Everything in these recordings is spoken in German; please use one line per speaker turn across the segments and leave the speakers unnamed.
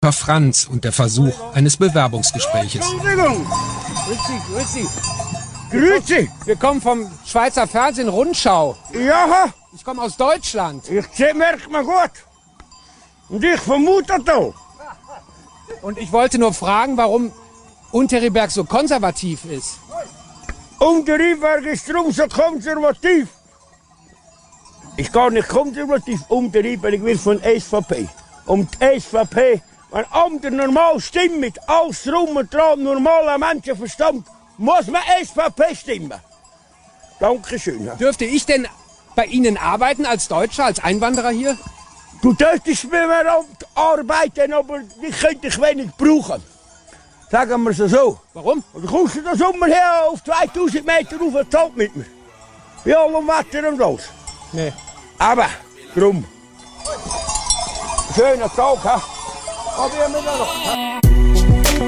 Papa Franz und der Versuch eines Bewerbungsgespräches.
Entschuldigung!
Grüezi, grüezi.
Grüezi!
Wir kommen vom Schweizer Fernsehen Rundschau.
Ja,
Ich komme aus Deutschland.
ich zie- merk me goed. En ik vermoed dat al.
Und ich wollte nur fragen, warum Unterriberg so konservativ ist.
Om de Rieberg is daarom zo conservatief. Ik ga niet conservatief om de Rieberg, ik wil van SVP. Om de SVP, waar anderen normaal stemmen, met alles drum en dran, normale mensenverstand, moet man SVP stemmen. Dankeschön.
Dürfte ich denn bei Ihnen arbeiten als Deutscher, als Einwanderer hier?
Du dürftest mit mir am- arbeiten, aber ich könnte dich wenig brauchen. Sagen wir es so.
Warum?
Und dann kommst du den Sommer her auf 2000 Meter rauf und zahlt mit mir. Bei allem Wetter und los.
Nee.
Aber, drum. Schöner Tag, hä? Aber ja, mit noch.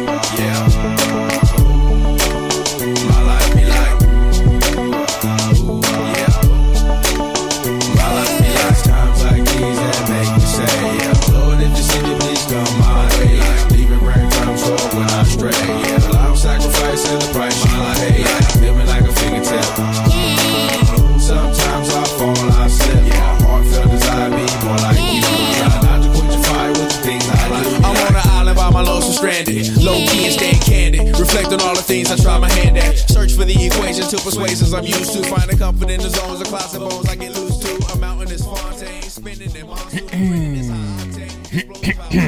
Sometimes I fall, I slip. My heartfelt desire be more like you. Try not to quench your fire with the things I do. I'm on an island by my lonesome stranded. Low key and staying candid. Reflect on all the things I try my hand at. Search for the equation to persuasions I'm used to. Finding comfort in the zones of closet bones I get loose to. I'm out in this Fontaine, spinning in my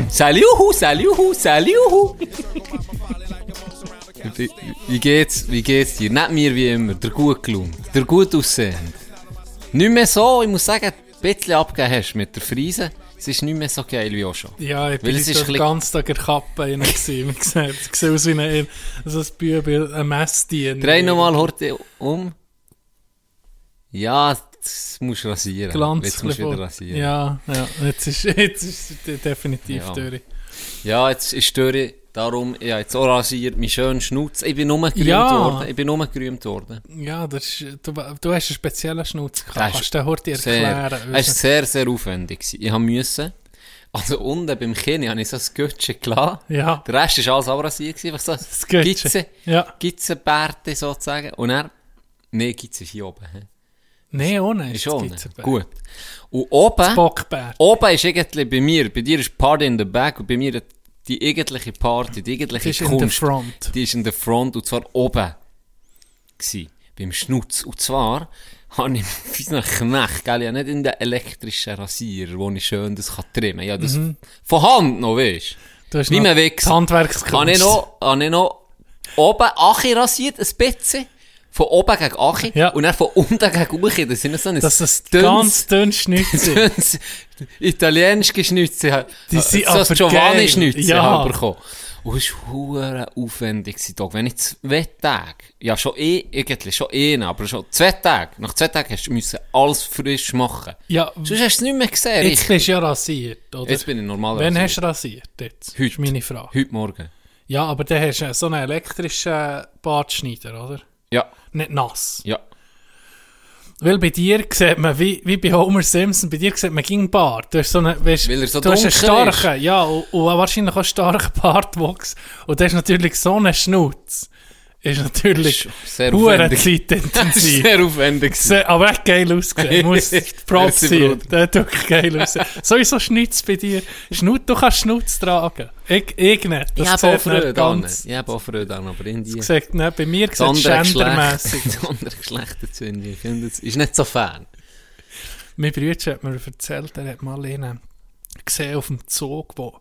Salut, Hu, salut, Hu, salut, Hu. Wie, wie geht's, wie geht's dir? Nicht mir wie immer, der gut gelaunt, der gut aussehend. Nicht mehr so, ich muss sagen, ein bisschen abgegeben hast mit der Frise. Es ist nicht mehr so geil wie auch schon.
Ja, ich
Weil
bin
es ist
heute den
chli-
ganzen Tag in der Kappe rein gewesen. Ich sehe ich sehe aus wie ein, also ein Bübel, ein Mästchen.
Dreh nochmal Horte um. Ja, das musst du rasieren.
Glanz
Jetzt musst du
chli
wieder
vor-
rasieren. Ja,
Ja, ja, jetzt ist, jetzt ist de- definitiv
Ja.
durch.
jetzt ist Dörre. Darum, ich habe jetzt auch rasiert, meinen schönen Schnutz. Ich bin nur gerühmt
Ja.
worden. Ich bin nur gerühmt worden.
Ja, das ist, du, du hast einen speziellen Schnutz
Das
gehabt.
ist
Kannst du den Horti
Sehr,
erklären?
es war sehr, sehr aufwendig. gewesen. Ich musste, also unten beim Kinn habe ich so ein Götzchen gelassen.
Ja.
Der Rest war alles abrasiert. gewesen, Einfach so das
Götzchen.
Gitze,
Ja.
Gitzenbärte sozusagen. Und er, nee, Gitze ist hier oben. hä?
Nein, ohne.
Ist
das
schon.
gibt's aber.
Gut. Und oben,
Bockbär.
oben ist irgendwie bei mir, bei dir ist Party in the back und bei mir die eigentliche Party, die eigentliche
Die ist in
Kunst.
der Front.
Die ist in der Front und zwar oben. Gsi, beim Schnutz. Und zwar habe ich wie so einen Knecht, gell? Ich habe nicht in den elektrischen Rasierer, wo ich schön das kann trimmen kann. Ja, das von Hand noch, weißt
Du hast
Nicht
noch
mehr weg.
Mhm. die Handwerkskunst.
Habe ich noch, habe ich noch oben Achi rasiert, ein bisschen. Von oben gegen Achi.
Ja.
Und dann von unten gegen Uchi. Das sind so ein
Dass es
dünnes-
ganz dünn Schnitzel
dünnes italienisch geschnitzt habe.
Die sind
so ein
aber
Giovanni
geil.
Schnitzel
Ja.
habe ich bekommen. Und es war hure aufwendig. gewesen, Doc. Wenn ich zwei Tage, ja schon eh, irgendwie, schon eh, aber schon zwei Tage, nach zwei Tagen hast du müssen alles frisch machen.
Ja,
Sonst hast du es nicht mehr gesehen.
jetzt
richtig.
bist du ja rasiert, oder?
Jetzt bin ich normal
Wann
rasiert.
hast du rasiert? Jetzt? Das ist
Heute.
meine Frage.
Heute Morgen.
Ja, aber dann hast du so einen elektrischen Bartschneider, oder?
Ja,
Nicht nass.
ja.
Weil bei dir sieht man, wie, wie bei Homer Simpson, bei dir sieht man gegen Bart. Du hast so einen, weißt,
Weil er so
du hast einen
dunkel ist.
starken, ja, und, und wahrscheinlich auch einen starken Bartwuchs. Und das ist natürlich so ein Schnutz. Ist natürlich
Ist sehr
hure
aufwendig. Das ist
zeitintensiv.
sehr aufwendig. gewesen.
Se- Aber echt geil ausgesehen. Muss Props
Merci,
sein.
Bruder.
Der hat wirklich geil ausgesehen. Sowieso Schnitz bei dir. Schnut, du kannst Schnutz tragen. Ich, ich nicht.
Ich
Das
habe auch
sieht nicht
Freude an.
ganz.
Ich habe auch Freude an, aber in dir.
Das sieht nicht. Bei mir
Das
sieht es
andere Geschlecht,
gendermässig.
das andere Geschlecht dazu in dir. Ich finde, das ist nicht so fern.
Mein Bruder hat mir erzählt, er hat mal einen gesehen auf dem Zug, wo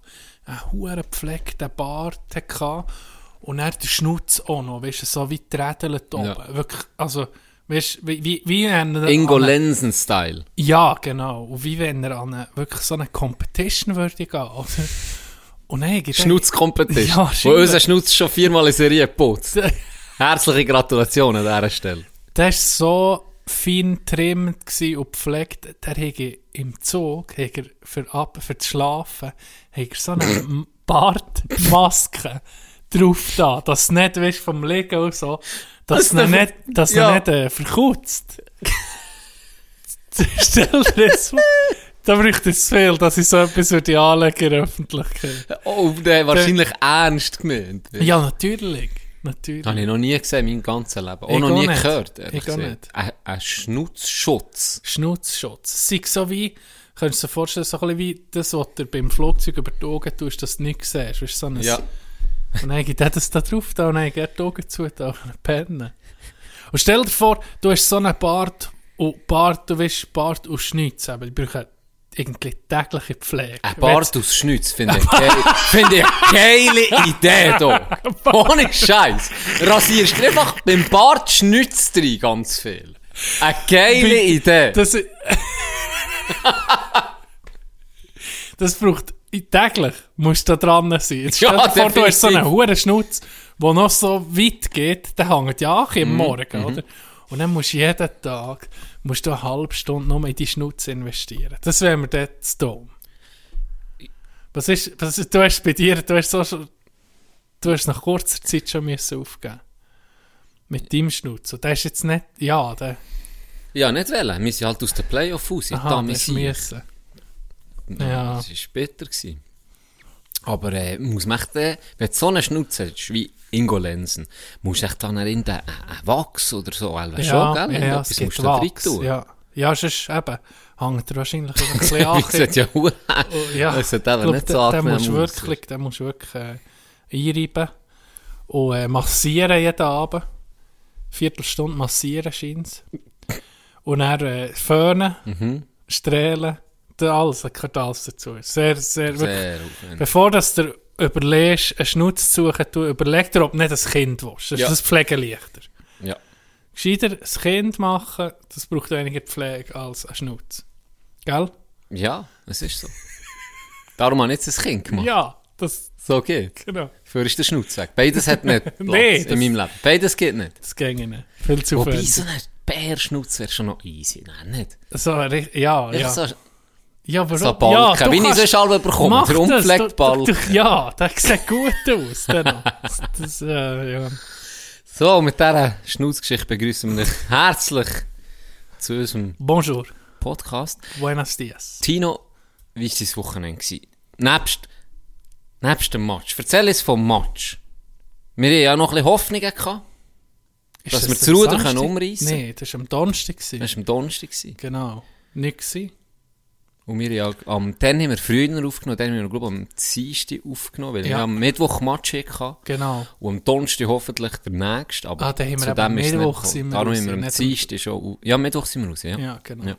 ein hoher gepflegter Bart hatte und er den Schnutz auch noch, weißt du, so wie trädelt oben.
Ja.
Wirklich, also, weißt du, wie, wie, wie ein...
Ingo
an-
Lensen-Style.
Ja, genau. Und wie wenn er an eine, wirklich so eine Competition würde gehen, oder? Und dann gibt
Schnutzkompetition.
Ja,
wo
scheinbar.
unser Schnutz schon viermal in Serie putzt. Herzliche Gratulation an dieser Stelle.
Der war so fein trimmt gsi und gepflegt, der hege im Zug, hege er für, ab, für das Schlafen, hege er so eine M- Bartmaske drauf da, dass es nicht, weißt, vom Liegen und so, dass es
Dass der-
nicht, dass
Ja.
ja. nicht äh, verkutzt. Stell dir das vor. Da bräuchte es viel, dass ich so etwas würde anlegen in der Öffentlichkeit.
Oh, der hat wahrscheinlich ernst gemeint.
Ja, natürlich. Natürlich.
Das habe ich noch nie gesehen in meinem ganzen Leben. Auch
Ich
noch
auch
nie
nicht.
gehört.
Ich auch
nicht. Ein, ein Schnutzschutz.
Schnutzschutz. Sei so wie, kannst du dir vorstellen, so ein bisschen wie das, was du beim Flugzeug über die Augen tust, dass du nichts siehst. Weißt, du, so ein,
Ja.
Und dann gibt er das da drauf da, und dann geht er die Augen zu da, und dann pennen. Und stell dir vor, du hast so einen Bart und Bart, du weißt, Bart und Schnitz, aber die brauchen irgendwie tägliche Pflege.
Ein Bart aus Schnitz finde ich, geil- finde ich eine geile Idee hier. Ohne Scheiß. Rasierst du einfach beim Bart Schnitz rein ganz viel. Eine geile
Wie-
Idee.
Das, das braucht täglich, musst du da dran sein. Jetzt stell dir
Ja,
vor, du hast so einen
definitiv.
hohen Schnutz, der noch so weit geht, der hängt ja auch
Mhm,
im Morgen, oder? Und dann musst du jeden Tag musst du eine halbe Stunde nur in die Schnutz investieren. Das wäre mir dort zu dumm. Was ist, was ist, du hast bei dir, du hast so schon, du hast nach kurzer Zeit schon müssen aufgeben. Mit deinem Schnutz. Und der ist jetzt nicht, ja, der,
Ja, nicht wollen. Wir sind halt aus den Playoff raus.
Aha,
da,
das
wir
ist
sind.
müssen.
Ja.
Ja.
Das war bitter. Gewesen. Aber äh, muss man echt, äh, wenn du so einen Schnutz hast, wie Ingo Lensen, musst du echt dann in den äh, äh, Wachs oder so, also schon, gell?
ja, ja,
Irgendetwas
es gibt
musst du da
Wachs.
rein tun.
Ja, ja sonst eben, hängt er wahrscheinlich auch ein bisschen
Wie
an.
gesagt, Ah, ja, hu-
Oh, ja,
Es hat
ich
eben
glaub,
nicht
den-
so
den musst du
angenehm aus.
wirklich, den musst du wirklich äh, einreiben und äh, massieren jeden Abend. Viertelstunde massieren scheint Und dann äh, föhnen,
Mhm.
strehlen, da alles, da gehört alles dazu. Sehr, sehr, wirklich.
sehr aufwendig.
Bevor dass du überlegst, einen Schnutz zu suchen, du überleg dir, ob du nicht ein Kind willst. Das
Ja.
ist das Pflegeleichter.
Ja.
Gescheiter ein Kind machen, das braucht weniger Pflege als ein Schnutz. Gell?
ja, es ist so. Darum habe ich jetzt ein Kind gemacht.
Ja, das,
So geht's.
genau.
Für ist der Schnutz weg. Beides hat nicht Platz
Nee, das-
in meinem Leben. Beides geht nicht.
Das ginge nicht. Viel zu
Wobei, so
viel.
ein Bärschnutz wäre schon noch easy. Nein, nicht.
So, ri- ja,
Ja.
ja.
So,
ja, warum?
so Balken,
ja, du
wie ich
kannst-
sonst alle bekomme,
Mach
der
das,
unpflegt
du- du-
Balken.
Ja, der sieht gut aus. der noch. Das, das, äh, ja.
So, mit dieser Schnauzgeschichte begrüßen wir dich herzlich zu unserem
Bonjour,
Podcast.
buenos dias.
Tino, wie war dein Wochenende? gewesen? Nebst, nebst dem Match. Erzähl uns vom Match. Wir hatten ja noch ein bisschen Hoffnungen. Gehabt.
Ist
Dass wir das
am
Ruder
Samstag?
können umreissen?
Nee, das war am Donnerstag. gewesen.
Das war am Donnerstag. gewesen.
Genau. Nicht gewesen.
Und wir haben ja, am, dann haben wir früher aufgenommen, dann haben wir, glaube ich, am Dienstag aufgenommen, weil
Ja.
wir am Mittwoch Match hatten.
Genau.
Und am Donnerstag hoffentlich der nächste. Aber
Ah, dann haben wir
zu
eben
dem ist es nicht
Mittwoch
gekommen.
sind wir
Darum
raus,
haben wir am
nicht am-
Dienstag schon... au- Ja, am Mittwoch sind wir raus, ja.
Ja, genau.
Ja.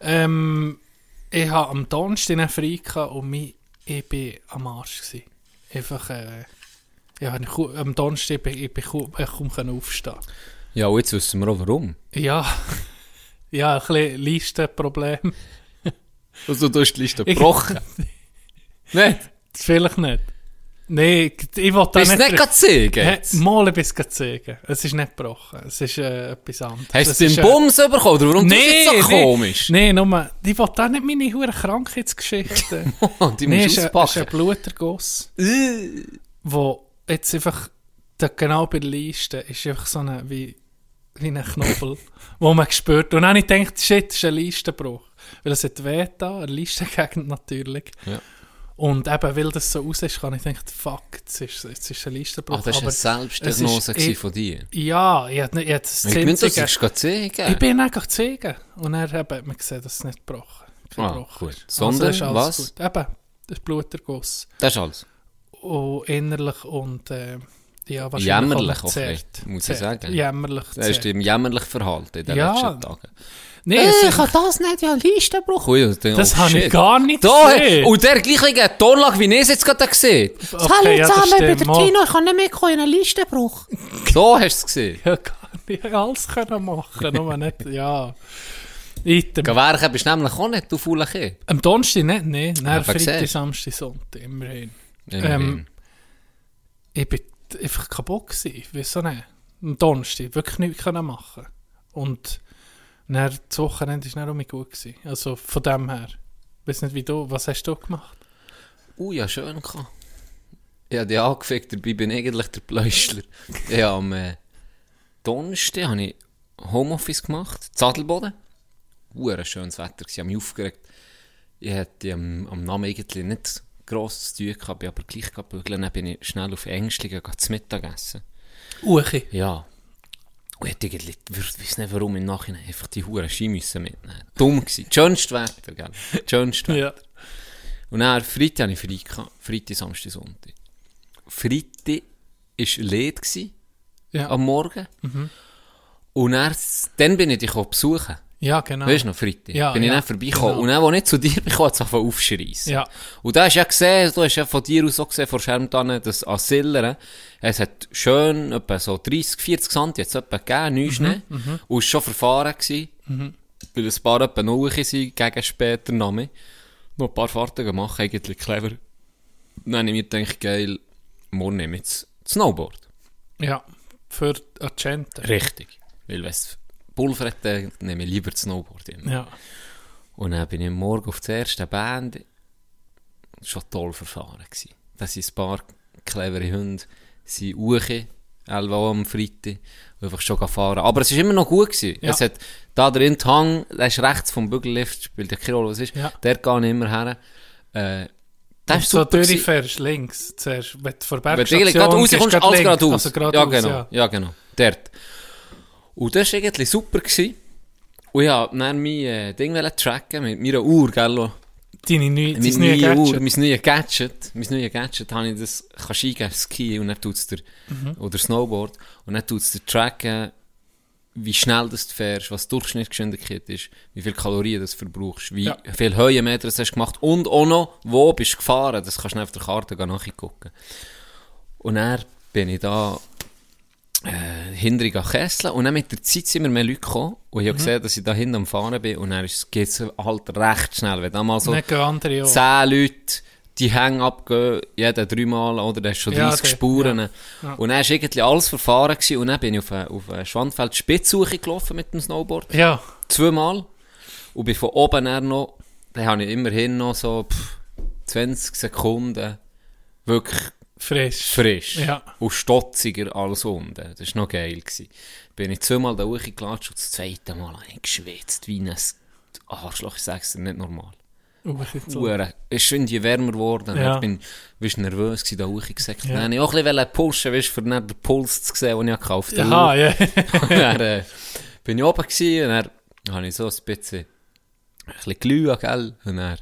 Ähm, ich habe am Donnerstag einen frei gehabt und mich, ich bin am Arsch. Gewesen. Einfach, äh, ich hab ku- am Donnerstag bin ich, bin kaum, ich kaum können aufstehen.
Ja, und jetzt wissen wir auch warum.
Ja, ja, ein bisschen Listenproblem.
Also du hast die Liste
Ich-
gebrochen. Nein,
Vielleicht nicht. Nein, ich ich will da
bist du nicht
drü-
gerade zeigen
Hä,
jetzt?
Mal ein bisschen zeigen. Es ist nicht gebrochen. Es ist äh, etwas anderes.
Hast
Es
du
ist, äh,
den Bums bekommen? Oder warum nee, du jetzt so komisch?
Nein, nur, ich will da nicht meine hure Krankheitsgeschichte.
Oh, die
Nein, es
musst
ist
du
ein, ist ein
auspacken. Äh.
Bluterguss, wo jetzt einfach da genau bei der Leiste ist einfach so eine, wie, wie ein Knubbel, wo man spürt. Und dann habe ich gedacht, shit, das ist ein Leistenbruch. Weil es hat weh da, eine Leistengegend natürlich.
Ja.
Und eben, weil das so aus ist, kann ich denken, fuck, jetzt ist, jetzt ist ein Leistenbruch.
Ah, das war eine
es
Selbstdiagnose
ist- eh
gewesen
ich-
von dir.
Ja, ich hätte nicht, ich hätte es
Ich meine, du
zeigen-
sollst gerade zeigen.
Ich bin eigentlich gezogen. Und er hat man gesehen, dass es nicht gebrochen kein
Ah,
Bruch
gut.
ist. Also,
Sondern
ist alles
was?
Gut. Eben, das Bluterguss.
Das ist alles.
Und innerlich und äh, ja, wahrscheinlich
Jämmerlich
auch
auch
zerrt.
ein bisschen, muss ich
Zerrt.
sagen.
Jämmerlich
Das ist
zerrt.
im jämmerlichen Verhalten in den
Ja.
letzten Tagen.
Nee,
Äh,
es
ich
ist-
habe das nicht, ja, Leistenbruch. Ui, und dann,
Das
oh,
habe ich
shit.
gar nicht
Da,
gesehen.
und der gleiche Tonlage, wie ich es jetzt gerade gesehen habe.
Okay, Hallo ja, das zusammen, ich bin der stimmt. Tino,
ich kann nicht mitkommen in einen Leistenbruch. So hast du es gesehen.
ja, gar nicht alles können machen nur nicht, ja. Item.
Gewerken bist du nämlich auch nicht, du fauler Kind.
Am Donnerstag nicht, nein. Dann
Aber
Freitag,
siehst.
Samstag, Sonntag, immerhin. Ähm,
Immerhin.
ich bin einfach kaputt gewesen, wieso nicht? Am Donnerstag, wirklich nichts können machen Und dann, das Wochenende war dann auch nicht gut gewesen. Also von dem her. Weiß nicht wie du, was hast du gemacht?
Ui, Uh, ja, schön gehabt. Ich habe dich angefickt, dabei bin ich eigentlich der Pläuschler. ich habe am äh, Donnerstag habe ich Homeoffice gemacht, Zadelboden. Uhr schönes Wetter, gewesen, ich habe mich aufgeregt. Ich hatte am, am Namen eigentlich nicht grosses Zeug gehabt, bin aber gleich gebügelt. Dann bin ich schnell auf Ängstlinge gegangen, zu Mittag essen.
Uchi.
Ja. Und ich hätte eigentlich, ich weiß nicht warum, im Nachhinein einfach die Huren Ski müssen mitnehmen. Dumm gewesen. Schönstes Wetter, gell? Schönstes Wetter.
Ja.
Und dann Freitag hatte ich frei. gehabt. Freitag, Samstag, Sonntag. Freitag war leer gewesen,
Ja. Mhm.
am Morgen. Und dann, dann bin ich dich auch besuchen.
ja, genau.
Weißt du noch, Freitag?
Ah. Ja,
bin ich
ja,
dann vorbeigekommen.
genau.
Und dann, wo nicht zu dir bin, hat es angefangen aufzuschreissen.
Ja.
Und da hast du ja gesehen, du hast ja von dir aus auch gesehen, von Schärmtanne, das Asiller, es hat schön etwa so 30, 40 Sand jetzt etwa gegeben, neu Schnee. Und es war schon verfahren gewesen. Weil ein paar etwa Nullchen sind, gegen später Name. Noch ein paar Fahrten gemacht, eigentlich clever. Dann habe ich mir gedacht, geil, morgen nehme ich jetzt das Snowboard.
Ja. Für Agenten.
Richtig. Weil wenn es Pulver hat, dann nehme ich lieber das Snowboard immer.
Ja.
Und dann bin ich am morgen auf der ersten Band schon toll verfahren gsi. Da sind ein paar clevere Hunde, sind Uche, Elva am Freitag, und einfach schon fahren. Aber es war immer noch gut. gsi.
Ja.
Es hat da drin den Hang, der ist rechts vom Bügellift, spielt ja keine Rolle, was ist.
Ja.
Der gehe ich immer her. Äh, das ist
So
super. gewesen.
durchfährst, links, zuerst, wenn du vor
Wenn du eigentlich gerade rauskommst, alles geradeaus.
Also geradeaus,
ja, genau.
ja.
genau. Dort. Und das war eigentlich super. Gewesen. Und ich wollte dann mein äh, Ding wollte tracken mit meiner Uhr, gell?
Deine neue,
Mit
dein neue
Uhr,
Gadget.
mein neues Gadget. Mein neues Gadget habe ich das, kannst du eingeben, Ski und dann tut es dir,
Mhm.
oder Snowboard, und dann tut es dir tracken, wie schnell das du fährst, was die Durchschnittsgeschwindigkeit ist, wie viele Kalorien das verbrauchst, wie
Ja.
viel Höhenmeter das hast du gemacht und auch noch, wo bist du gefahren, das kannst du dann auf der Karte gehen nachgucken. Und dann bin ich da äh, hinter ich Kessel und dann mit der Zeit sind immer mehr Leute gekommen und ich habe
Mhm.
gesehen, dass ich da hinten am Fahren bin und dann geht es halt recht schnell, wenn du mal so
Nicht gegen andere, ja.
zehn Leute die Hänge abgehen, jeder dreimal, oder? Da hast du schon
Ja,
30
der-
Spuren.
ja, ja.
Und dann war irgendwie alles verfahren gewesen. und dann bin ich auf eine, auf eine Schwandfeld-Spitzsuche gelaufen mit dem Snowboard.
Ja.
Zweimal. Und bin von oben her noch, da habe ich immerhin noch so pff, 20 Sekunden wirklich
Frisch.
frisch
Ja.
und stotziger als unten. Das war noch geil. Gewesen. Bin ich zweimal da hochgeklatscht und das zweite Mal habe ich geschwitzt wie ein Arschloch. Ich sag's dir, nicht normal.
Uchi zu-
Uhren. Es ist schon je wärmer geworden.
Ja.
Ich bin weißt, nervös, gewesen, da hochgesackt.
Ja.
Dann habe ich auch ein bisschen pushen, weißt, für dann den Puls zu sehen, den ich gekauft habe.
Aha, ja.
dann äh, bin ich oben gewesen, und dann habe ich so ein bisschen, ein bisschen Glühe, gell? Und dann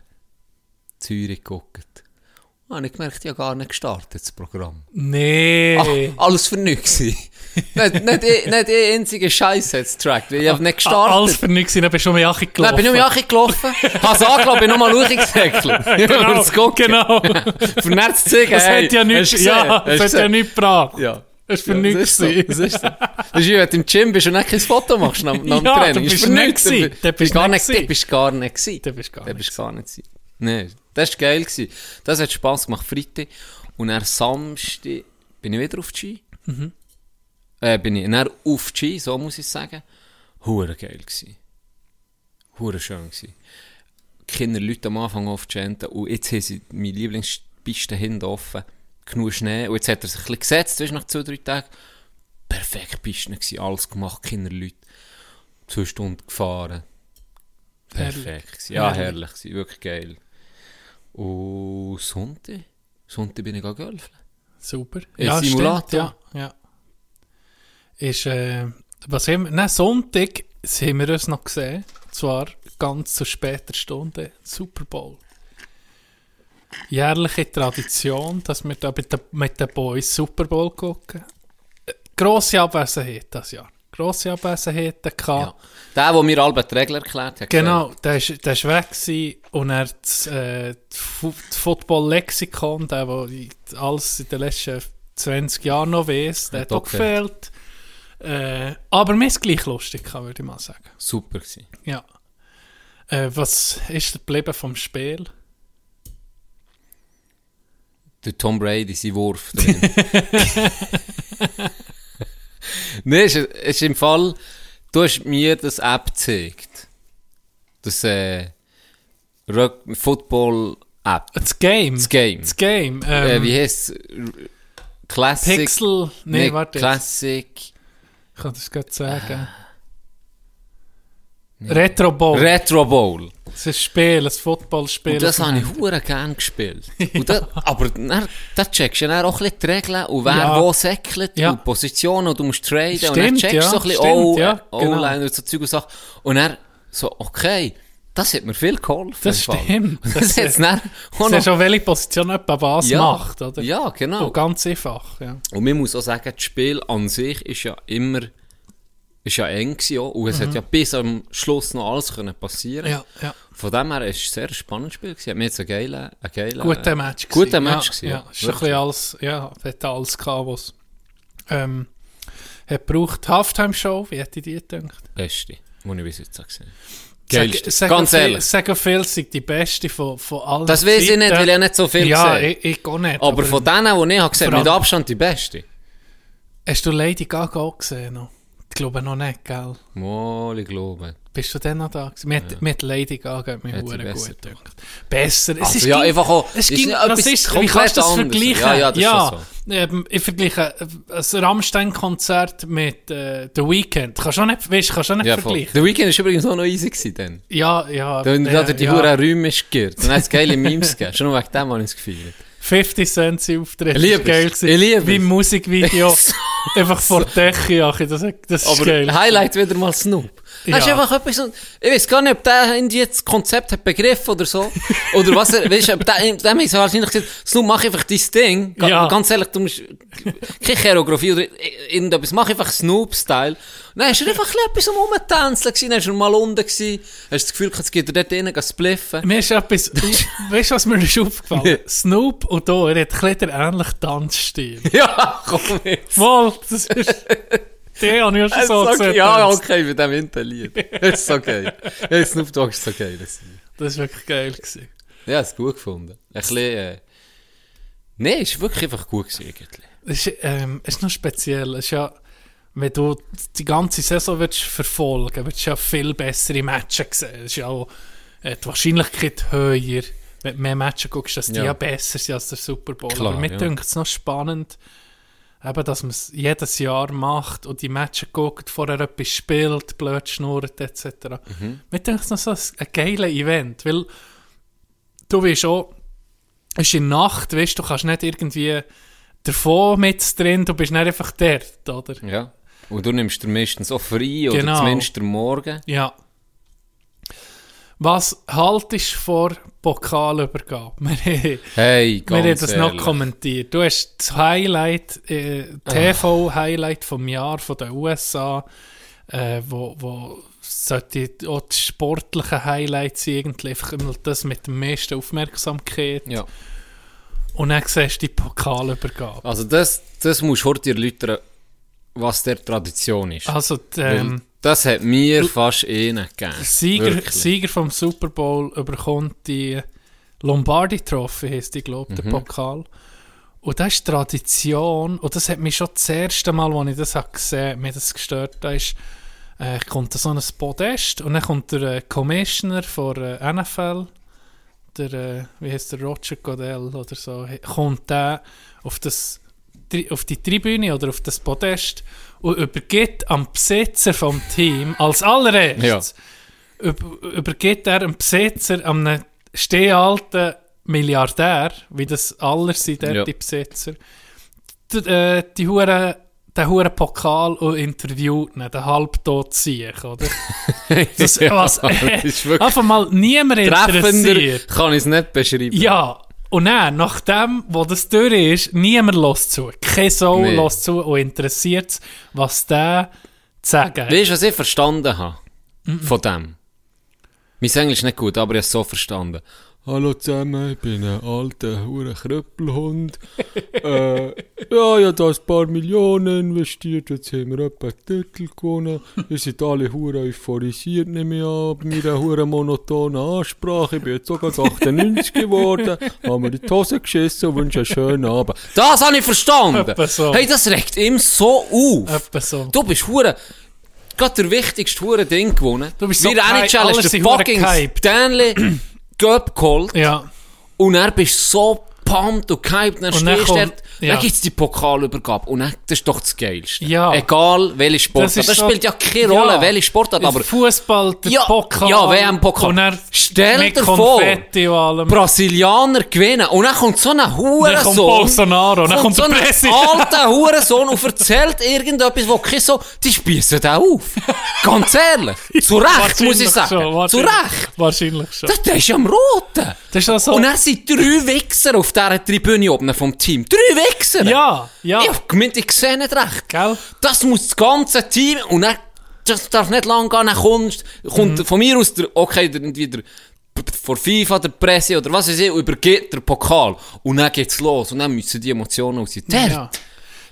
Zürich geguckt. Und dann habe ich gemerkt, ich habe gar nicht gestartet, das Programm. Ach,
Nee.
alles für nichts. nicht, nicht, nicht, nicht ein einziger Scheiß hat es getrackt, weil ich habe nicht gestartet.
Alles für nichts, dann bist du um die Ache
Dann
gelaufen.
bin ich um die Jacke gelaufen, hab's angelaufen, bin nochmal hochgesäckelt.
Genau, genau.
Für dann zu zeigen,
Das
hey,
hat ja
hast du
nichts,
gesehen?
ja, das
Hast du
hat ja
gesehen?
nichts gebracht.
Ja.
Das ist für
Ja,
nichts.
Das ist, so. das
gewesen.
ist, so. das ist wie wenn du im Gym bist und dann kein Foto machst nach, nach
Ja,
dem Training.
du
Ist
bist
für
nicht
nichts.
gewesen.
Du
Du
bist,
bist
gar
nicht
nicht, du
gewesen.
bist gar nicht gewesen.
Du bist gar
Du
nicht
bist gar nicht gewesen. Nee, das war geil. Gewesen. Das hat Spass gemacht, Freitag. Und dann Samstag bin ich wieder auf die Ski.
Mhm.
Äh, bin ich dann auf die Ski, so muss ich sagen. Hure geil gewesen. Hure schön gewesen. Kinder, Leute am Anfang aufgeschenkt und jetzt haben sie meine Lieblingspiste hinten offen. Genug Schnee. Und jetzt hat er sich ein bisschen gesetzt, weißt du, nach zwei, drei Tagen. Perfekt Pisten gewesen, alles gemacht, Kinder, Leute. Zwei Stunden gefahren. Perfekt. gewesen. Ja, herrlich. gewesen, Wirklich geil. Und Sonntag? Sonntag bin ich auch golfen.
Super.
Ein Simulator.
stimmt, Ja, ja. Ist, äh, was haben wir, nein, Sonntag haben wir uns noch gesehen. Und Zwar ganz zu später Stunde. Super Bowl. Jährliche Tradition, dass wir da mit den, mit den Boys Super Bowl gucken. Äh, Grosse Abwesenheit das Jahr. Grosse Abwesenheit
Ja.
gehabt.
Der, der mir Albert Regler erklärt hat.
Ah. Genau, der ist, der ist weg gewesen und er hat das, äh, das Fu- das Football-Lexikon, der, der alles in den letzten 20 Jahren noch weiss, der hat
Hat auch
auch gefehlt. Äh, aber mir ist gleich lustig, gehabt, würde ich mal sagen.
gesagt. Super gewesen.
Ja. Äh, was ist geblieben vom Spiel?
Der Tom Brady, sein Wurf drin. Nein, es ist, es ist im Fall, du hast mir das App gezeigt. Das äh, Rug- Football-App.
Das Game.
Das Game.
Das Game.
äh,
Ähm,
wie heißt Classic.
Pixel. Nee,
Nee,
warte. jetzt.
Classic. Ah.
Ich kann das gerade sagen. Retro Bowl.
Retro Bowl.
Es ist ein Spiel, ein Footballspiel.
Und das habe ich hure gern gespielt. Und das, aber dann, dann checkst du dann auch ein bisschen die Regeln und wer
Ja.
wo säckelt
Ja.
und Positionen und du musst traden und dann
Stimmt,
checkst du
ja.
so ein bisschen
Stimmt,
oh,
ja,
äh,
genau.
O-Line und so Zeug und Sachen. Und dann so, okay, das hat mir viel geholfen.
Das
im Fall.
stimmt.
Und das hat es dann auch
Du
noch...
siehst auch, welche Position jemand was macht, oder? Oh,
Ja, genau.
Und ganz einfach, ja.
Und man muss auch sagen, das Spiel an sich ist ja immer ist ja eng gewesen, ja. und es hat ja bis am Schluss noch alles können passieren.
Mhm. Ja, ja.
Von dem her ist es ein sehr spannendes Spiel gewesen. Hat mir jetzt ein geiler, ein geiler
Guter Match
Guter
gewesen.
Match gewesen,
ja, ja.
ja.
Ist ein
Wirklich.
bisschen alles, ja, hat alles gehabt, was ähm, hat gebraucht. Halftime-Show, wie hätte ich die gedacht?
Beste, den ich bis jetzt habe gesehen Geilste.
Sag, sag
Ganz
viel,
ehrlich.
Sagen viel, sei die beste von, von allen
Das weiß ich nicht, weil ich nicht so viel
Ja,
gesehen
ich, ich auch nicht.
habe. Aber von denen, die ich habe gesehen
Vor
mit
allem-
Abstand die beste.
Hast du Lady Gaga auch gesehen? Noch? Ich glaube noch nicht, gell?
Mal, ich glaube.
Bist du denn noch da? gewesen? Mir hat- mir hat Lady Gaga hat mir
Hat sie
verdammt
besser
gut gedacht. Besser. Es
Also ja,
ging-
einfach auch-
Es
ist
ging,
nicht
das
etwas
ist, wie
komplett
kannst du das
anderes.
vergleichen?
Ja, ja, das ist schon
ähm, ich vergleiche äh, ein Rammstein-Konzert mit äh, The Weeknd. Kannst du auch nicht, weißt, kannst du auch nicht
Ja, voll.
vergleichen.
Der Weekend war übrigens auch noch easy gewesen dann.
Ja, ja.
Da
äh,
hat er die
ja.
Huren Räume geirrt. Dann hat es geile Memes gegeben. Schon nur wegen dem habe ich es gefeiert.
50 Cent sein Auftritt.
Ich liebe
ist geil
es.
gewesen.
Ich liebe
Wie
es.
im Musikvideo.
So.
einfach vor der Decke, Achi. Das, das ist
Aber
geil.
Highlight wieder mal Snoop.
Ja.
Hast du einfach etwas, so- ich weiß gar nicht, ob der irgendwie jetzt das Konzept hat begriffen oder so. oder was er, weißt du, ob der, dem ist wahrscheinlich gesagt, Snoop, mach einfach dein Ding. Ga-
Ja.
Ganz ehrlich, du musst keine Choreografie oder irgendetwas, mach einfach Snoop-Style. Und Dann hast du einfach ein bisschen etwas am Rumtänzeln gewesen, dann hast du mal unten gewesen, hast das Gefühl, gehabt, es geht dir dort rein, geh spliffen.
Mir ist etwas, weißt du, was mir ist aufgefallen? Snoop und da, er hat ein bisschen den ähnlichen Tanzstil.
Ja, komm jetzt.
Voll, das ist. Den habe ich auch schon so
Es ist
gesehen.
okay. Ja, okay, mit dem Interlied. Das ist okay. Ja, Snoop Dogg ist so geil.
Das war wirklich geil. Gewesen.
Ja, es gut gefunden. Ein bisschen, äh... Nee, es war wirklich einfach gut gewesen, eigentlich.
Es ist, ähm, es ist noch speziell. Es ist ja, wenn du die ganze Saison willst verfolgen willst, du ja viel bessere Matches sehen. Es ist ja auch äh, die Wahrscheinlichkeit höher, wenn du mehr Matches guckst, dass die ja,
Ja.
besser sind als der Super Bowl.
Klar,
Aber mir
ja.
dünkt es noch spannend, eben, dass man es jedes Jahr macht und die Matches guckt, vorher etwas spielt, blöd schnurrt etc.
Mhm.
Mir dünkt es noch so ein, ein geiles Event, weil du wirst auch es ist in der Nacht, weißt du, du kannst nicht irgendwie davon mit drin, du bist nicht einfach dort, oder?
Ja. Und du nimmst dir meistens auch frei, oder
Genau.
zumindest am Morgen.
Ja. Was haltest du vor Pokalübergabe? Wir, haben-
Hey,
wir
ganz
haben das noch
ehrlich. Ah.
kommentiert. Du hast das Highlight, äh, TV-Highlight vom Jahr von den USA, äh, wo, wo sollte auch die sportlichen Highlights sein, irgendwie einfach immer das mit der meisten Aufmerksamkeit.
Ja.
Und dann siehst du die Pokalübergabe.
Also das, das musst du heute erläutern, was der Tradition ist.
Also, die,
Weil
ähm,
das hat mir fast eh nicht gegeben.
Sieger,
Wirklich.
Sieger vom Super Bowl überkommt die Lombardi Trophy, heisst die, glaube
Mhm.
der Pokal. Und das ist Tradition, und das hat mich schon das erste Mal, als ich das hab gesehen habe, mir das gestört. Da ist, äh, kommt so ein Podest und dann kommt der äh, Commissioner von äh, NFL, der, äh, wie heißt der, Roger Goodell oder so, he- kommt der auf, das, Tri- auf die Tribüne oder auf das Podest und übergibt am Besitzer vom Team als allererstes
Ja.
üb- übergeht er einem Besitzer, einem stehalten Milliardär, wie das alle sind, dort
Ja.
die Besitzer, die, äh, die Hure, den Huren Pokal und interviewt ihn, den halbtot Sieg, oder? Das, was, äh,
das ist wirklich
einfach mal niemand
treffender
interessiert.
kann ich es nicht beschreiben.
Ja, und dann, nachdem, wo das durch ist, niemand lässt zu. Kein Soul
Nee.
lässt zu und interessiert was der zu sagen hat.
Weißt du, was ich verstanden habe? Von dem. Mein Englisch ist nicht gut, aber ich habe es so verstanden. Hallo zusammen, ich bin ein alter hure Krüppelhund. äh, ja, ich habe da ein paar Millionen investiert, jetzt haben wir etwa einen Titel gewonnen. Ihr seid alle hure euphorisiert, nehme ich an, bei meiner hure monotonen Ansprache. Ich bin jetzt sogar 98 geworden, haben mir in die Hose geschissen und wünsche einen schönen Abend. Das habe ich verstanden!
Etwa so.
Hey, das regt ihm so auf!
Etwa so.
Du bist hure gerade der wichtigste hure Ding gewonnen.
Du bist
Wir
so
haben
gehypt,
Challenge
alles
der
sind hure
fucking
gehypt.
Stanley Cup geholt
Ja.
und er bist so gepumpt und gehypt, dann
Und dann
stehst du
kommt-
dort,
ja.
dann gibt es die Pokalübergabe und dann, das ist doch das Geilste.
Ja.
Egal welche Sportart, das,
so-
spielt ja keine Rolle, welche Sportart, aber
Fußball, der
Ja,
Pokal.
ja, WM-Pokal.
Und dann
Stell
mit
dir vor.
Konfetti und allem.
Brasilianer gewinnen und dann kommt so ein Hurensohn.
Dann kommt Bolsonaro, dann kommt
so
der
ein
Präsident.
alter Hurensohn und erzählt irgendetwas, wo kein so... Die spiessen auch auf. Ganz ehrlich. Zu Recht,
Wahrscheinlich
muss ich sagen.
schon,
Zu
wahrscheinlich-
Recht.
Wahrscheinlich schon.
Das, das ist am Roten.
Das ist doch so-
Und dann sind drei Wichser auf dieser Tribüne oben vom Team. Drei Wichser!
Ja, ja.
Ich hab gemeint, ich sehe nicht recht.
Gell?
Das muss das ganze Team und dann, das darf nicht lang gehen, dann kommst, kommt
Mhm.
von mir aus der, okay, der, irgendwie der, vor FIFA, der Presse oder was weiß ich, übergeht der Pokal und dann geht's los und dann müssen die Emotionen raus. Der,
Ja.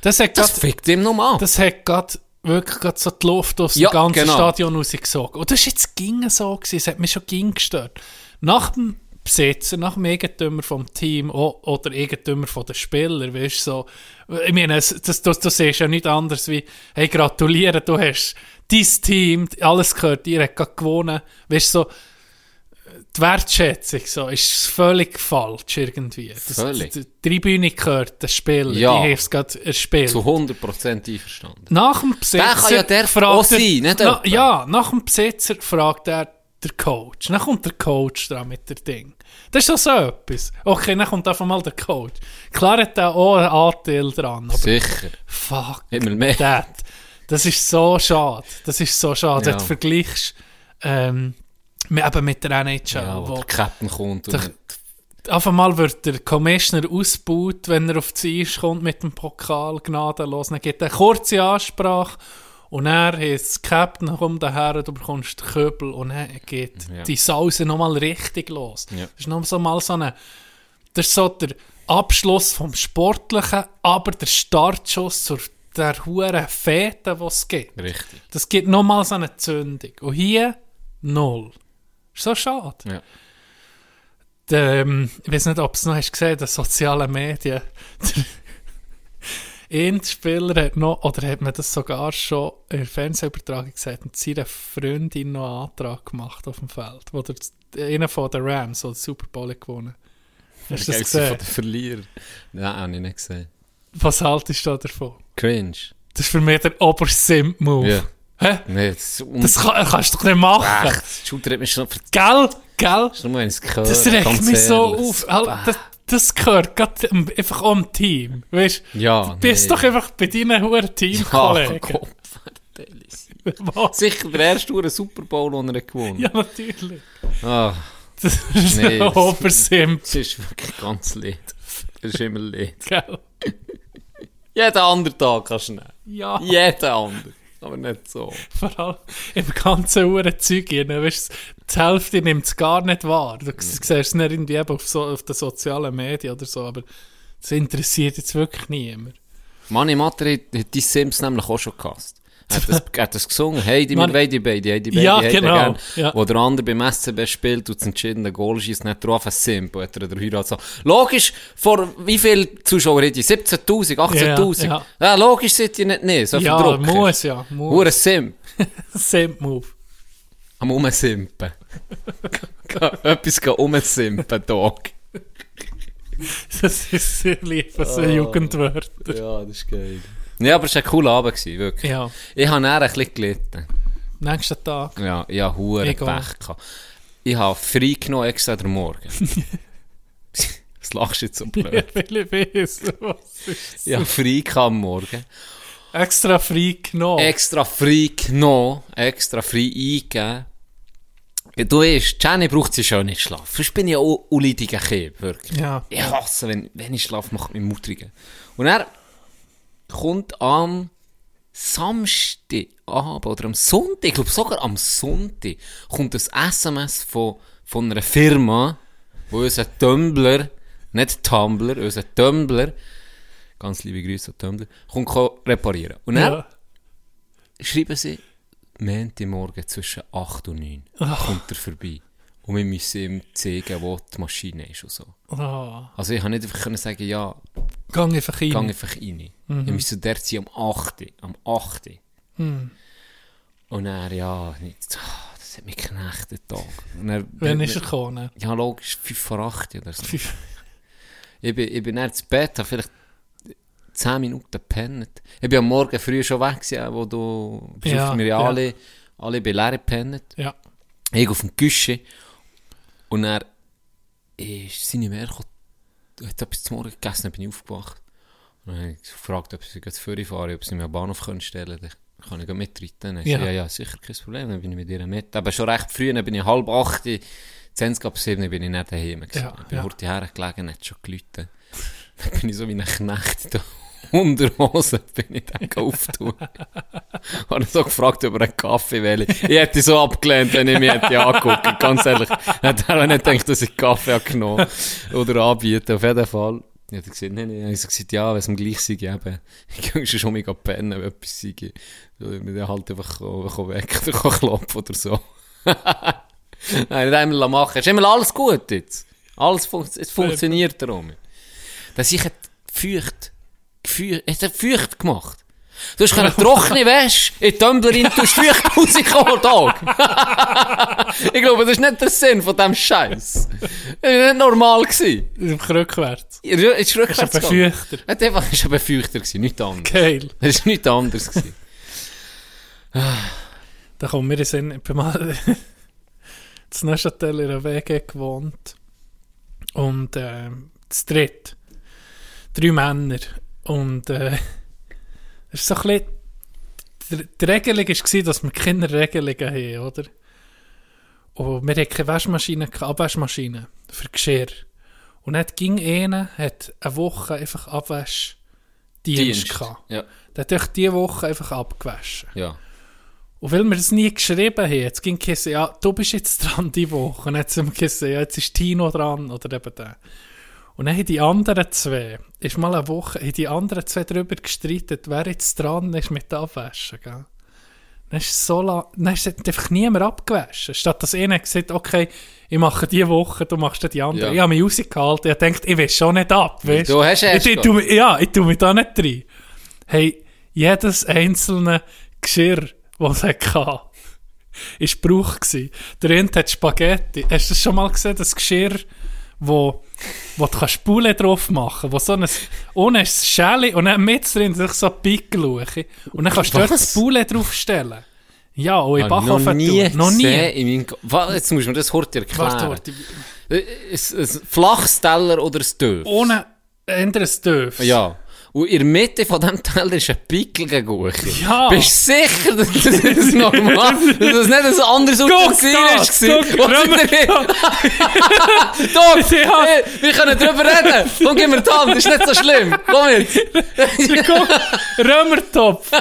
Das hat
das
grad-
fickt ihm nochmal an.
Das hat grad wirklich grad so die Luft aus
Ja,
dem ganzen
genau.
Stadion rausgesogen. Und das war jetzt ging so, gewesen. es hat mich schon ging gestört. Nach dem Besitzer, nach dem Eigentümer vom Team o- oder Eigentümer von den Spielern, weißt du, so, ich meine, es- das, das, das ist ja nicht anders wie, hey, gratuliere, du hast dein Team, alles gehört dir, hat grad gewonnen, weißt du, so, die Wertschätzung so, ist völlig falsch irgendwie. Das,
Völlig.
Die, die Tribüne gehört den Spielern,
Ja.
die haben es äh, gerade erspielt.
Zu 100% einverstanden.
Nach dem Besitzer
kann ja der auch sein, nicht
na,
jemand.
Ja, nach dem Besitzer fragt er der Coach. Dann kommt der Coach dran mit der Ding. Das ist doch so etwas. Okay, dann kommt einfach mal der Coach. Klar hat er auch einen Anteil dran, aber
Sicher.
fuck
Immer mehr.
that. Das ist so schade. Das ist so schade.
Ja.
Wenn du vergleichst ähm, mit, eben mit der NHL,
Ja, wo
wo
der Captain kommt
Doch-
und
auf einmal wird der Commissioner ausgebaut, wenn er auf die Eis kommt mit dem Pokal gnadenlos. Dann gibt er eine kurze Ansprache und er heißt Captain, komm daher, du bekommst den Köbel und dann geht
Ja.
die Sause nochmal richtig los.
Ja.
Das ist noch so mal so eine, das ist so der Abschluss vom Sportlichen, aber der Startschuss zur der huren Fete, die es gibt.
richtig.
Das gibt nochmal so eine Zündung. Und hier null. Ist so schade.
Ja.
Der, ähm, ich weiß nicht, ob es noch hast gesehen, den sozialen Medien. Ein Spieler hat noch, oder hat man das sogar schon in der Fernsehübertragung gesagt, und seiner Freundin noch einen Antrag gemacht auf dem Feld, wo der, einer von den Rams, der den Super Bowl hat gewonnen hat. Hast du das
Geilste
gesehen?
von den Verlierern. Nein, habe ich nicht gesehen.
Was haltest du da davon?
Cringe.
Das ist für mich der Obersimp-Move.
Ja.
Hä?
Nee, das,
Das kann, kannst du doch nicht machen.
Echt, das schudert mich schon auf
Gell? Gell?
Nur wenn ich's gehört,
Das regt
ganz
mich so
ehrlich.
auf. Al- Das, das gehört gerade am- einfach auch am Team. Weißt
Ja,
du? Bist
nee.
doch einfach bei deinen hohen
Ja,
Teamkollegen.
Kopf. Vertellis.
Was?
Sicher der erste Uhr Super Bowl, den er gewonnen
Ja, natürlich.
Ah,
Das ist
Nee,
nee,
das-
Obersimp,
das ist wirklich ganz leid. Das ist immer leid.
gell?
Jeden anderen Tag kannst du nehmen.
Ja,
Jeden anderen. Aber nicht so.
vor allem im ganzen hohen Zeug rein. Weißt du, die Hälfte nimmt es gar nicht wahr. Du
Mhm.
s- siehst es nicht irgendwie eben auf, so, auf den sozialen Medien oder so, aber das interessiert jetzt wirklich niemand.
Manni Matter hat, hat die Sims nämlich auch schon gehasst. Er hat das, er hat das gesungen. Hey, die mit
Manni-
Heidi Beidi, Heidi Beidi,
Ja,
Heidi
genau,
gern.
ja.
Wo der andere beim SCB spielt und das entscheidende Goal schießt, nicht drauf, ein Simp. Hat er der Heirat so. Logisch, vor wie viel Zuschauer hat die? 17.000, 18.000? Ja,
Ja,
logisch sind die nicht, nee, so viel
Ja,
Druck.
muss ja,
Nur ein
muss.
Simp.
Simp-Move.
Am Umsimpen. Geh- Etwas gehen umsimpen, Dog.
Das ist sehr lieb, so Jugendwörter.
Ja, das ist geil. Ja, aber es war ein cooler Abend, gewesen, wirklich.
Ja,
Ich habe nachher ein bisschen gelitten.
nächsten Tag.
Ja, ich habe hure Pech
Ich auch.
gehabt. Ich habe frei genommen extra den Morgen. Was lachst du jetzt so blöd?
Ich will wissen, was ist.
Ich habe frei gehabt am Morgen.
Extra frei genommen.
Extra frei genommen, extra frei eingegeben. Ja, Du weißt, Jenny braucht sie schon nicht schlafen. Sonst bin ich ja auch uleidiger Kind, wirklich.
Ja.
Ich hasse, wenn, wenn ich schlafe, macht mich mutrigen. Und er kommt am Samstagabend oder am Sonntag, ich glaube sogar am Sonntag, kommt ein SMS von, von einer Firma, wo unser Tumblr, nicht Tumblr, unser Tumblr, ganz liebe Grüße an Tumblr, kommt ko- reparieren. Und dann
ja.
schreiben sie, Montagmorgen zwischen 8 und 9 kommt er vorbei. Und wir müssen ihm zeigen, wo die Maschine ist und so.
Oh.
Also ich habe nicht einfach können sagen, ja,
Gang einfach rein.
geh einfach rein.
Mhm.
Wir müssen dort sein um am 8. Am 8.
Hm.
Und er, ja, nicht, ah, das hat mich geknechtet. Tag. Und er,
Wann ist er gekommen?
Ja, logisch, 5 vor 8 oder so.
Fünf-
Ich bin, ich bin dann ins Bett, habe vielleicht 10 Minuten gepennt. Ich bin am Morgen früh schon weg, gewesen, wo du bist
Ja,
auf mir
ja.
alle, alle bin leer gepennt.
Ja.
Ich auf dem Güsche. Und er ist seine Mär gekommen, hat etwas zum Morgen gegessen, dann bin ich aufgewacht. Und dann habe ich gefragt, ob sie jetzt vorfahren, ob sie mir am Bahnhof können stellen können. Dann kann ich gleich mitreiten. Dann ja.
Ja.
ja, ja, sicher, kein Problem. Dann bin ich mit ihr mit. Aber schon recht früh, dann bin ich halb acht, eh, zehn ab sieben bin ich nicht daheim. gewesen.
Ja,
ich bin
ja.
heute hergelegen, hat schon geläutet. Dann bin ich so wie ein Knecht da. Unterhose bin ich dann aufgetan. Habe so gefragt, ob er einen Kaffee will. Ich hätte ihn so abgelehnt, wenn ich mich hätte angeguckt. Ganz ehrlich. Hätte er auch nicht gedacht, dass ich Kaffee habe genommen Oder anbieten, auf jeden Fall. Ich habe gesagt, nein, nein. Ich habe gesagt, ja, wenn es ihm gleich sei, eben. Ich gehe schon mal pennen, wenn etwas sei. Soll ich mir dann halt einfach kommen- kommen weg oder kommen klopfen oder so. nein, das haben wir machen. Ist immer alles gut jetzt. Alles funkt- es funktioniert darum. Dass ich feucht, gefeucht, es hat feucht gemacht. Du hast keine trockene Wäsche in die Tumblerin, du hast feucht rausgekommen, Tag. ich glaube, das ist nicht der Sinn von diesem Scheiß. Das war nicht normal. gewesen.
Rückwärts.
Es ist rückwärts
ein
gegangen.
Befeuchter.
Es war einfach- es war ein Befeuchter, gewesen, nichts anderes.
Geil.
Es war nichts anderes. gewesen.
Da kommt mir in den Sinn, ich bin mal das Neuchâtel in einer WG gewohnt. Und äh, zu dritt. Drei Männer. Und äh, es war so ein bisschen... Die die Regelung war, dass wir keine Regelungen haben, oder? Und wir hatten keine Waschmaschine, keine Abwaschmaschine für Geschirr. Und dann ging einer, hat eine Woche einfach Abwaschdienst gehabt.
Ja,
Der hat euch diese Woche einfach abgewaschen.
ja.
Und weil wir es nie geschrieben haben, jetzt ging es ja, du bist jetzt dran die Woche. Und jetzt haben wir gesagt, ja, jetzt ist Tino dran oder eben der. Und dann haben die anderen zwei, ist mal eine Woche, haben die anderen zwei darüber gestritten, wer jetzt dran ist mit der Abwäsche, gell? Dann ist es so lang, dann ist es einfach niemand abgewaschen. Statt dass einer gesagt okay, ich mache die Woche, du machst dann die andere.
Ja.
Ich habe mich rausgehalten, ich habe gedacht, ich will schon nicht ab, weißt
Du hast erst
ich, ich, tu mich- Ja, ich tue mich da nicht rein. Hey, jedes einzelne Geschirr, das er hatte, ist Brauch gsi. Der eine hat Spaghetti. dus Hast du das schon mal gesehen, das Geschirr, wo, wo du kannst Spule drauf machen, wo so ein, ohne ein Schäli und dann mit drin durch so Pickeluche. Und dann kannst du dort
Was?
Spule draufstellen. Ja, oh, und in
Hab ich noch
Backofen
nie,
tun. Noch nie.
gesehen In meinem Ko- Wa- jetzt muss man das heute erklären.
Warte, warte.
Äh, Ein, ein flaches Teller oder ein Döf?
Ohne anderes Dörf.
Ja. Und in der Mitte von diesem Teller ist ein Pickel gegurchen.
Ja.
Bist du sicher, dass das ist normal Dass das nicht ein anderes Utensil
das,
war?
guck,
Was
Römer-
ist denn- Doch,
Ja.
hey, wir können drüber reden. Komm, gib mir die Hand, ist nicht so schlimm. Komm jetzt.
Guck, Römertopf.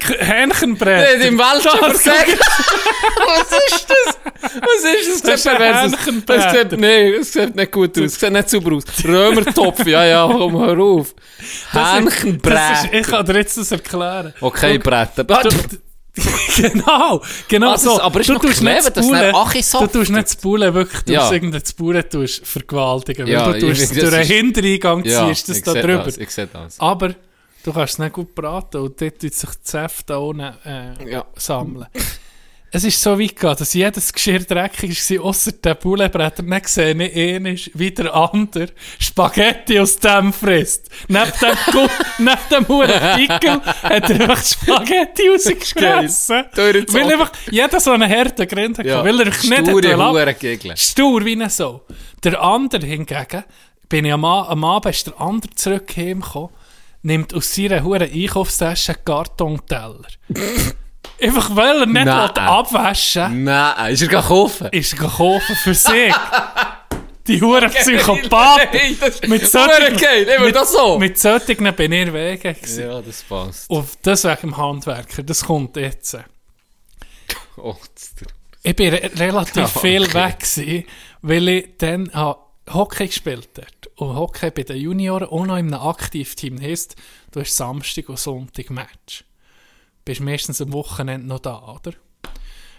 K- Hähnchenbrett.
Nicht im Welsch
Doch,
versägt. Was ist das? Was ist das?
Das ist ein
Perverses.
Hähnchenbraten.
Es sieht- Nee, es sieht nicht gut aus. Es sieht nicht sauber aus. Römertopf, ja, ja, komm, hör auf.
Das ist- das ist-
Hähnchenbrett.
Ich kann dir jetzt das erklären.
Okay,
Du,
Bretten.
genau, genau
Also,
so.
aber ist
du
noch
tust
clever,
nicht
dass
Spulen,
er Achisoft
Du tust nicht Spulen wirklich, du
Ja.
tust irgendeine Spule tust vergewaltigen, weil
Ja,
du tust
ich- das
durch einen
ist-
Hintereingang ziehst das da
seh
drüber. Ah,
Das, ich sehe das.
Aber du kannst es nicht gut braten und dort tut sich die Säfte da unten äh,
Ja.
sammeln. Es ist so weit gegangen, dass jedes Geschirr dreckig war, außer der Bullenbretter. Dann sehe ich einen, wie der andere Spaghetti aus dem frisst. Neben dem, Gu- neben dem huren Pickel hat er einfach Spaghetti rausgegessen.
Durch den Zopf.
Weil einfach jeder so einen harten Grind hatte, weil er nicht hat
Sture
wollen ab-
Huren Gegel.
Stur wie ein so. Der andere hingegen, bin ich am, A- am Abend ist der andere zurück heimgekommen, nimmt aus seiner huren Einkaufstasche einen Kartonteller. Einfach weil er nicht
Nein.
will abwaschen
Nein, ist er gekauft?
ist er gekauft für sich. Die huren Psychopathen.
Hey, das ist
Mit solchen,
Huren geil, immer
mit,
das so.
mit solchen bin ich wegen. gewesen.
ja, das passt.
Und das wegen dem Handwerker, das kommt jetzt.
Oh, das ist der-
Ich bin re relativ
Ja, okay.
viel weg, gewesen, weil ich dann habe Hockey gespielt dort. Und Hockey bei den Junioren und noch in einem Aktivteam. Das heisst, du hast Samstag und Sonntag Match. Bist meistens am Wochenende noch da, oder?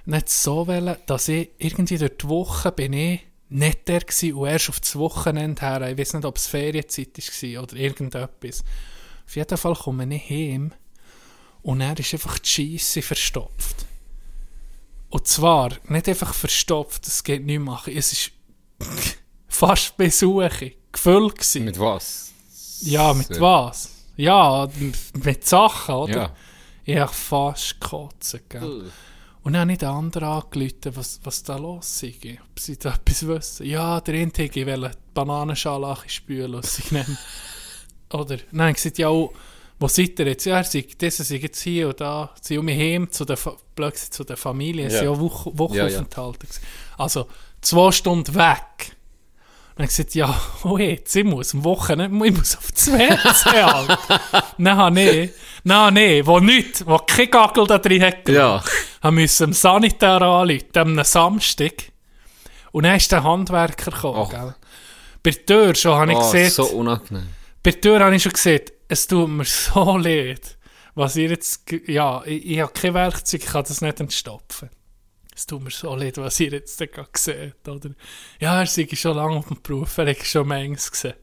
Nicht so wollen, dass ich irgendwie durch die Woche bin ich nicht der gsi und erst auf das Wochenende her. Ich weiß nicht, ob es Ferienzeit war oder irgendetwas. Auf jeden Fall komme ich heim und er ist einfach die Scheisse verstopft. Und zwar nicht einfach verstopft, es geht nicht machen. Es ist fast besuchig. gefüllt gewesen.
Mit was?
ja, mit
Sehr-
was? Ja, m- mit Sachen, oder?
Ja.
Ich habe fast gekotzt, gell? Und dann habe ich den anderen angerufen, was, was da los ist, ob sie da etwas wissen. Ja, der eine hätte wollte die Bananenschalache spülen, was sie nennen. Oder? Nein, ich sagte, ja, oh, wo seid ihr jetzt? Ja, er sagt, diese sind jetzt hier und da. Sie sind um mich heim, zu der, Fa- blöd gesagt, zu der Familie. Sie
Ja.
sind auch Woche,
Ja, ja.
Wochenaufenthalte. gewesen. Also, zwei Stunden weg. Und ich gesagt, ja, oh jetzt, ich muss am Wochenende, ich muss auf das WC, Alter. Nein, nein, nein, nein, wo nichts, wo kein Gagel da drin hat.
Ja.
Haben müssen dem Sanitär anrufen, am Samstag. Und dann ist der Handwerker gekommen,
Ach.
gell. Bei der Tür schon habe ich
Oh,
gesehen,
so unangenehm.
bei der Tür habe ich schon gesehen, es tut mir so leid, was ihr jetzt, ge- ja, ich, ich habe kein Werkzeug, ich kann das nicht entstopfen. Es tut mir so leid, was ihr jetzt da gerade seht, oder? Ja, er sei schon lange auf dem Beruf, er hat schon manches gesehen.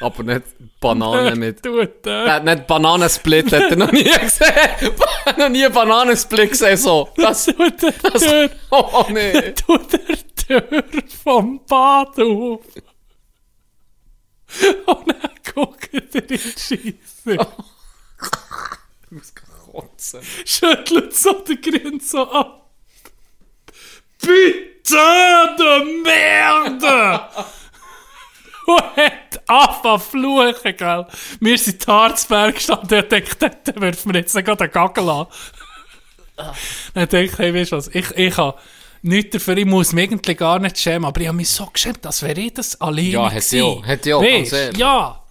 Aber nicht Bananen mit.
Tut
Er
er.
hat nicht Bananensplit, hat er noch nie gesehen. noch nie Bananensplit gesehen, so. Das,
Tut er.
das,
Tür.
oh, oh nee.
Tut er die Tür vom Bad auf. Und dann guckt er in die Scheisse.
Oh. Kotzen.
schüttelt so den Grin so ab. Bitte, de Merde! Und hat angefangen zu fluchen, gell? Wir sind in Harzberg gestanden und denkt, dort werfen wir jetzt nicht gerade den Gagel an. Dann denkt, hey, weißt du was, ich, ich habe nichts dafür, ich muss mich eigentlich gar nicht schämen, aber ich habe mich so geschämt, als wäre ich das alleine
Ja, hätte ich auch,
gewesen.
hätte ich auch, ganz
Weisst,
ehrlich.
ja.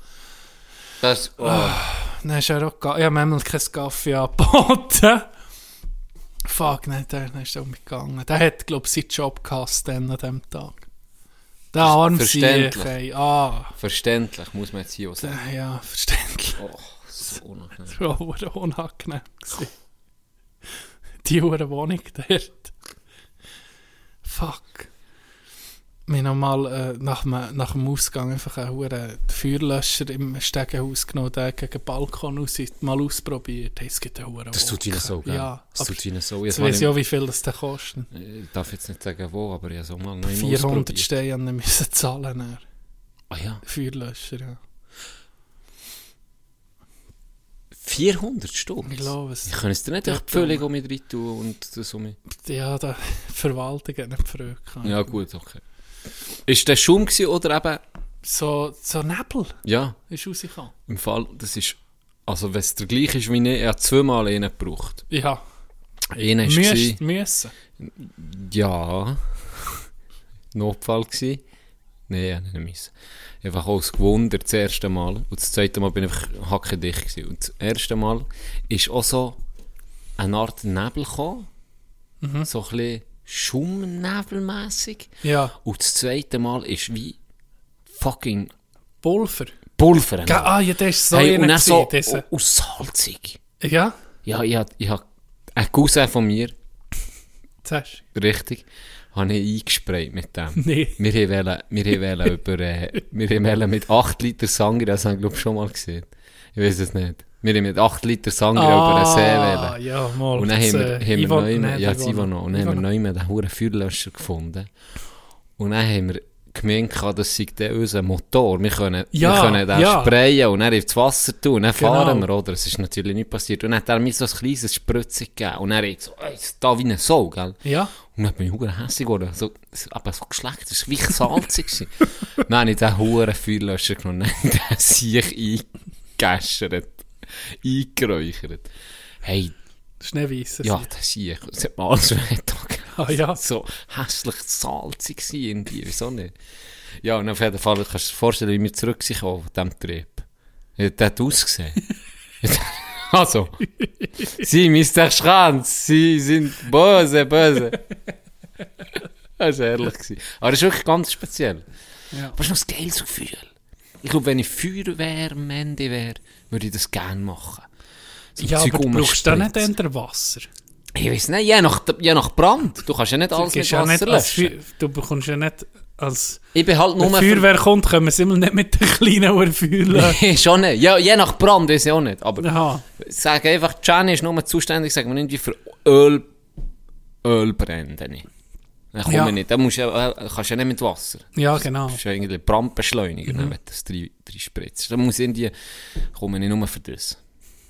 Das, oh.
Dann ist er auch gegangen. Ich habe manchmal keinen Kaffee angeboten. Fuck, nein, der dann ist auch mitgegangen. Der hat, glaube ich, seinen Job gehasst dann an diesem Tag. Der arme
verständlich.
Sieg, ey. Ah,
Verständlich, muss man jetzt hier auch sagen.
ja, verständlich.
Oh, so unangenehm.
Das war auch verdammt unangenehm. gewesen. Die Uhr Wohnung dort. Fuck. Mir nochmal äh, nach, dem- nach dem Ausgang einfach einen Huren Feuerlöscher im Stegenhaus genommen, den gegen den Balkon raus, mal ausprobiert. Hey, es gibt eine Huren
Das tut ihnen so, gell?
Ja,
das
aber
tut ihnen so.
jetzt
Jetzt
weiss ich
mal
auch, wie viel das da kostet.
im- ich darf jetzt nicht sagen, wo, aber ich habe es auch mal noch
400 Steine haben wir müssen zahlen dann.
Ah ja,
Feuerlöscher, ja.
400 Stutz?
Ich glaube es.
Ich könnte es dir nicht
Ja,
echt völlig um mich rein tun und das um mich...
Ja, da Verwaltung hat nicht gefragt.
Ja gut, okay. Ist der Schaum gewesen oder eben...
So, so Nebel
Ja,
ist rausgekommen.
im Fall, das ist... Also wenn es der gleiche ist wie ich, er hat zweimal einen gebraucht.
Ja.
Einer war...
Müsst, müssen.
Ja. Notfall gsi. Nein, ja, nicht müssen. Einfach aus gewundert das erste Mal. Und das zweite Mal bin ich einfach hackendicht gsi. Und das erste Mal ist auch so eine Art Nebel gekommen. So ein bisschen Schummnebelmässig.
Mhm. Ja.
Und das zweite Mal ist wie fucking
Pulver.
Pulver.
Ge ah, ja, das ist so
hey,
einer
und dann
gewesen,
so
dieser.
aus salzig.
Ja,
Ja, ich hab, ich hab einen Cousin von mir,
das hast
richtig, habe ich eingesprayt mit dem.
Nee.
Wir haben wollen, wir haben wollen über, äh, wir haben wollen mit 8 Liter Sangria, das habe ich glaube schon mal gesehen. Ich weiß es nicht. Wir haben mit 8 Liter Sangria über den See wollen.
Ah, ja, mal.
Und dann haben wir, haben wir
Ivan-
noch immer,
nein,
ja, das
Ivan-
Ivan noch, und dann haben wir noch immer den hohen Feuerlöscher gefunden. Und dann haben wir gemeint, gehabt, das sei dann unser Motor. Wir können,
Ja,
wir können den
ja.
sprayen und dann ins Wasser tun und dann
Genau.
fahren wir, oder? Es ist natürlich nicht passiert. Und dann hat er mir so ein kleines Spritze gegeben und dann hat so, ey, ist da wie eine Sau, gell?
Ja,
Und dann bin ich hure hässig geworden. So, so, aber so geschleckt, das war wie salzig. gewesen. dann habe ich den hohen Feuerlöscher genommen und dann sich eingegeschert, eingeräuchert. Hey,
das ist nicht weiss.
ja, das ist ich. Das hat mir alles wehgetan.
Ah, ja.
So hässlich salzig gewesen irgendwie, wieso nicht? Ja, und auf jeden Fall kannst du dir vorstellen, wie wir zurück sind von diesem Trip. Ja, Das hat ausgesehen. also, sie, Mr. Schranz, sie sind böse, böse. Das war ehrlich. Gewesen. Aber das ist wirklich ganz speziell.
Ja.
Aber es ist noch ein geiles Gefühl. Ich glaube, wenn ich Feuerwehr am Ende wäre, würde ich das gerne machen. So
Ja,
Zeug
aber du brauchst dann nicht
rumspritzen.
unter Wasser.
Ich weiß nicht, je nach, je nach Brand. Du kannst ja nicht alles
Du,
mit
ja nicht
Wasser
als,
löschen.
Feu- du bekommst ja nicht als...
Ich bin halt nur...
Wenn Feuerwehr kommt, können wir es immer nicht mit den kleinen Uhr fühlen.
für- schon nicht. Ja, je nach Brand ist ja auch nicht. Aber
Aha.
sag einfach, Gianni ist nur zuständig, sagen wir irgendwie für Öl... Ölbrände. Dann komme
Ja. Oh.
ich nicht. Dann musst du, ja- äh, kannst du ja nicht mit Wasser.
Ja, genau.
Das ist ja irgendwie Brandbeschleuniger, mhm. wenn du das drei, drei spritzt. Dann muss irgendwie, komme ich nicht nur für das.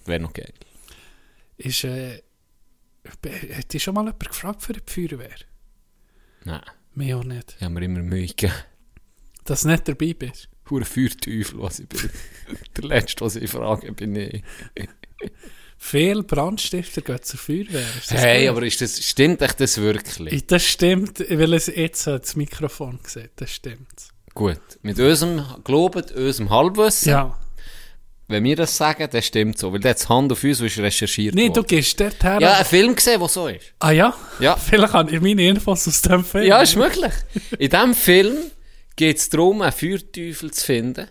Wäre noch geil.
Ist, äh, be- hat dich schon mal jemand gefragt für die Feuerwehr?
Nein,
Mir auch nicht.
ich habe mir immer Mühe gegeben.
Dass du nicht dabei bist.
Hure Feuerteufel, was ich bin. Der Letzte, was ich frage, bin ich.
Viele Brandstifter gehen zur Feuerwehr. Ist das
Hey,
gut?
aber ist das, stimmt echt das wirklich?
Ey, Das stimmt, weil es jetzt hat das Mikrofon gesehen das stimmt.
Gut. Mit unserem Glauben, unserem Halbwissen,
Ja.
wenn wir das sagen, dann stimmt so. Weil das Hand auf uns ist recherchiert
Nee, du
worden.
gehst dort her.
Ja, einen Film gesehen, der so ist.
ah ja?
Ja.
Vielleicht habe ich meine Infos aus dem Film.
Ja, ist möglich. In diesem Film geht es darum, einen Feuerteufel zu finden.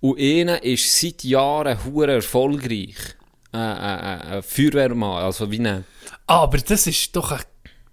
Und einer ist seit Jahren hure erfolgreich. Äh, äh, äh, ein Feuerwehrmann, also wie ein...
Aber das ist doch eine,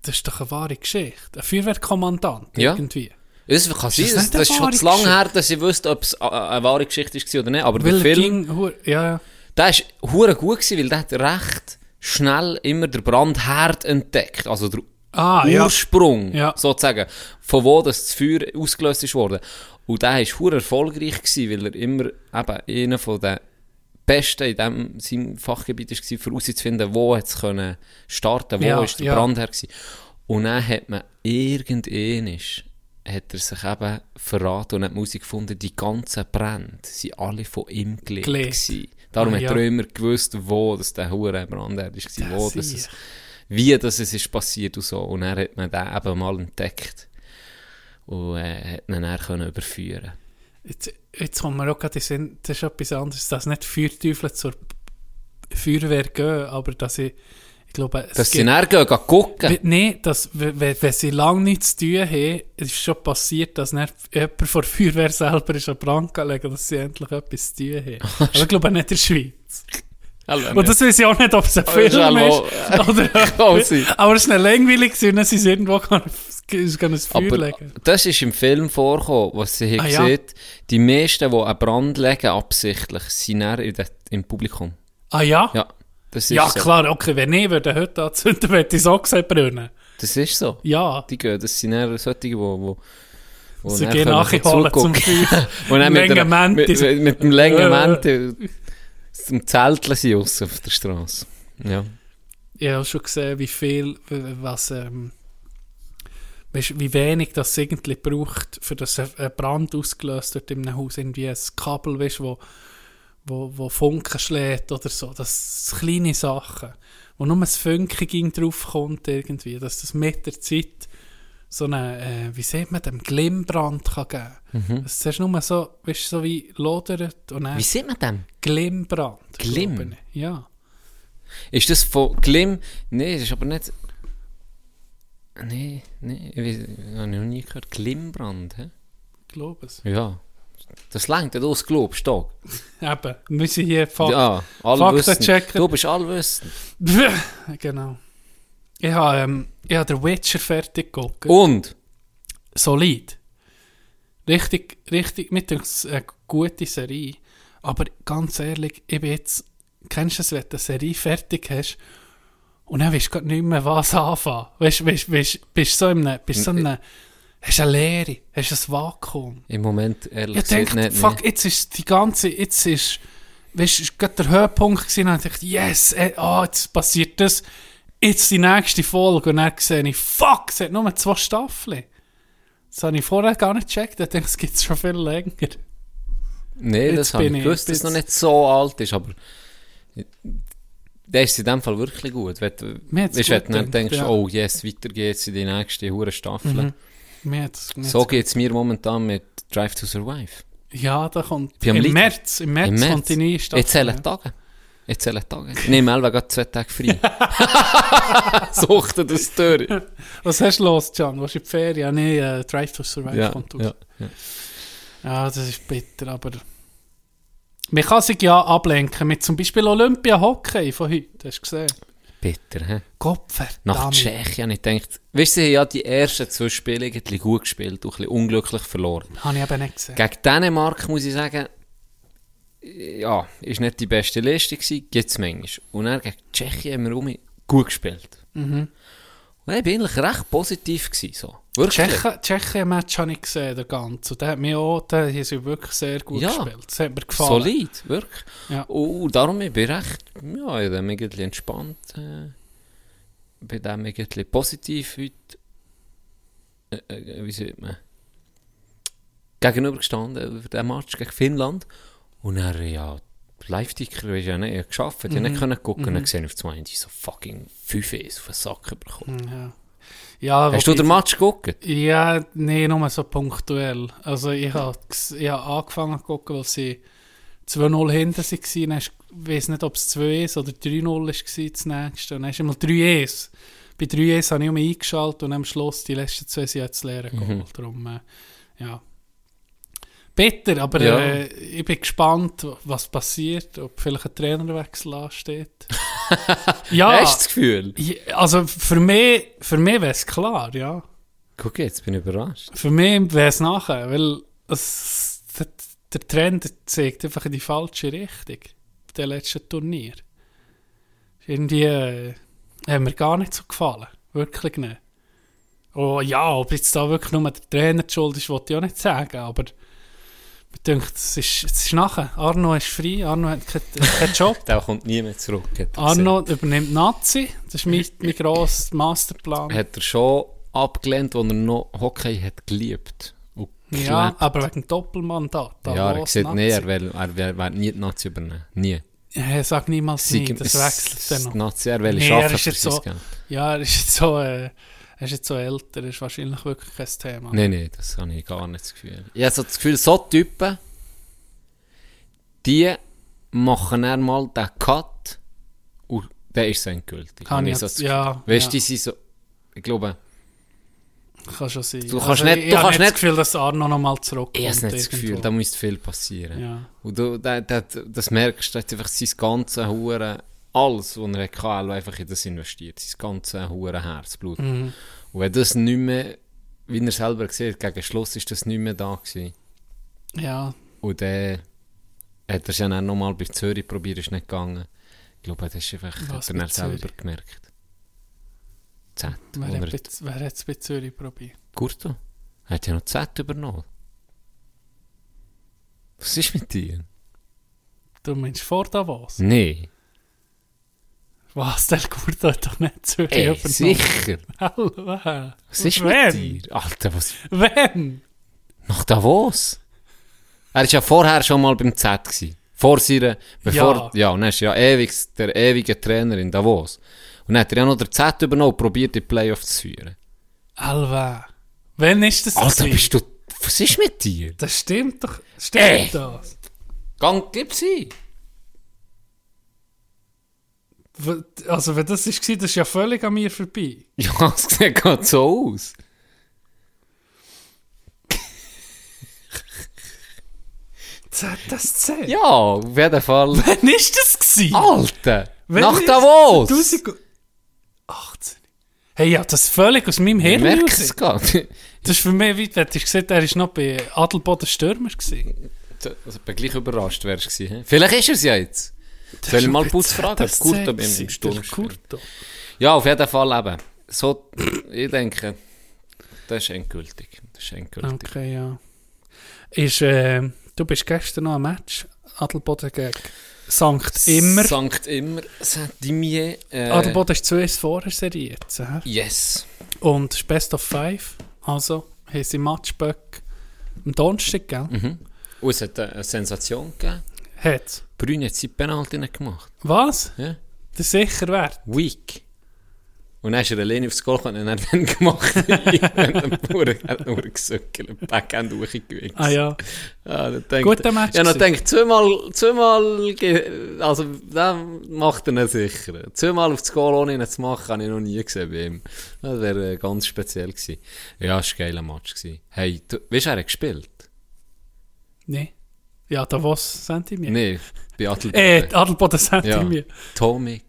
das ist doch eine wahre Geschichte. Ein Feuerwehrkommandant
Ja.
irgendwie.
Es kann sein,
das
das,
nicht eine
das ist schon
wahre
zu lange
Geschichte?
her, dass ich wusste, ob es äh, eine wahre Geschichte war oder nicht. Aber
Weil
der Film...
ging hu- ja, ja.
Der war hure gut, gewesen, weil der hat recht schnell immer den Brandherd entdeckt. Also der
Ah, ja.
Ursprung,
Ja.
sozusagen, von wo das, das Feuer ausgelöst ist worden. Und der war hure erfolgreich, gewesen, weil er immer eben einer von den Besten in dem, seinem Fachgebiet war, für herauszufinden, wo hat es können starten, wo
Ja,
ist der
ja.
Brandherd gewesen. Und dann hat man irgendeinisch hat er sich eben verraten und hat Musik gefunden, die ganzen Brände sind alle von ihm gelegt.
Gelegt.
gewesen. Darum
Ah,
hat
ja.
er auch immer gewusst, wo das der hure Brandherd war, wo
Das
das
sehe
es, wie das es ist passiert und so. Und dann hat man den eben mal entdeckt und äh, hat ihn dann können überführen.
Jetzt, jetzt kommt mir auch gerade in den Sinn, das ist etwas anderes, dass nicht Feuerteufel zur Feuerwehr gehen, aber dass ich, ich glaube, es
Dass
gibt-
sie dann gehen, gehen gucken.
Wie- Nee, das, wenn, wenn sie lange nichts zu tun haben, ist schon passiert, dass nicht jemand vor der Feuerwehr selber ist an Brand gelegt, dass sie endlich etwas zu tun haben. Aber ich glaube nicht in der Schweiz.
Hallo,
Und das weiß ich auch nicht, ob es ein
Aber das
Film
ist
ist.
auch- Kann sein.
Oder, aber es war langweilig, gewesen, dann sind sie irgendwo gar nicht- gar nicht ins Feuer
Aber
legen.
das ist im Film vorgekommen, was sie hier
Ah, ja.
gesehen Die meisten, die einen Brand legen, absichtlich, sind dann in der, im Publikum.
Ah ja? Ja,
Ja, das ist so.
klar, okay, wenn ich würde heute anzünden, würde ich es auch gesehen brennen.
Das ist so.
Ja.
Die gehen, das sind dann solche, die... Wo, wo
Sie
dann
gehen
können
nachher holen zum
zurückgucken.
Feuer.
Und dann mit, der,
Längementi.
mit, mit, mit dem längen Menti zum Zelteln sind raus auf der Straße. Ja.
ich habe schon gesehen, wie viel, w- was, ähm, weisst, wie wenig das irgendwie braucht, für dass ein ein Brand ausgelöst wird in einem Haus, irgendwie ein Kabel, weißt, wo, wo, wo Funken schlägt oder so, das sind kleine Sachen, wo nur ein Fünkchen draufkommt irgendwie, dass das mit der Zeit so eine, äh, wie sieht man, dem Glimmbrand kann geben. Das ist zuerst nur so, weißt, so wie lodert und dann
Wie sieht man dem?
Glimmbrand.
Glimm?
glaube ich. Ja.
Ist das von Glimm? Nein, das ist aber nicht... Nein, nein, ich weiß- ich habe noch nie gehört. Glimmbrand, hä?
Ich glaube es.
Ja. Das lenkt ja aus Glob, stark.
Eben, wir sind hier Fakt.
Ja, allwissend.
Faktenchecker.
Du bist allwissend.
genau. Ich habe, ähm, ich habe den Witcher fertig geguckt.
Und?
Solid. Richtig, richtig, mit einer guten Serie. Aber ganz ehrlich, ich bin jetzt, kennst du es, wenn du eine Serie fertig hast und dann weißt du gerade nicht mehr, was anfangen. Weißt du, weißt, weißt, bist so in einem, bist so in einem, hast eine Leere, hast ein Vakuum.
Im Moment, ehrlich
Ich
gesagt,
denke,
nicht. ne?
fuck,
nee.
jetzt ist die ganze, jetzt ist, weißt, ist gerade der Höhepunkt gewesen, und ich dachte, yes, eh, ah, jetzt passiert das, jetzt die nächste Folge, und dann sehe ich, fuck, es hat nur zwei Staffeln. Das habe ich vorher gar nicht gecheckt, ich dachte, es gibt schon viel länger.
Nee, das
jetzt
habe ich
bin ich-
gewusst, dass es
jetzt-
noch nicht so alt ist, aber... Der ist in dem Fall wirklich gut. Wenn du,
Mir hat's
weißt,
gut
wenn du dann
gedacht,
denkst,
ja. Mhm.
oh yes, weiter geht's in die nächste hure Staffel.
Mir hat's- mir
So
hat's-
geht's mir momentan mit Drive to Survive.
Ja, da kommt,
bin am
im
Leiden.
März, im März,
Im März.
kommt die neue Staffel.
Ich zähle Tage. Ich zähle Tage. Ich nehme Elva gerade zwei Tage frei. Suchte das durch.
Was hast du los, Can? Was in die Ferien? Ah, nee, äh, Drive to Survive
Ja,
kommt raus.
ja, ja.
Ja, das ist bitter, aber man kann sich ja ablenken mit zum Beispiel Olympia Hockey von heute, hast du gesehen?
Bitter, hä?
Gott verdammt.
Nach Tschechien, ich denke, weißt du, sie haben ja die ersten zwei Spiele ein bisschen gut gespielt und ein bisschen unglücklich verloren.
Habe ich eben nicht gesehen.
Gegen Dänemark muss ich sagen, ja, ist nicht die beste Leistung gewesen, gibt es manchmal. Und dann gegen Tschechien haben wir rum gut gespielt. Und Und ich bin eigentlich recht positiv gewesen, so. Wirklich.
Tschechen- Tschechien-Match habe ich gesehen, der ganze. Der hat mich auch, der haben sie wirklich sehr gut
Ja.
gespielt. Das hat mir gefallen.
Solid, wirklich.
Ja.
Und darum ich bin ich recht, ja, ich bin irgendwie entspannt. Äh, bin dem irgendwie positiv heute, äh, äh, wie sagt man, gegenübergestanden über den Match gegen Finnland. Und dann, ja, Live-Ticker, weisst du ja nicht, ich geschafft, ich
Mhm.
nicht können gucken, dann gesehen auf zwei Handy so fucking 5 auf den Sack bekommen.
Ja. Mhm. Ja,
Hast du
wobei-
den Match geguckt?
Ja, nee, nur so punktuell. Also ich habe ich hab angefangen zu gucken, weil sie 2-0 hinten waren. Dann ist- Ich weiß nicht, ob es 2-1 oder 3-0 war das nächste. Und dann ist immer 3-1. Bei 3-1 habe ich immer eingeschaltet und am Schluss die letzten zwei sind jetzt leer geholt. Darum, äh, ja. Bitter, aber
Ja.
äh, ich bin gespannt, was passiert. Ob vielleicht ein Trainerwechsel ansteht. ja,
Hast du das Gefühl?
ja, also für mich, für mich wäre es klar, ja.
Guck jetzt, bin ich überrascht.
Für mich wäre es nachher, weil es, der, der Trend zeigt einfach in die falsche Richtung. Der letzte Turnier. Irgendwie äh, hat mir gar nicht so gefallen. Wirklich nicht. Oh ja, ob jetzt da wirklich nur der Trainer die schuld ist, wollte ich auch nicht sagen, aber ich denke, es ist, es ist nachher. Arno ist frei, Arno hat keinen keinen Job.
Der kommt nie mehr zurück. hat er gesagt.
Arno übernimmt Nazi, das ist mein, mein grosser Masterplan.
hat er schon abgelehnt, als er noch Hockey hat geliebt. Und
Ja,
gelebt.
aber wegen Doppelmandat. da
ja er
los,
sieht
Nazi.
nie, er will, er will, will nie die Nazi übernehmen. Nie.
Ja, sag niemals nie, das wechselt
er
dann
noch.
noch.
Nazi, er will
Nee,
arbeiten
er ist
für
jetzt
sein
so-
Geld.
Ja, er ist jetzt so, äh, er ist jetzt so älter, ist wahrscheinlich wirklich kein Thema.
Nein, nein, das habe ich gar nicht das Gefühl. Ich habe so das Gefühl, so Typen, die machen dann mal den Cut und der ist so endgültig.
Kann
Habe
ich
so
jetzt-
das Gefühl.
ja,
Weißt
ja.
du, die sind so, ich glaube,
Kann schon sein.
Du kannst
Also,
nicht-
ich
du
habe
kannst
nicht
nicht-
das Gefühl, dass Arno nochmal zurückkommt.
ich habe nicht das Gefühl,
irgendwo.
da müsste viel passieren.
Ja.
Und du, da, da, das merkst du, er hat einfach sein ganze Hure, alles, was er hatte, er hat einfach in das investiert. Sein ganze Hure Herzblut.
Mhm.
Und wenn das nicht mehr, wie er selber sieht, gegen Schluss ist das nicht mehr da gewesen.
ja,
Und dann hat er es ja dann nochmal bei Zürich probiert, ist nicht gegangen. Ich glaube, das ist einfach,
Was
hat er
bei
dann selber
Zürich?
gemerkt. Z.
wer
wo er-
hat bei- wer hat es bei Zürich probiert?
Gurto? Er hat ja noch Z übernommen. Was ist mit dir?
Du meinst vor Davos?
Nein.
Was, der Gurt hat doch nicht Zürich
Ey,
übernommen.
sicher.
Hallo, äh,
Was ist
Wenn?
mit dir? Alter, was?
Wenn?
Nach Davos? Er war ja vorher schon mal beim Z. Gewesen. Vor seiner, bevor, ja. und dann ist er ja ewig, der ewige Trainer in Davos. Und dann hat er ja noch der Z übernommen und probiert, die Playoffs zu führen.
Alva. Wenn ist das
Alter,
gewesen?
bist du, was ist mit dir?
Das stimmt doch. Stimmt
Ey.
das?
Gang, gib sie!
W- Also, wenn das war, das ist ja völlig an mir vorbei.
Ja, es sieht gerade so aus.
ZSC? Ja.
Ja, auf jeden Fall.
Wann ist das gewesen?
Alter!
Wann
nach
ist-
Davos!
2018. Hey, ja, das ist völlig aus meinem
Ich
Hirn
merke
raus.
es gerade.
Das ist für mich weit, wenn du gesagt er war noch bei Adelboden Stürmer. Gewesen.
Also, bin gleich überrascht wärst du gewesen. hä? Vielleicht ist er es ja jetzt. Soll ich mal Putz fragen, ob Kurto im, im Sturm spielt?
Kurto.
Ja, auf jeden Fall eben. So, ich denke, das ist endgültig. Das ist endgültig.
Okay, ja. Ist, äh, du bist gestern noch ein Match. Adelboden gegen Sankt Immer. Ah,
Sankt Immer, Saint-Imier. Äh,
Adelboden ist 2-1 vorher Serie jetzt. hä?
Yes.
Und es ist Best of Five. Also, haben sie Matchböck am Donnerstag, gell?
Und es hat äh, eine Sensation gegeben.
Hat's.
Brünn hat seine Penalty nicht gemacht.
Was?
Ja?
Der sicher wert.
Weak. Und dann ist er alleine aufs Goal gekommen und hat dann gemacht. Irgendein Bauer hat nur gesöckelt. Backhand hochgewickelt.
Ah ja.
Ja, dann denkt,
Guter Match
Ja, dann
gewesen.
denkt, zweimal, zweimal, ge- also, dann macht er ihn sicher. Zweimal auf das Goal ohne ihn zu machen, habe ich noch nie gesehen bei ihm. Das wäre äh, ganz speziell gewesen. Ja, es war ein geiler Match gewesen. Hey, du, weißt du, er hat gespielt?
Nee. Ja, da was sendet ihr mir.
Nee, bei Adelboden.
Äh, Adelboden sendet ihr
ja.
mir.
Tommy,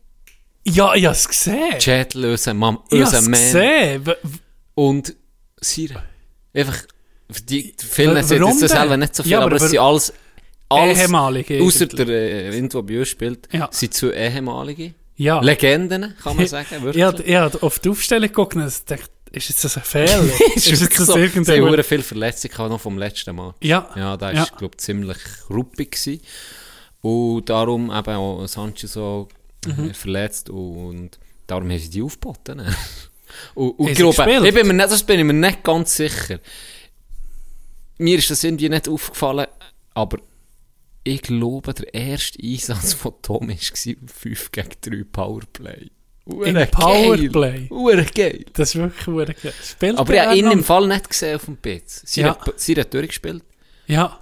Ja, ich hab's gesehen.
Chadl, unser Mann,
ich
unser
hab's
er Man
gesehen. W- w-
und Sire. Einfach, für die, viele
Wa-
sind
warum
jetzt das
denn?
selber nicht so viel,
Ja, aber
aber, es
wa-
sind alles, alles
Ehemalige
außer
irgendwie.
der, äh, irgendwo bei uns spielt,
Ja.
sind zwei ehemalige.
Ja.
Legenden, kann man sagen, wirklich.
Ich habe ich hab auf die Aufstellung geguckt und dachte, ist jetzt das ein Fehler?
ist
jetzt
wirklich
das
so. Sie haben
irgendjemand-
hure viel Verletzungen gehabt, noch vom letzten Mal.
Ja.
Ja, der
Ja.
ist, glaube ich, ziemlich ruppig gewesen. Und darum eben auch Sanchez so
Mhm.
äh, verletzt und darum haben sie die aufgeboten. ne? und und
Haben
ich
sie
glaube,
gespielt?
ich bin mir nicht, das bin ich mir nicht ganz sicher. Mir ist das irgendwie nicht aufgefallen, aber ich glaube, der erste Einsatz von Tom war 5 gegen 3 Powerplay.
Im
Hure
Powerplay?
Geil. Hure geil.
Das ist wirklich verdammt geil. Spielt
Aber ich
der
habe ihn
noch?
im Fall nicht gesehen auf dem Blitz. Sie,
Ja.
hat, sie hat durchgespielt.
Ja.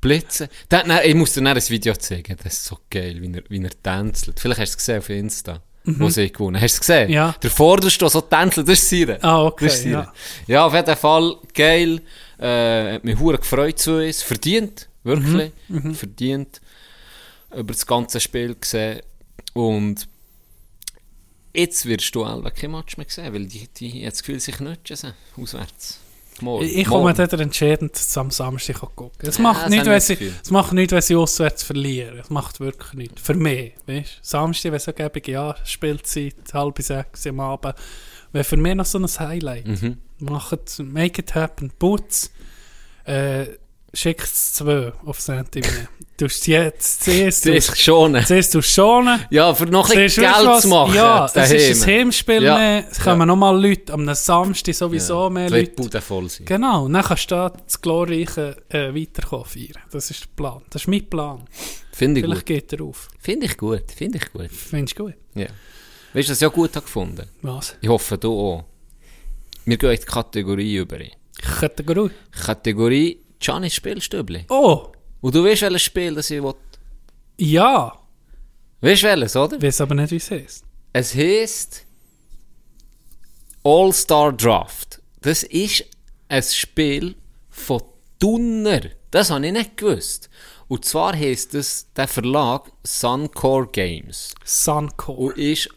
Blitzen. Dann, dann, ich muss dir dann ein Video zeigen. Das ist so geil, wie er, wie er tänzelt. Vielleicht hast du es gesehen auf Insta, wo sie gewonnen Hast du es gesehen?
Mhm. Ja.
Der Vorderste, der so tänzelt, das ist Sire.
Ah, okay,
Das ist Sire.
ja.
Ja. ja, auf jeden Fall geil. Äh, hat mich hure gefreut zu uns. Verdient, wirklich.
Mhm,
Verdient. Über das ganze Spiel gesehen. Und jetzt wirst du alle kein Match mehr sehen, weil die, die haben das Gefühl, sich knutschen sie auswärts. Morgen.
Ich, ich komme
Morgen.
dann entscheidend dass am Samstag auch gucken. Es
Ja,
macht,
das
nicht,
habe ich
wenn
das
sie,
Gefühl.
es macht nichts, wenn sie auswärts verlieren. Es macht wirklich nichts. Für mich, weißt du? Samstag, wenn es eine gäbige ja, Spielzeit, halb sechs am Abend. Wäre für mich noch so ein Highlight.
Mhm.
Macht, make it happen. Putz. Äh, Schickt es zwei auf Sentinel. Du hast jetzt zuerst,
Sie ist geschonen.
zuerst du schonen.
Ja, für noch ein
Siehst du,
bisschen
weißt du
Geld
was?
zu machen.
Ja, es
daheim.
ist ein Heimspiel
Ja.
mehr. Es kommen nochmal Leute. Am Samstag sowieso mehr
Es wird
Leute.
die Bude voll sein.
Genau, und dann kannst du da das glorreiche äh, Weiterkommen feiern. Das ist der Plan. Das ist mein Plan.
Finde ich
Vielleicht
gut.
geht er auf.
Finde ich gut. Finde ich gut.
Findest du gut?
Ja. Weißt du, das ja gut habe gefunden.
Was?
Ich hoffe, du auch. Wir gehen in die Kategorie über.
Kategorie.
Kategorie Giannis Spielstübli.
Oh,
Und du weißt, welches Spiel das ich will.
ja.
Weißt du welches, oder?
Ich weiß aber nicht, wie es heißt.
Es heisst All-Star Draft. Das ist ein Spiel von Dunner. Das habe ich nicht gewusst. Und zwar heisst es der Verlag Suncore Games.
Suncore.
Und ist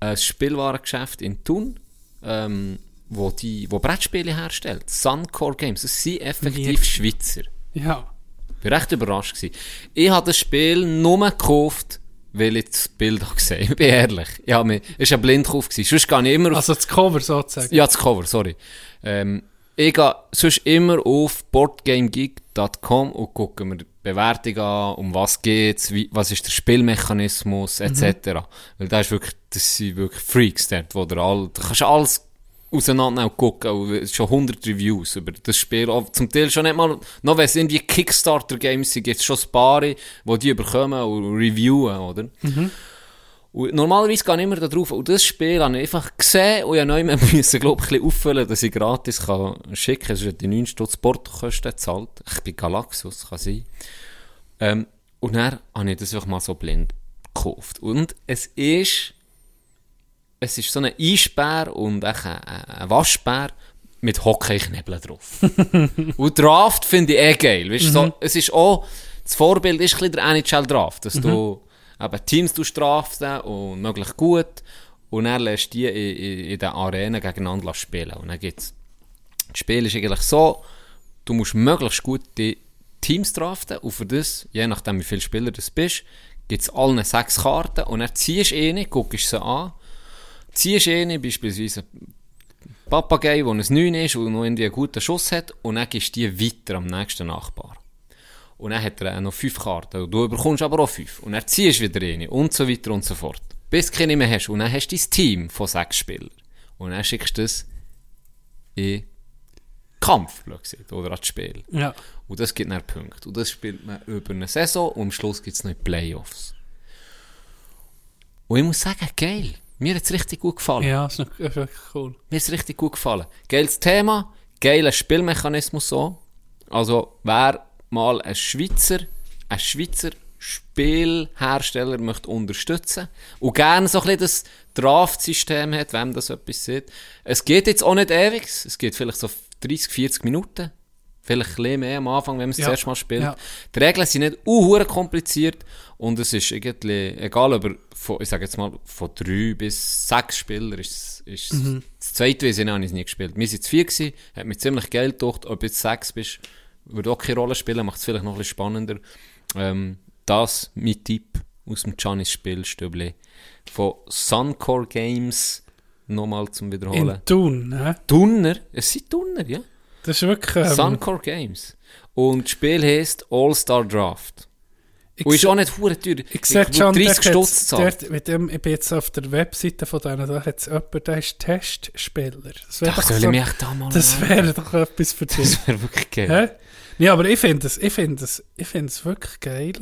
ein Spielwarengeschäft in Thun, ähm, wo, die, wo Brettspiele herstellt. Suncore Games. Das sind effektiv
Wir-
Schweizer.
Ja.
Ich war recht überrascht. Gewesen. Ich habe das Spiel nur gekauft, weil ich das Bild auch gesehen habe. Ich bin ehrlich. Ich habe mich, es war ein Blindkauf. gewesen. Sonst gehe ich immer auf...
Also das Cover sozusagen.
ja, das Cover, sorry. Ähm, ich gehe sonst immer auf boardgamegeek.com und gucke mir die Bewertung an, um was geht's, wie, was ist der Spielmechanismus, etc. Weil da ist wirklich, das sind wirklich Freaks dort, wo der all, da kannst du alles auseinandernehmen und gucken, und es sind schon 100 Reviews über das Spiel, auch zum Teil schon nicht mal, noch wenn es irgendwie Kickstarter-Games sind, gibt es schon ein paar, die die überkommen und reviewen, oder? Und normalerweise gehe ich immer da drauf. Und das Spiel habe ich einfach gesehen und ich musste noch immer, müssen, glaub ich, ein bisschen auffüllen, dass ich gratis kann schicken kann. Es hat die 9 Stutz Portokosten gezahlt. Ich bin Galaxus, kann sein. Ähm, und dann habe ich das einfach mal so blind gekauft. Und es ist... Es ist so ein Eisbär und echt ein, ein ein Waschbär mit Hockeyknebeln drauf. Und Draft finde ich eh geil. Weißt, du, so, es ist auch, das Vorbild ist ein bisschen der NHL Draft, dass du eben Teams du draften und möglichst gut und dann lässt die in, in, in der Arena gegeneinander spielen. Und dann gibt's, das Spiel ist eigentlich so, du musst möglichst gute Teams draften und für das, je nachdem wie viele Spieler das bist, gibt's allen sechs Karten und dann ziehst du eine, guckst sie an, ziehst eine, beispielsweise Papagei, der ein 9 ist und noch irgendwie einen guten Schuss hat, und dann gibst du die weiter am nächsten Nachbar. Und dann hat er auch noch fünf Karten. Und du bekommst aber auch fünf. Und dann ziehst du wieder eine. Und so weiter und so fort. Bis du keine mehr hast. Und dann hast du dein Team von sechs Spielern. Und dann schickst du das in Kampf, blöd gesagt, oder ans Spiel.
Ja.
Und das gibt dann Punkte. Und das spielt man über eine Saison und am Schluss gibt es noch die Playoffs. Und ich muss sagen, geil. Mir hat es richtig gut gefallen.
Ja, ist, noch, ist wirklich cool.
Mir ist richtig gut gefallen. Geiles Thema, geiler Spielmechanismus so. Also, wer mal ein Schweizer, ein Schweizer Spielhersteller möchte unterstützen und gerne so ein bisschen das Draft-System hat, wem das etwas sieht. Es geht jetzt auch nicht ewig, es geht vielleicht so 30, 40 Minuten. Vielleicht ein bisschen mehr am Anfang, wenn man es
Ja.
das erste Mal spielt.
Ja.
Die Regeln sind nicht unhure kompliziert und es ist irgendwie, egal ob er, von, ich sage jetzt mal, von drei bis sechs Spielern ist, ist
Mhm.
das zweite Wesen habe ich nie gespielt. Wir sind zu vier gewesen, hat mich ziemlich geil gedacht, ob du jetzt sechs bist, würde auch keine Rolle spielen, macht es vielleicht noch ein bisschen spannender. Ähm, das, mein Tipp. aus dem Giannis Spielstübli von Suncore Games nochmal zum Wiederholen.
In Thun, ne?
Dunner, es sind Dunner, ja.
Das ist wirklich... Ähm,
Suncore Games. Und das Spiel heisst All-Star Draft.
ich
Und ist
se-
auch nicht hure teuer.
Ich sehe schon,
30
dort hat's-
Stutz zahlt.
dort mit dem, ich bin jetzt auf der Webseite von denen, da hat es jemanden, der ist Testspieler. Das wäre
Ach,
doch,
soll ich
so,
mich echt da mal
das
melden?
wäre doch etwas für dich.
Das wäre wirklich geil.
Hä? Nee, aber ich finde es ich find es- ich find es wirklich geil,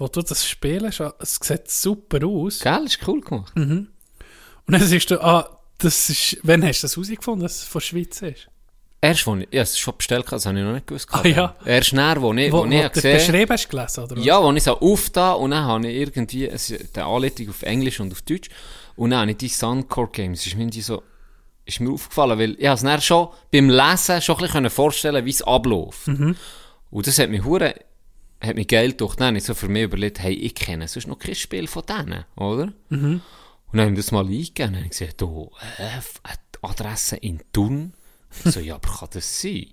wo du das spielst. ah, Es sieht super aus.
Gell, ist cool gemacht.
Hm. Und dann siehst du, ah, das ist, wann hast du das herausgefunden, dass es von der Schweiz ist?
Erst, wo ich, ja, es ist schon bestellt, gehabt, das habe ich noch nicht gewusst.
Ah, ja.
Erst näher, wo ich, wo,
du
ich habe
den
gesehen
beschrieben hast gelesen, oder? was?
Ja, wo ich so aufda und dann habe ich irgendwie es, ist die Anleitung auf Englisch und auf Deutsch und dann habe ich die Suncore Games, ist mir die so, ist mir aufgefallen, weil ich habe es dann schon beim Lesen schon ein bisschen können vorstellen wie es abläuft.
Mhm.
Und das hat mich hure hat mich geil durch. Dann habe ich so für mich überlegt, hey, ich kenne sonst noch kein Spiel von denen, oder?
Mhm.
Und dann haben wir das mal eingegeben und haben gesagt, oh, äh, F- äh, die Adresse in Thun. Ich so, ja, aber kann das sein?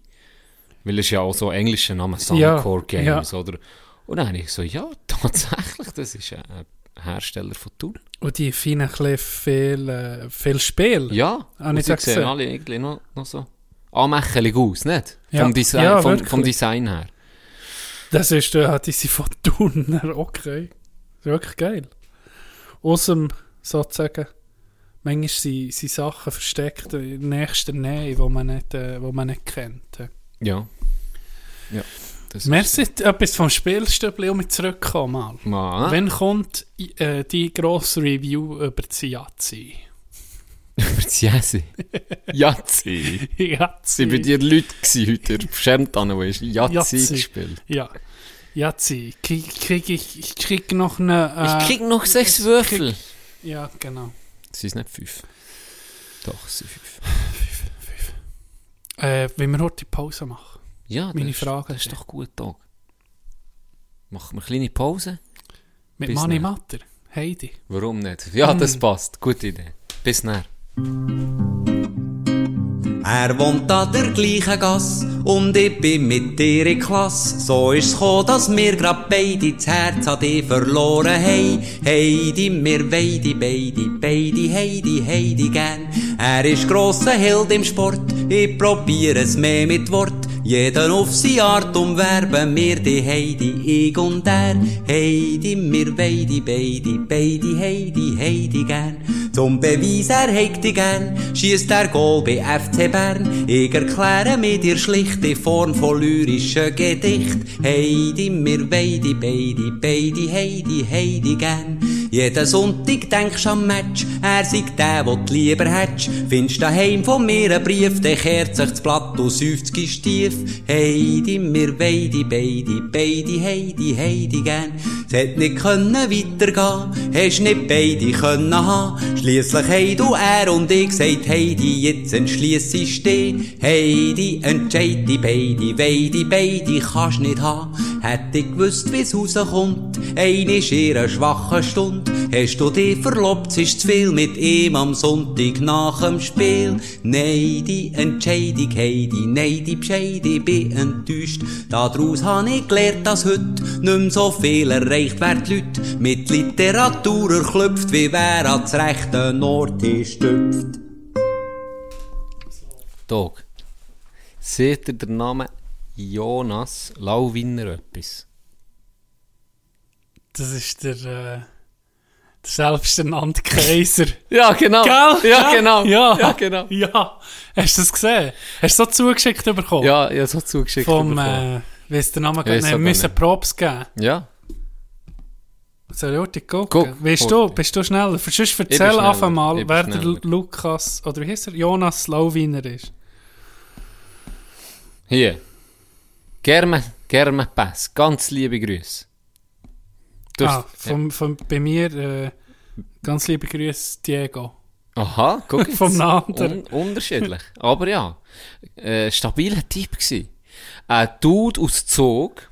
Weil es ist ja auch so ein englischer Name,
Ja,
Suncore
ja.
Games, oder? Und dann habe ich so, ja, tatsächlich, das ist ein äh, Hersteller von Thun.
Und die feinen, chli viel, äh, viel Spiel.
Ja,
Ah,
und
nicht
sie
so
sehen
gesehen.
alle irgendwie noch, noch so anmächelig aus, nicht?
Ja.
Vom, Design,
Ja,
vom, vom
wirklich.
Design her.
Das ist, äh, hat diese von Turner auch gekriegt. Das ist wirklich geil. Aus dem, sozusagen, manchmal sind, sind Sachen versteckt in nächster Nähe, die man nicht, äh, wo man nicht kennt. ja.
Ja. Ja. Das
Merci, etwas vom Spielstübli, um zurückkommen mal.
ist mal.
Wann kommt äh, die grosse Review über das Yazzi?
Über das Jäsi. Jazzi. Sie bei
Yazzi.
dir Leute gewesen heute. Er beschämt an, wo ist Jazzi
Jazzi.
gespielt.
Ja. Yazzi. Krieg, krieg ich, ich krieg noch eine. Äh,
Ich krieg noch sechs Würfel.
Ja, genau.
Sie ist nicht fünf. Doch, sie sind fünf.
Äh, wenn wir heute die Pause machen.
Ja, das
Meine
ist-
Frage
Das ist
ist-
doch gut, Tag. Machen wir eine kleine Pause?
Mit
Bis
Mani
dann.
Matter. Heidi.
Warum nicht? Ja, das passt. Gute Idee. Bis näher.
Er wohnt an der gleichen Gasse und ich bin mit dir in Klasse. So ist's gekommen, dass wir grad beide das Herz an dich verloren haben. Heidi, wir weidi, beide, beide, Heidi, Heidi gern. Er ist grosser Held im Sport, ich probiere es mehr mit Wort. Jeden auf seine Art umwerben wir die Heidi, ich und er. Heidi, wir weidi, beide, beide, Heidi, Heidi gern. Zum Beweis, er hegt dich gern, schiesst er Goal bei FC Bern. Ich erkläre mit dir schlicht die Form von lyrischen Gedicht. Heidi, wir weidi, beide, beide, Heidi, Heidi gern. Jeden Sonntag denkst du am Match, er sei der, wo du lieber hättst. Findest daheim von mir einen Brief, der kehrt sich das Blatt und säuft sich stief. Heidi, wir weidi, beide, beide, Heidi, Heidi gern. Es hat nicht können weitergehen, hast nicht beide können haben. Schliesslich haben du, er und ich gesagt, Heidi, jetzt entschliess ich dich. Heidi, entscheid die beide, weidi, beide kannst nicht haben. Hätte ich gewusst, wie's rauskommt, ein ist ihre schwache Stund. Hast du dich verlobt, es ist zu viel mit ihm am Sonntag nach dem Spiel. Nein, die Entscheidung, Heidi, nein, die Bescheid, ich bin enttäuscht. Daraus habe ich gelernt, dass heute nicht mehr so viel erreicht werden die Leute. Mit Literatur erklüpft, wie wer ans rechten Ort ist stüpft.
Tag. Seht ihr den Namen Jonas Lauwinner etwas?
Das ist der, äh, der selbsternannte Kaiser.
Ja, genau.
Gell?
Ja, genau.
Ja,
ja genau.
Ja. Hast du das gesehen? Hast du so zugeschickt bekommen?
Ja, ich habe so zugeschickt
Vom,
bekommen.
äh, wie ist der Name?
weiss
Nein, wir
auch
müssen
nicht.
Props geben.
Ja.
Soll ich heute gucken?
Guck,
weißt du,
Horti.
bist du schneller? Sonst
bin
erzähl
schneller,
einfach mal,
ich bin
wer der
schneller.
Lukas, oder wie heißt er? Jonas Lauwiner ist.
Hier. Germe, Germe Pass. Ganz liebe Grüße. Du-
ah, vom, vom, bei mir, äh, ganz liebe Grüße, Diego.
Aha, guck jetzt.
Vom Namen der-
Un unterschiedlich. Aber ja, äh, stabiler Typ gsi. Ein Dude aus Zug,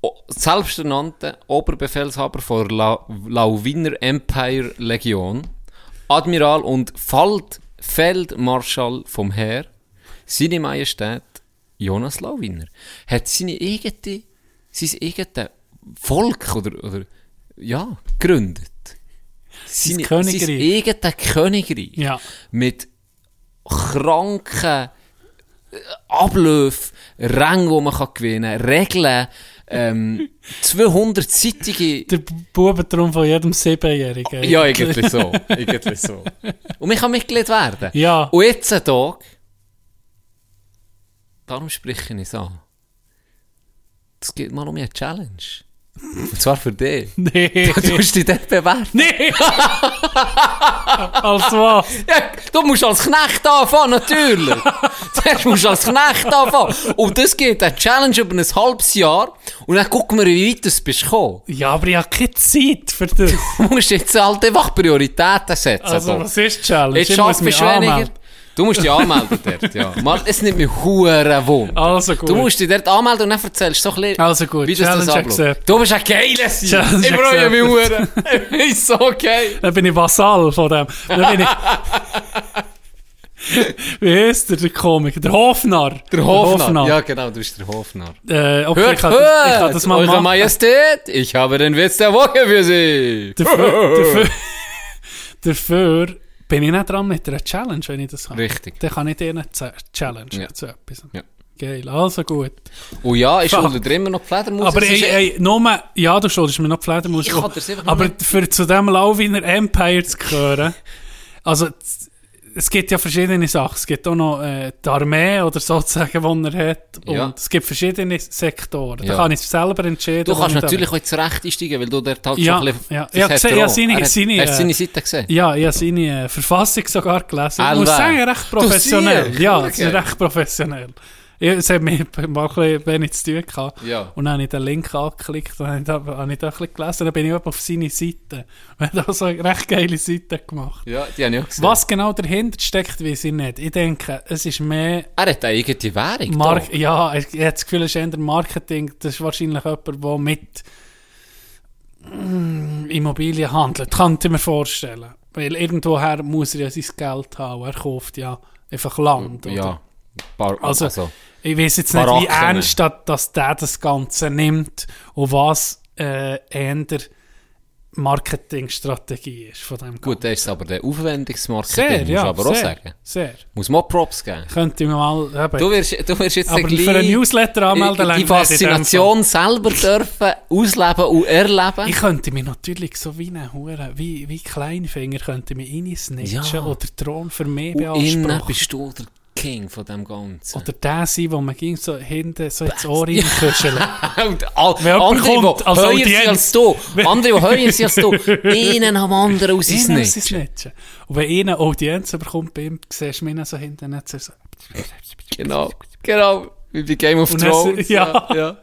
o- selbsternannter Oberbefehlshaber von La Lauwiner Empire Legion, Admiral und Feld Feldmarschall vom Heer, seine Majestät Jonas Lauwiner, hat seine eigene, sein eigenes Volk oder, oder ja, gegründet. Seine,
Königreich.
Sein eigenes Königreich.
Ja.
Mit kranken äh, Abläufen, Rängen, die man kann gewinnen kann, Regeln, ähm, 200-seitige...
Der Bubentraum von jedem Siebenjährigen.
Ja, eigentlich so. Eigentlich so. Und ich kann Mitglied werden.
Ja.
Und jetzt, Tag, darum spreche ich es an. Es geht mal um eine Challenge. Und zwar für dich.
Nee.
Du musst dich dort bewerben.
nee. Als was?
Ja, du musst als Knecht anfangen, natürlich. du musst als Knecht anfangen. Und das geht eine dus Challenge über ein halbes Jahr. Und dann gucken wir, wie weit du bist gekommen.
Ja, aber ich habe keine Zeit für das.
Du musst jetzt halt einfach Prioritäten setzen.
Also,
Doc.
was ist die Challenge?
Jetzt
Ich muss
schaffst du
mich
weniger.
anmelden.
Du musst dich anmelden dort, ja. Mann, es nimmt mich hure Wunder.
Also gut.
Du musst dich dort anmelden und dann erzählst du so ein bisschen,
Also gut,
wie das, das
Challenge
abläuft.
accepted.
Du bist ein geiler Sieg.
Challenge
Ich freue mich hure.
accepted.
Ist so geil.
Dann bin ich Vasall von dem. Dann bin ich... Wie heißt der, der Komiker? Der Hofnar.
Der Hofnar. Ja, genau, du bist der Hofnar.
Äh, okay, ich
Hört,
kann,
hört,
das, ich kann das mal
Eure
machen.
Majestät, ich habe den Witz der Woche für Sie.
Dafür, dafür, dafür bin ich nicht dran mit einer Challenge, wenn ich das habe.
Richtig.
Dann kann ich dir eine Z- Challenge
Ja.
zu etwas.
Ja.
Geil, also gut.
Oh ja, ist
Fuck.
unter drin immer noch Fledermaus.
Aber
Es ist
ey,
eh-
ey, nur, ja, du schuldest mir noch die Fledermaus.
Ich
Oh,
kann dir's einfach nur
Aber
nicht-
für zu dem Lauwiner Empire zu gehören, also z- es gibt ja verschiedene Sachen. Es gibt auch noch äh, die Armee oder sozusagen, die er hat. Und
Ja.
es gibt verschiedene Sektoren. Da
Ja.
kann ich selber entscheiden.
Du
wo
kannst
ich da
natürlich
bin.
auch zurecht einsteigen, weil du dort halt
Ja,
schon ein bisschen...
ja.
das
Ich hab
hat
gesehen,
er
ja,
auch.
seine-
er hat,
seine,
er hat
äh,
seine Seite gesehen.
Ja, ich habe seine äh, Verfassung sogar gelesen. Ich
Alva.
muss sagen, recht
Du
professionell.
siehst,
Ja,
schau.
es ist recht professionell. Ich, es hat mich mal ein bisschen wenig zu tun gehabt.
Ja.
Und dann habe ich den Link angeklickt und dann habe ich da, habe ich da ein bisschen gelesen. Dann bin ich eben auf seine Seite. Wir haben da so eine recht geile Seite gemacht.
Ja, die habe ich auch gesehen.
Was genau dahinter steckt, weiß ich nicht. Ich denke, es ist mehr
Er hat eine eigene Währung.
Mark
da.
ja, ich, ich habe das Gefühl, es ist eher Marketing. Das ist wahrscheinlich jemand, der mit mm, Immobilien handelt. Könnte ich mir vorstellen. Weil irgendwoher muss er ja sein Geld haben. Er kauft ja einfach Land.
Ja.
Oder?
Bar,
Also,
also,
Ich weiß jetzt nicht, wie
Baracken.
ernst das- dass der das Ganze nimmt und was äh, eher Marketingstrategie ist von dem
Gut, das ist aber der Aufwendungsmarketing,
Ganzen.
muss
sehr, ja.
aber auch
sehr,
sagen.
sehr.
Muss man auch Props geben.
Könnte ich mir mal... Eben,
Du wirst, du wirst jetzt
aber
gleich
für einen Newsletter anmelden,
die
reicht nicht in dem
Faszination selber dürfen ausleben und erleben.
Ich könnte mich natürlich so wie ein Hure, wie, wie Kleinfinger könnte mich reinsnitchen
Ja.
oder den Thron für mich
und innen
beanspruchen.
bist du der King von dem Ganzen.
Oder der sein, wo man ging so hinten so ins Ohr reinkuscheln.
Und all,
Wer
andere,
kommt
die
als
höher
Audienz.
sind als du.
Wer-
Andere, die höher sind als du. Einen am anderen aus ist
Innen raus
nicht.
snitchen. Und wenn einer Audienz bekommt bei ihm, siehst du mich dann so hinten nicht so...
Genau, genau. Wie bei Game of
Und dann-
Thrones.
ja.
ja.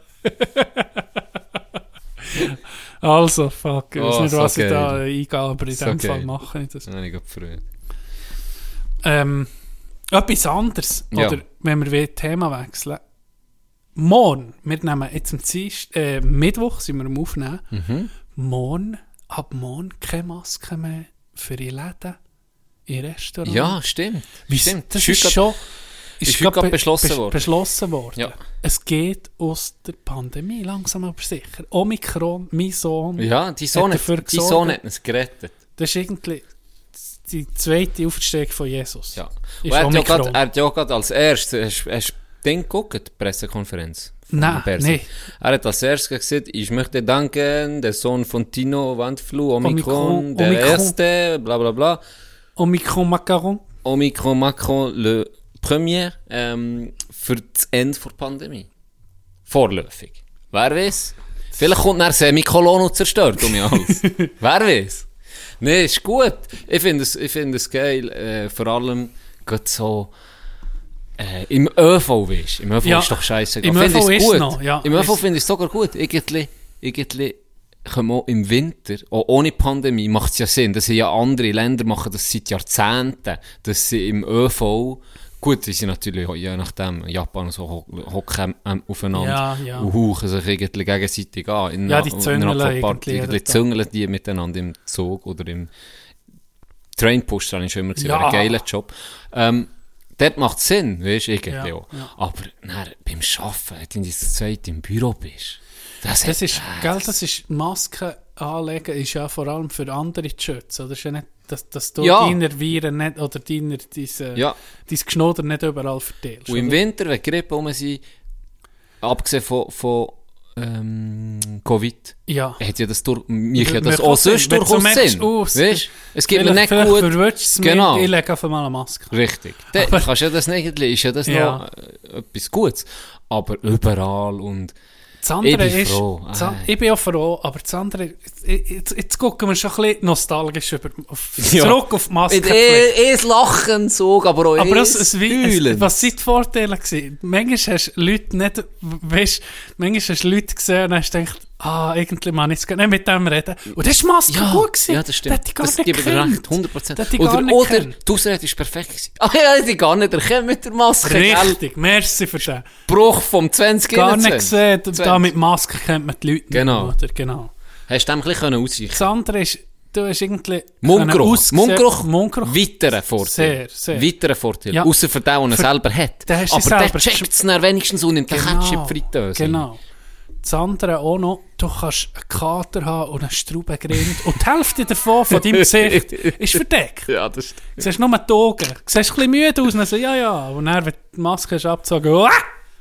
Also, fuck, ich weiß
Oh,
nicht,
so
was ich da
geil.
eingehe, aber in
So
dem Fall
geil.
mache ich das.
Dann habe ich gerade gefreut.
Ähm, etwas anderes,
Ja.
oder wenn wir wieder Thema wechseln. Morgen, wir nehmen jetzt am Dienst, äh, Mittwoch sind wir am Aufnehmen.
Mhm.
Morgen, ab morgen keine Maske mehr für die Läden, in Restaurants.
Ja, stimmt.
Wie-
stimmt.
Das
Ist
ist
heute
schon
ist heute
gerade
gerade beschlossen
bes-
worden.
beschlossen worden.
Ja.
Es geht aus der Pandemie langsam aber sicher. Omikron, mein Sohn,
Ja, die Sonne
dafür
hat, die
gesorgt.
Sonne hat uns gerettet.
das ist irgendwie die zweite Aufstieg von Jesus.
Ja. Und er,
Ist
hat ja
Omikron.
gerade, er hat ja gerade als erstes, hast, hast du den geguckt, die Pressekonferenz? von
Nein,
Berset?
Ah, nee.
Er hat als erstes gesagt, ich möchte danken, der Sohn von Tino Wandflu, Omikron,
Omikron,
der
Omikron.
Erste, bla bla bla.
Omikron Macaron.
Omikron Macron le Premier ähm, für das Ende der Pandemie. Vorläufig. Wer weiß? Vielleicht kommt nach Semikolon und zerstört um mich alles. Wer weiß? Nee, ist gut. Ich finde es, ich find es geil, äh, vor allem gerade so äh, im ÖV weißt. du. Im ÖV
Ja,
ist doch scheiße.
im ÖV ist noch, ja,
Im ÖV
ist-
finde ich es sogar gut. Irgendwie, irgendwie können wir auch im Winter, auch ohne Pandemie, macht es ja Sinn. Das sind ja andere Länder, machen das seit Jahrzehnten, dass sie im ÖV, gut, die sind natürlich, je nachdem, Japan und so ho- hocken ähm, aufeinander
Ja, ja.
und hauchen sich irgendwie gegenseitig an. In,
Ja, die
in-
züngeln
innerhalb von paar-
irgendwie jeden
irgendwie
Tag.
züngeln die miteinander im Zug oder im Trainpush, das habe ich schon immer gesehen,
Ja.
ja. ein geiler Job. Ähm, dort macht es Sinn, weißt du, irgendwie
Ja,
auch. Aber dann, beim Arbeiten, wenn du in dieser Zeit im Büro bist, das,
Das
hat-
ist,
äh,
gell, das ist Maske anlegen ist ja vor allem für andere zu schützen. Oder ist ja nicht, dass, dass du
Ja.
deine Viren nicht, oder deine, diese,
Ja.
dein Geschnoder nicht überall verteilst.
Und im
oder?
Winter, wenn die Grippe rum sind, abgesehen von, von ähm, Covid,
Ja.
hat ja das durch, mich ja das
Macht
auch
Sinn.
sonst
Wenn du
durchaus
merkst,
Sinn.
oh, es-
Weißt es gibt mir
Vielleicht-
nicht
vielleicht
gut.
verwirrst du es mir,
Genau.
ich lege einfach mal eine Maske.
Richtig. Dann
Aber-
kannst du ja das nicht, ist ja das
Ja.
noch äh, etwas Gutes. Aber überall und
Das andere
Ich bin
ist,
froh.
das an-
Ah.
ich bin auch froh, aber das andere, jetzt, jetzt gucken wir schon ein bisschen nostalgisch über, auf,
Ja.
zurück auf die Maske.
mit eh- eh das Lachen so, aber auch
Aber
eh
das, es, wie-
Heulen.
es, was sind die Vorteile gewesen? Manchmal hast du Leute nicht, weißt, manchmal hast du Leute gesehen und hast gedacht, ah, irgendwie man jetzt nicht mit dem reden. Und das war Maske
Ja,
gut gewesen.
ja, das stimmt.
Das hat die gar
das
nicht
gebe ich dir
gekannt.
recht, 100%.
Das hat die
oder,
gar nicht
oder
gekannt.
die Ausrede war perfekt. gewesen. Ah ja, die gar nicht erkennen mit der Maske, gell?
Richtig, merci für den.
Bruch vom 20
Gar nicht
21.
gesehen, da- da
20.
mit Maske kennt man die Leute nicht.
Genau.
Oder? genau.
Hast du dem ein bisschen ausweichen
Das andere ist, du hast irgendwie...
Mundgeruch.
ausgesehen-
Mundgeruch.
Mundgeruch.
Weiterer Vorteil.
Sehr, sehr.
Weiterer Vorteil.
Ja.
Außer für den, den er
Für-
selber hat.
Den hast du
Aber
selber
der checkt es dann wenigstens und nimmt den Ketchup in die Fritteuse.
Genau. Das andere auch noch, du kannst einen Kater haben und einen Straubengrind und die Hälfte davon von deinem Gesicht ist verdeckt.
Ja, das stimmt.
Du siehst nur die Augen. Du siehst ein bisschen müde aus und dann so, ja, ja. Und dann, wenn du die Maske hast abgezogen, uah,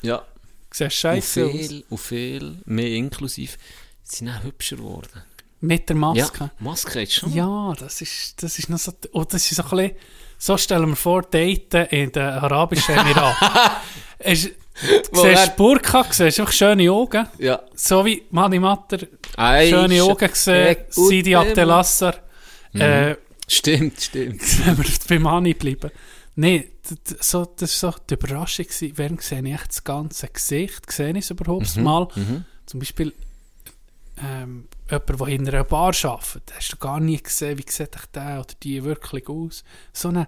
Ja.
siehst
Und
scheiße aus.
viel, und viel, mehr inklusiv, sind auch hübscher geworden.
Mit der Maske.
Ja, Maske ist schon.
Ja, das ist, das ist noch so, oh, das ist so ein bisschen, so stellen wir vor, Daten in den Arabischen Emiraten. Es- Du
Wo
siehst
er-
Burka, siehst einfach schöne Augen.
Ja.
So wie Mani Matter,
Ei,
schöne
sch-
Augen gesehen,
Weg und
Sidi Abdelasser. Äh,
Stimmt, stimmt.
wenn wir bei Mani bleiben. Nein, d- d- so, das war so die Überraschung. gewesen. Wann sehe ich echt das ganze Gesicht? Sehe ich es überhaupt mal? Zum Beispiel ähm, jemand, der hinter einer Bar arbeitet. Hast du gar nie gesehen, wie sieht euch der oder die wirklich aus? So ein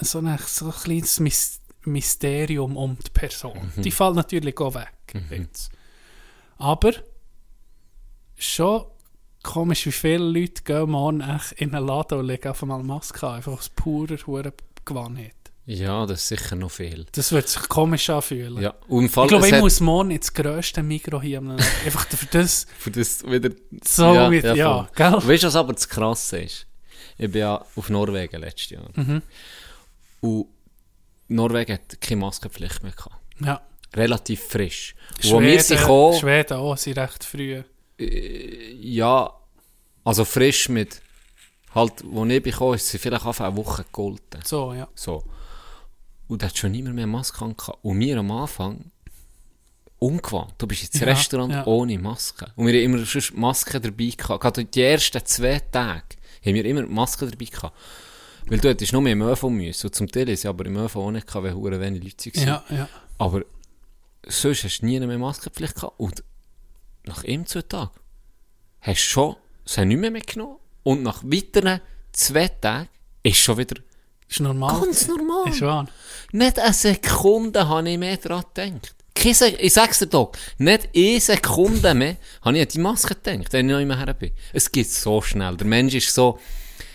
so eine, so ein kleines Mys- Mysterium um die Person. Die fällt natürlich auch weg. Jetzt. Aber schon komisch, wie viele Leute gehen morgen echt in einen Laden und legen auf einmal Maske an, einfach aus purer Hure Gewohnheit.
Ja, das ist sicher noch viel.
Das wird sich komisch anfühlen.
Ja, und im Fall,
Ich glaube,
es
ich
hat-
muss morgen ins grösste Mikro hier am Land. Einfach für das.
Für das wieder...
So mit-
voll.
ja, gell?
Weißt du, was aber das Krasse ist? Ich bin ja auf Norwegen letztes Jahr.
Mhm.
Und Norwegen hat keine Maskenpflicht mehr gehabt.
Ja.
Relativ frisch. Und wo wir sind gekommen,
Schweden auch, sind recht früh.
ja, also frisch mit, halt, wo ich bin gekommen, ist sie vielleicht auf eine Woche gehalten.
So, ja.
So. Und da hat schon niemand mehr eine Maske angehabt. Und wir am Anfang, ungewohnt. Du bist jetzt
Ja,
Restaurant
ja.
ohne Maske. Und wir haben immer schon Masken dabei gehabt. Gerade die ersten zwei Tage haben wir immer Masken dabei gehabt. Weil du hättest nur mehr im ÖV müssen. Und zum Teil ist sie aber im ÖV auch nicht gehabt, weil hure wenig Leute waren.
Ja, ja.
Aber sonst hast du nie mehr Maskenpflicht gehabt. Und nach ihm zwei Tagen hast du schon, es haben nicht mehr mitgenommen. Und nach weiteren zwei Tagen ist schon wieder
Ist normal.
ganz normal.
Ist wahr.
Nicht eine Sekunde habe ich mehr daran gedacht. Keine Se ich sag's dir doch, nicht eine Sekunde mehr habe ich an die Maske gedacht, wenn ich noch immer her bin. Es geht so schnell. Der Mensch ist so,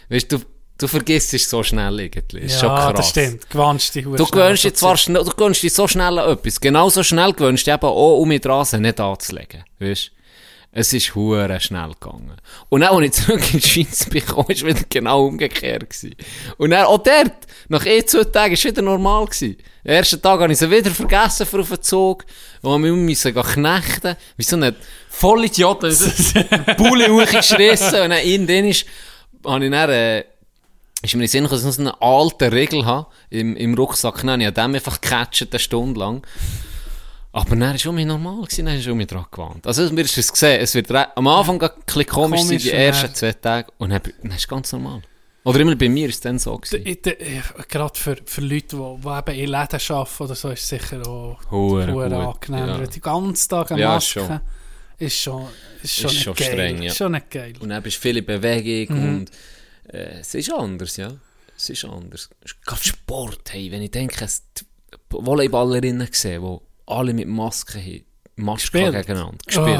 weißt du, du vergisst es so schnell irgendwie. Ist
ja,
schon krass.
das stimmt. Gewöhnst dich
Du gewöhnst dich zwar schnell, du gewöhnst dich so schnell an etwas. Genauso schnell gewöhnst du dich eben auch, um die Rasen nicht anzulegen. Weißt Es ist hure schnell gegangen. Und auch, als ich zurück in die Schweiz bin, gekommen, ist wieder genau umgekehrt gewesen. Und dann, auch dort, nach eh zwei Tagen, ist wieder normal gewesen. Am ersten Tag habe ich sie wieder vergessen für auf den Zug. Und wir mussten gehen knechten. Wie so ein Vollidioten. Pulli hochgeschrissen. Und dann, in den ist, habe ich dann, äh, ist mir in den Sinn gekommen, dass ich noch so eine alte Regel habe im, im Rucksack. Dann habe ich an dem einfach gecatcht, eine Stunde lang. Aber dann war es um mich normal, gewesen, dann ist um mich dran gewandt. Also mir ist es gesehen, es wird re- am Anfang ja. ein bisschen komisch, sein,
Komisch,
die
und
ersten
dann-
zwei Tage, und dann, dann ist es ganz normal. Oder immer bei mir ist es dann so gewesen.
Ich- ich- ich- Gerade für, für Leute, die, die eben in Läden arbeiten oder so, ist es sicher auch
Hure
hure
gut,
angenehm.
ja.
Wenn du Den ganzen Tag eine
Ja,
Maske
schon.
ist schon, ist schon,
Ist
nicht
schon
geil.
streng, ja.
Ist schon nicht geil.
Und dann bist du viel in Bewegung
Mhm.
und äh, es ist anders, ja. Es ist anders. Gerade Sport, hey, wenn ich denke, es die Volleyballerinnen gesehen, die alle mit Masken haben, Masken
Gespielt. Ah.
gegeneinander gespielt.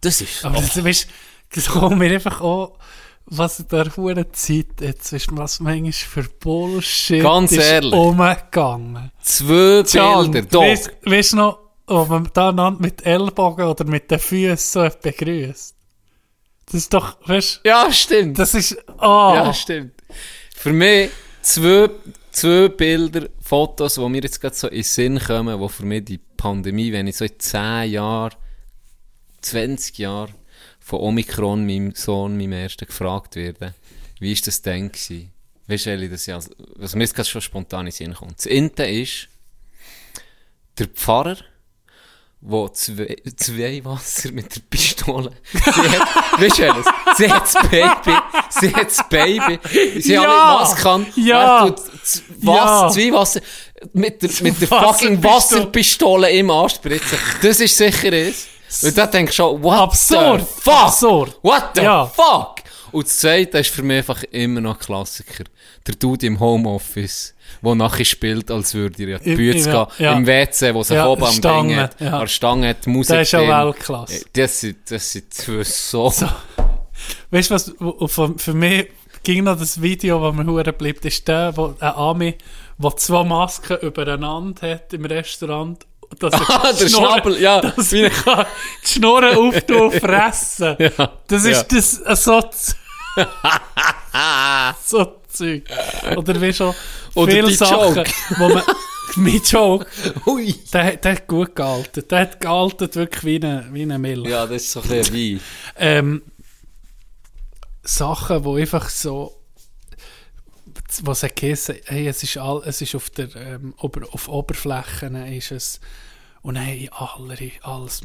Das ist...
Aber das, weißt, das kommt mir einfach auch, was in der hohen Zeit jetzt ist, was manchmal für Bullshit
Ganz
ist
ehrlich.
umgegangen.
Zwei
Can,
Bilder, doch.
weißt, weißt du noch, wo man da einander mit Ellbogen oder mit den Füßen so begrüßt? Das ist doch, weißt du,
Ja, stimmt.
das ist, oh,
Ja, stimmt. Für mich zwei, zwei Bilder, Fotos, die mir jetzt gerade so in den Sinn kommen, die für mich die Pandemie, wenn ich so in 10 Jahren, 20 Jahren von Omikron, meinem Sohn, meinem ersten, gefragt werde, wie ist das denn gewesen? Weißt du, Eli, das ja, was mir jetzt gerade schon spontan in den Sinn kommt. Das Inte ist, der Pfarrer, der zwei, zwei Wasser mit der Pistole. Sie hat, weißt du was? Sie hat das Baby. Sie hat das Baby. Sie
Ja!
hat alle Maske an.
Ja!
Er tut z- Wasser,
Ja!
zwei Wasser. Mit der, mit der
Wasserpistole.
fucking Wasserpistole im Arsch spritzen. Das ist sicher es. Und da denkst du schon, what
Absurd.
the fuck?
Absurd.
What the
Ja.
fuck? Und das zweite ist für mich einfach immer noch Klassiker. Der Dude im Homeoffice, der nachher spielt, als würde er an die
Im-
Bühne
im-
gehen.
ja.
Im WC, wo sich
Ja,
oben am
Stange,
Ding hat.
ja.
An der Stange hat die Musik
das ist ja
drin.
Weltklasse.
Das sind, das sind zwei so...
Weißt du was, wo- für, für mich ging noch das Video, das mir hure bleibt, ist der, wo, ein Ami, der zwei Masken übereinander hat im Restaurant. Dass er
Ah, der
die
Schnabel, ja.
Dass er kann die Schnurren auftun und fressen
Ja,
Das
ja.
ist das, äh, so... z- so Zeug. Oder wie schon
Oder
viele
die
Sachen,
Joke.
wo man... Mein Joke,
Hui.
der, der hat gut gealtet. Der hat gealtet wirklich wie eine, wie eine Milch.
Ja, das ist so ein bisschen wie...
ähm, Sachen, wo einfach so was er geheißen, hey, es ist all, es ist auf der ähm, Ober, auf Oberflächen ist es und hey alle alles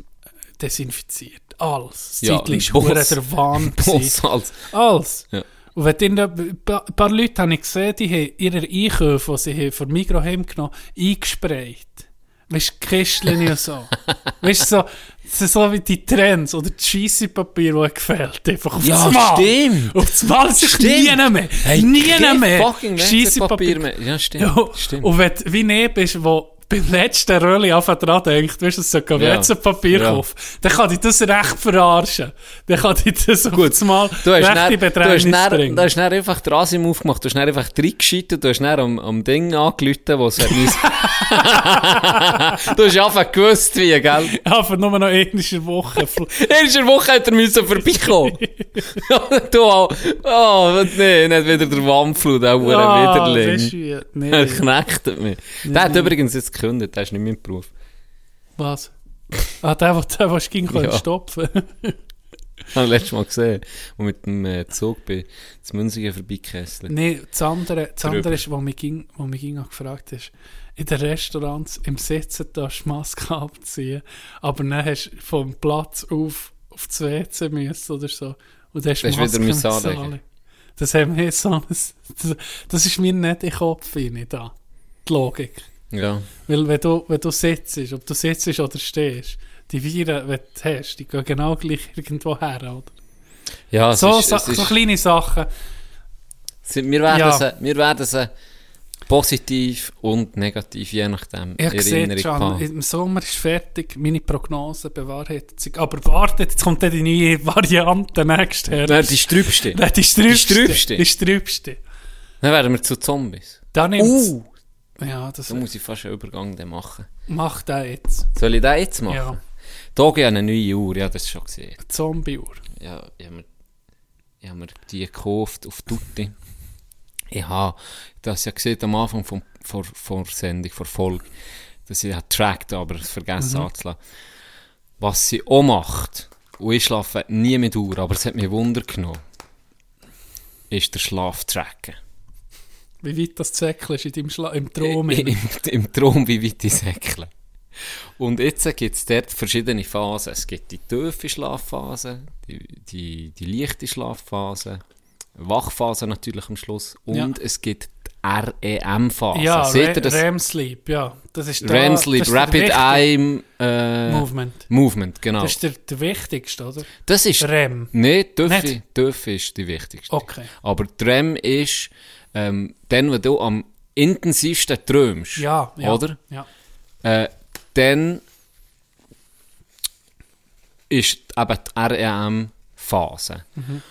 desinfiziert alles
Ja,
Zeitlich ist
Boss.
hure der Wahn gewesen.
Boss als...
alles
Ja.
und wenn dann da- ein paar- ein paar Leute habe ich gesehen die haben ihre Einkäufe die sie haben von Migros heimgenommen eingesprayt Weißt du, Kistchen und so. Weißt du, so, das sind so wie die Trends oder das scheisse Papier, das gefällt. Einfach auf
Ja,
das Mal.
stimmt.
Auf das Mal ist es nie mehr. nie
kein
mehr.
fucking
Scheissepapier.
Papier mehr. Ja, stimmt.
Ja,
stimmt.
und wenn du wie ne bist, wo beim letzten Röhrli einfach dran denkt, weißt du, es soll kein
Ja.
Wertzepapier
Ja.
kaufen, dann kann ich das recht verarschen. Dann kann ich das auf das Mal
Du hast,
recht in
dann, du, hast
Bedrängnis
dann, du
bringen.
hast dann einfach den Rasim aufgemacht, du hast dann einfach reingeschitten, du hast dann am, am Ding angeläutet, wo es hat müssen- Du hast einfach gewusst, wie, gell?
Einfach nur noch einmal in der Woche.
In der Woche hat er müssen vorbeikommen. du auch. Oh, nee, nicht wieder der Wampflut, auch
Ah,
ein
das ist
Widerling.
wie-
Er
Nee.
knechtet mich. Der hat übrigens jetzt gekündigt, der ist nicht mein Beruf.
Was? Ah, der, der, der, der ging,
Ja.
konnte stopfen.
Hab ich letztes Mal gesehen, wo mit dem äh, Zug bin, zu Münzigen vorbeigekesselt.
Nee, das andere, das
Drüber.
andere ist, was mich, ging, was mich ging auch gefragt ist, in den Restaurants im Sitzen darfst du die Maske abziehen, aber dann hast du vom Platz auf auf das WC müssen oder so. Und dann hast du
Das ist wieder
die Maske
mein
müssen
Anliegen.
anlegen. Das haben wir so ein, das, das ist mir nicht in den Kopf hinein, da, die Logik.
Ja.
Weil wenn du, wenn du sitzt, ob du sitzt oder stehst, die Viren, die du hast, die gehen genau gleich irgendwo her, oder?
Ja, es
So,
ist,
Sa-
es
so,
ist,
kleine Sachen.
Sie- wir werden
Ja.
sie, wir werden sie positiv und negativ, je nachdem,
Ich sehe schon,
behalten.
im Sommer ist fertig, meine Prognose bewahrheitet sich. Aber wartet, jetzt kommt dann die neue Variante nächste her.
Nein, die Strübste.
Nein, die
Strübste.
strübste. Die strübste.
Dann werden wir zu Zombies.
Da nimmt's.
Uh,
Ja, das
da muss ich fast einen Übergang dann machen.
macht er jetzt.
Soll ich den jetzt machen?
Ja,
Da gehe ich an eine neue Uhr, ja, das schon gesehen.
Zombie-Uhr.
Ja, ich habe mir, ich hab mir die gekauft auf Tutti. Ich habe das ja gesehen am Anfang von, vor, vor Sendung, vor Folge, dass ich habe tracked, aber es vergessen anzulassen. Was sie auch macht, und ich schlafe nie mit Uhr, aber es hat mich Wunder genommen, ist der Schlaftracken.
Wie weit das Zäckchen ist in deinem Schla im Traum.
Im,
hin.
im, Im Traum wie weit die Säckle. Und jetzt gibt es dort verschiedene Phasen. Es gibt die tiefe Schlafphase, die, die, die leichte Schlafphase, Wachphase natürlich am Schluss und
Ja.
es gibt die REM-Phase.
ja,
Seht ihr das?
REM Sleep, ja. Das ist da-
REM Sleep,
das ist der
Rapid
wichtig-
Eye äh,
Movement.
Movement, genau.
Das ist der, der wichtigste, oder?
Das ist
REM.
Nee, Töffe,
Nicht?
Töffe ist die wichtigste.
Okay.
Aber die REM ist ähm, dann, wenn du am intensivsten träumst.
Ja, ja.
Oder?
Ja.
Äh, dann ist eben die REM-Phase.
Mhm.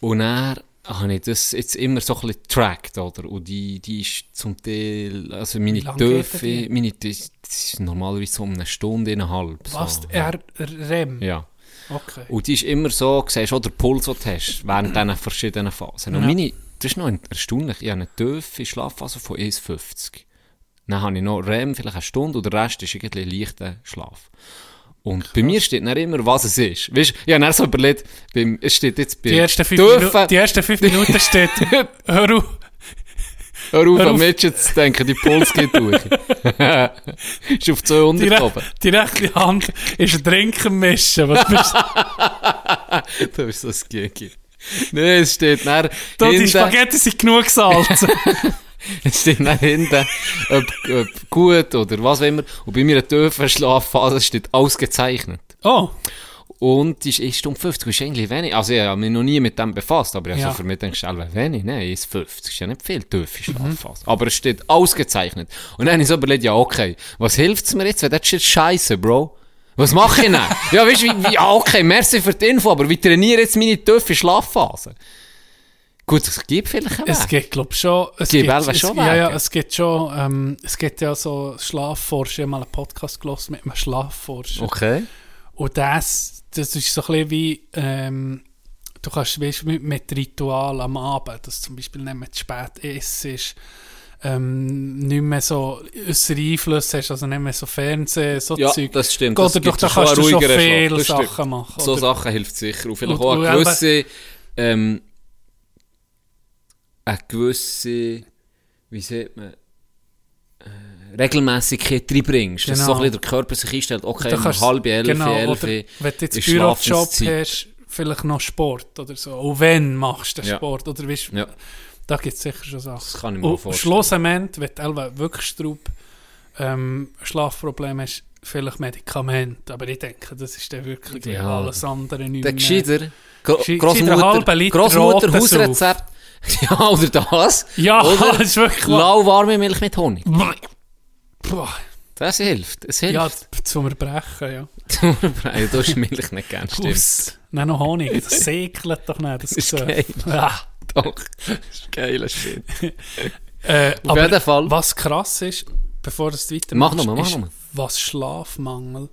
Und dann habe ich das jetzt immer so ein bisschen getrackt, oder? Und die, die ist zum Teil, also meine
lange geht
Töfe,
die?
meine, das das ist normalerweise so um eine Stunde, eineinhalb.
Was?
So.
R REM?
Ja.
Okay.
Und die ist immer so, du siehst auch den Puls, den du hast, während diesen verschiedenen Phasen. Und
Ja.
meine, das ist noch erstaunlich, ich habe eine tiefe Schlafphase von 1,50. Dann habe ich noch REM, vielleicht eine Stunde, und der Rest ist irgendwie leichter Schlaf. Und bei mir steht dann immer, was es ist. Weißt du, ich habe dann so überlegt, beim, es steht jetzt bei
Die ersten fünf,
dürfen-
Minu die ersten fünf Minuten steht, hör auf,
Hör auf,
Hör
am
auf.
Mädchen zu denken, die Puls geht durch. ist auf 200
die,
oben.
re die rechte Hand ist ein Trinken mischen. Was bist
Du bist so ein Gigi. Nein, es steht dann
du? Die
hinten,
Spaghetti sind genug gesalzen.
es steht dann hinten, ob, ob gut oder was auch immer. Und bei mir eine tiefen Schlafphase steht alles gezeichnet.
Oh,
Und die ist 1 Stunde 50, ist eigentlich wenig. Also ich habe mich noch nie mit dem befasst, aber ich habe
Ja.
so für mich gedacht, also wenig, nein, 1,50 ist ja nicht viel, tiefe
Mhm.
Schlafphase. Aber es steht ausgezeichnet. Und dann habe ich so überlegt, ja okay, was hilft es mir jetzt, wenn das shit scheiße, Bro? Was mache ich denn? ja, weißt du, wie, wie, ja okay, merci für die Info, aber wie trainiere ich jetzt meine tiefe Schlafphase? Gut, es gibt vielleicht einen
es
Weg.
gibt, glaube ich, schon. Es
Gibt
gibt,
Elfen
es,
schon
ja, ja,
Wege?
es gibt schon. Ähm, es gibt ja so Schlafforscher. Ich habe mal einen Podcast gelesen mit einem Schlafforscher.
Okay.
Und das, das ist so ein bisschen wie, ähm, du kannst weißt, mit, mit Ritual am Abend, dass zum Beispiel nicht mehr zu spät essen ist, ähm, nicht mehr so äußere Einflüsse hast, also nicht mehr so Fernsehen, so
Ja,
Zeug.
das stimmt.
Oder
das
doch,
gibt
da
schon
kannst du
einen
schon
ruhigeren Schlaf,
viele
das stimmt.
Sachen machen.
So
oder?
Sachen hilft sicher. Und vielleicht
Und-
auch eine
und eben-
gewisse, ähm, eine gewisse, wie sagt man, äh, Regelmäßigkeit reinbringst. Dass
Genau.
so ein bisschen der Körper sich einstellt, okay,
Da
um
kannst-
halb elf,
genau,
elf,
oder wenn du jetzt
ist
Bürojob
Schlafenszeit.
hast, vielleicht noch Sport oder so. Und wenn machst du den
Ja.
Sport, oder weißt,
Ja.
da gibt es sicher schon Sachen.
Das kann ich mir auch
Und
vorstellen.
schlussendlich, wenn du Elva wirklich straub ähm, Schlafprobleme hast, vielleicht Medikamente. Aber ich denke, das ist dann wirklich
Ja.
alles andere nicht
Der gescheiter, Gro
Gescheit- äh, gescheiter halben
Grossmutter,
Liter
Grossmutter
roten
Hausrezept.
Saft.
Ja, oder das.
Ja,
oder
ist wirklich wahr.
lauwarme Milch mit Honig.
Puh,
Das hilft. Es hilft.
ja, z- zum Erbrechen, ja.
Nein, du hast Milch nicht gern, stimmt.
Aus. Nein, noch Honig. Das segelt doch nicht, das
ist
Gesöff.
geil.
Ah.
Doch. Das ist geiler Shit.
Äh,
Auf jeden Fall.
Was krass ist, bevor du es weiter
Mach nochmal, mach
ist,
nochmal.
was Schlafmangel,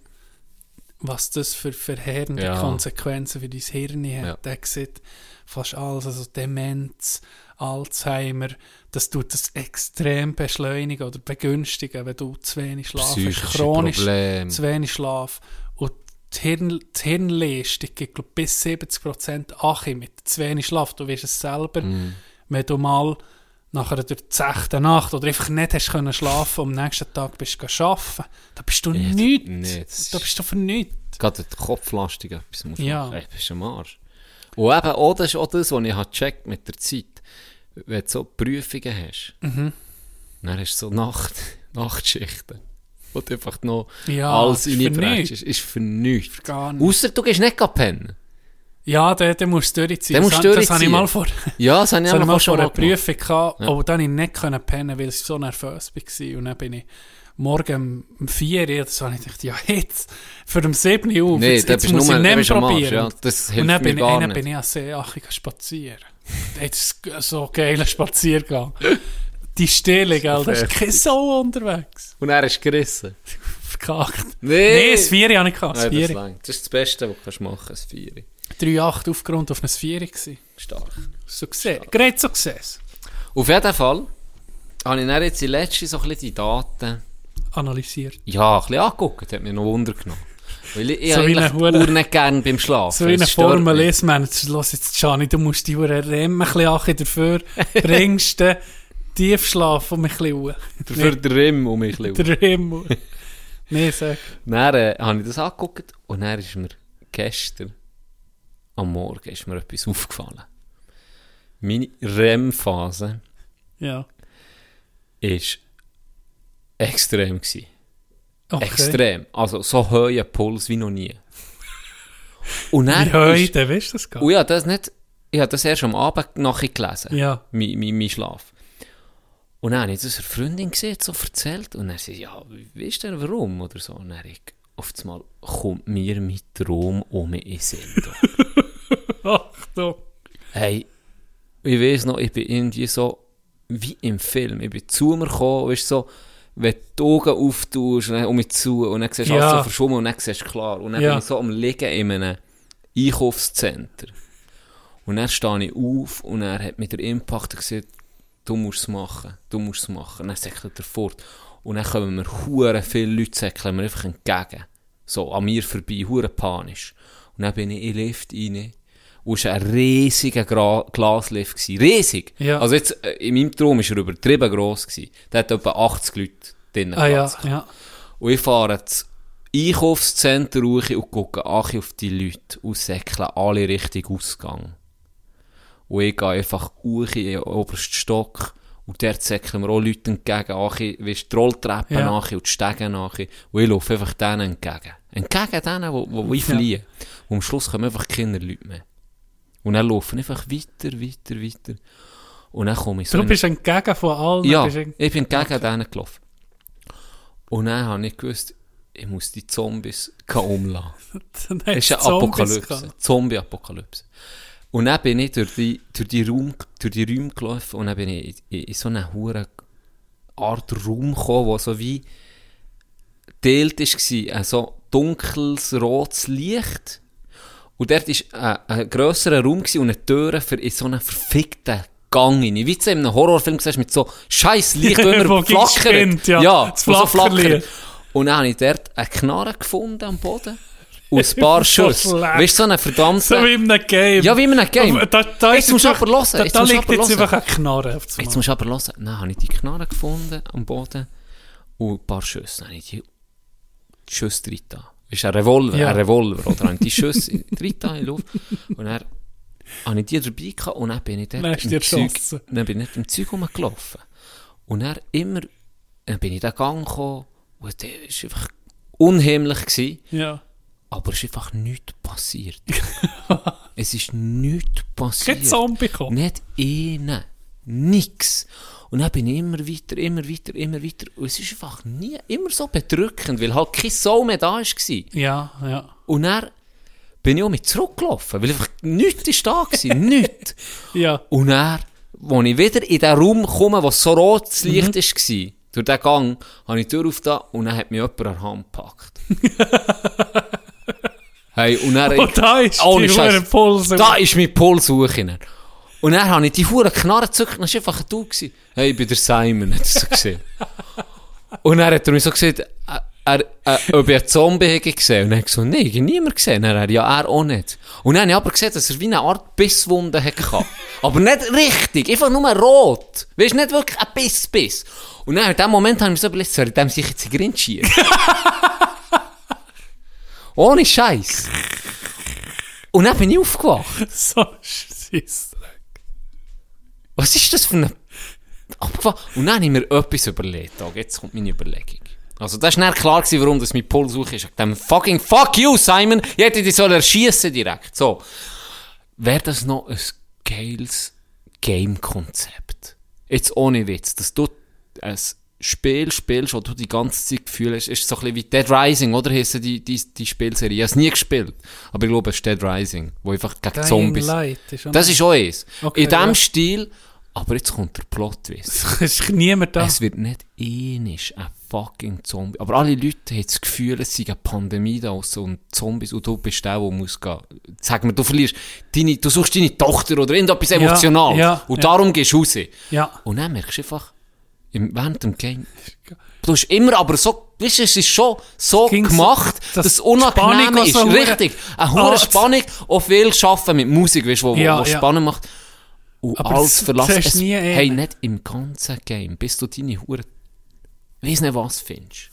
was das für verheerende
Ja.
Konsequenzen für dein Hirn hat.
Ja.
Der sieht fast alles, also Demenz, Alzheimer, das tut das extrem beschleunigen oder begünstigen, wenn du zu wenig Schlaf hast.
Psychische
Chronisch
Probleme.
zu wenig Schlaf. Und die, Hirn, die Hirnleistung geht glaub, bis 70% an mit zu wenig Schlaf. Du weißt es selber,
Mhm.
wenn du mal nachher der zehnten Nacht oder einfach nicht hast können schlafen und am nächsten Tag bist du gegangen arbeiten, da bist du
Nicht,
nichts.
nicht. Das
Da
ist-
bist du für nichts.
Gerade die Kopflastung etwas muss
Ja.
machen. Ey, bist du am Arsch. Und Oh, eben, auch das ist auch das, was ich habe gecheckt mit der Zeit. Wenn du so Prüfungen hast,
Mhm.
dann hast du so Nacht, Nachtschichten. Wo du einfach noch
Ja,
alles
ist für
reinbrätst. Ist, ist für nichts.
Gar nicht.
Ausser du gehst nicht pennen.
Ja, dann da musst du durchziehen.
Dann
Das
musst
ha-
du
Das habe ich
durchziehen.
mal vor,
Ja, das habe ich
das habe ich
einfach
mal
schon
vor
mal
einer
gemacht.
Prüfung gehabt, aber dann habe ich nicht können pennen, weil ich so nervös war. Und dann bin ich morgen um 4 Uhr, das habe ich gedacht, ja jetzt, für um 7 Uhr auf,
Nee,
jetzt,
da
jetzt
bist du
muss
nur-
ich
da
nicht
bist du
mehr
am Arsch,
probieren.
ja, das hilft
und dann
mir
bin, ich-
gar
dann
nicht.
bin ich an Seeachig spazieren. Jetzt so geiler Spaziergang. Die Stille, gell, da ist keine Sau unterwegs.
Und er ist gerissen.
Verkackt.
Nee.
Nee, das 4 habe ich gehabt, das
Nein, das,
4.
reicht. das ist das Beste, was du kannst machen kannst. 4.
3,8 aufgrund auf ein 4 gewesen.
Stark.
So gesehen, gerade so gesehen.
Auf jeden Fall habe ich dann jetzt die letzten so ein bisschen die Daten
Analysiert.
ja, ein bisschen angeguckt, hat mich noch Wunder genommen. Weil ich, ich
So
so
wie
eigentlich
eine Hure-
Uhr nicht gerne beim Schlafen.
So wie ein
Es stört
Formel
mich.
1 Manager, los jetzt Gianni, du musst die Uhren REM ein bisschen anchen, dafür bringst du den Tiefschlaf um ein bisschen hoch.
Dafür der Rimm um mich ein bisschen.
Der REM. Nee, sag.
Dann äh, habe ich das angeguckt und dann ist mir gestern am Morgen ist mir etwas aufgefallen. Meine REM-Phase
Ja.
ist extrem gewesen.
Okay.
Extrem. Also so hohen Puls wie noch nie. Und dann
Wie heute,
ist-
dann weißt du das gar
Und
nicht?
ich habe Oh das nicht, ich habe das erst am Abend nachher gelesen.
Ja.
Mein, mein, mein Schlaf. Und dann habe ich das einer Freundin gesehen, so erzählt. Und dann sie, ja, weißt du denn warum? Oder so. Und dann ich, auf einmal kommt mir mein Traum um in den Sinn.
Achtung.
Hey, ich weiß noch, ich bin irgendwie so wie im Film. Ich bin zu mir gekommen, weißt du, so, wenn du die Augen auftust und dann um mich zu und dann siehst du
Ja.
alles so verschwommen und dann siehst du klar. Und dann
Ja.
bin ich so am Liegen in einem Einkaufscenter. Und dann stehe ich auf und er hat mir der Impact gesagt, du musst es machen, du musst es machen. Und dann säckelt er fort. Und dann kommen mir hure viele Leute säckeln mir einfach entgegen. So, an mir vorbei, hure panisch. Und dann bin ich in den Lift rein. Und es war ein riesiger Gra Glaslift. Gewesen. Riesig!
Ja.
Also jetzt, äh, in meinem Traum war er übertrieben gross. Gewesen. Der hat etwa 80 Leute drinnen
Ah ja,
Platz gehabt.
ja.
Und ich fahre ins Einkaufscenter rauf und gucke ach, auf die Leute und säckle alle richtig Ausgang. Und ich gehe einfach hoch in den obersten Stock und dort säckeln mir auch Leute entgegen, ach, weißt, die Rolltreppen
Ja.
nach und die Stege nach. Und ich laufe einfach denen entgegen. Entgegen denen, wo, wo, wo ich
Ja.
fliehe. Und am Schluss kommen einfach keine Leute mehr. Und dann laufen einfach weiter, weiter, weiter. Und dann komme ich so
Darum
in-
bist du entgegen von allen.
ja,
Bist du-
ich bin gegen denen gelaufen. Und dann habe ich gewusst, ich muss die Zombies umlassen.
Dann
Es ist
hast
eine
du Zombies
Apokalypse.
gehabt.
Zombie-Apokalypse. Und dann bin ich durch die, durch die, Raum, durch die Räume gelaufen und dann bin ich in, in, in so eine hure Art Raum gekommen, wo so wie teilt war. Ein äh, so dunkles, rotes Licht. Und dort war ein, ein grösserer Raum gewesen und eine Tür für in so einen verfickten Gang rein. Wie du es in einem Horrorfilm siehst, mit so scheiß Licht, wo
Wo
immer
gegen die
flackert.
spinnt, ja. Das
wo so
Flackerlicht.
flackert. Und dann habe ich dort eine Knarre gefunden am Boden. Und ein paar
So
Schüsse.
schlecht.
Weißt du, so eine verdammte...
So wie in einem Game.
Ja, wie in einem Game.
Aber Da, da
Jetzt
ist
musst du aber hören,
Da,
jetzt
da
musst du
liegt
aber
jetzt
hören.
einfach ein Knarre auf dem
Jetzt musst du aber hören. Dann habe ich die Knarre gefunden am Boden und ein paar Schüsse. Dann habe ich die Schüsse drin da. Ist ein Revolver,
Ja.
ein Revolver. Oder habe ich die Schüsse drin da in die Luft. Und dann habe ich die dabei gehabt und dann bin ich dort
Dann hast du
im
dir
Zeug,
geschossen.
dann bin ich dort im Zeug rumgelaufen. Und dann immer, dann bin ich in den Gang gekommen und der war einfach unheimlich. Gewesen.
Ja.
Aber es ist einfach nichts passiert. es ist nichts passiert.
Kein Zombie gekommen.
Nicht eine. Nix. Und dann bin ich immer weiter, immer weiter, immer weiter. Und es ist einfach nie, immer so bedrückend, weil halt kein Soul mehr da war.
Ja, ja.
Und dann bin ich auch mit zurückgelaufen, weil einfach nichts ist da war. nichts.
Ja.
Und dann, als ich wieder in den Raum komme, wo so rotes
Mhm.
Licht war, durch den Gang, habe ich die Tür aufgetan und dann hat mich jemand an die Hand gepackt. hey, und dann...
Und Oh, da ist
Ohne
die
Scheiß.
hohe Puls.
Da ist mein Puls hoch hinein. Und dann habe ich die hure Knarre gezückt und dann war einfach du. Gewesen. Hey, ich bin der Simon, hat er so gesehen. und dann hat er mir so gesagt, äh, er, äh, ob ich einen Zombie hätte gesehen. Und dann habe ich gesagt, nein, ich habe niemanden gesehen. Dann hat er, ja, er auch nicht. Und dann habe ich aber gesehen, dass er wie eine Art Bisswunde hatte. aber nicht richtig, einfach nur rot. Weißt du, nicht wirklich ein Biss-Biss. Und dann in dem Moment habe ich mir so überlegt, soll ich dem sicher jetzt in den Grind schießen? Ohne Scheiß. Und dann bin ich aufgewacht.
So Scheiss.
Was ist das für ein Abfall? Und dann habe ich mir etwas überlegt. Okay, jetzt kommt meine Überlegung. Also, das war dann klar, gewesen, warum das mein Puls hoch ist. Ich dem fucking fuck you, Simon! Ich hätte dich sollen erschießen direkt. So. Wäre das noch ein geiles Game-Konzept? Jetzt ohne Witz, dass du ein Spiel spielst, wo du die ganze Zeit Gefühl hast, ist so ein bisschen wie Dead Rising, oder? Heissen die, die, die Spielserie. Ich habe es nie gespielt. Aber ich glaube, es ist Dead Rising, wo einfach gegen
Dying
Zombies.
Light ist auch
Das ist auch eins.
Okay,
In diesem
ja.
Stil. Aber jetzt kommt der Plot-Twist.
ist niemand da.
Es wird nicht ähnlich ein fucking Zombie. Aber alle Leute haben das Gefühl, es sei eine Pandemie da draussen und Zombies und du bist der, der muss gehen. Sag mir, du verlierst deine, du suchst deine Tochter oder irgendetwas Emotionales.
ja,
und
ja.
darum gehst du raus.
Ja.
Und dann merkst du einfach, im, während dem Game, du hast immer aber so, weißt du, es ist schon so
Ging so,
gemacht, dass
dass
es
die
unangenehm
Spannung
ist.
auch so hure-
Richtig. Eine hohe
Ah,
Spannung und viel Schaffen mit Musik, weißt du, wo,
Ja,
wo, wo
ja.
spannend macht. Und
Aber
alles
das
verlassen.
siehst du
Es,
nie ein.
hey, nicht im ganzen Game, bis du deine Hure, weiss nicht was findest.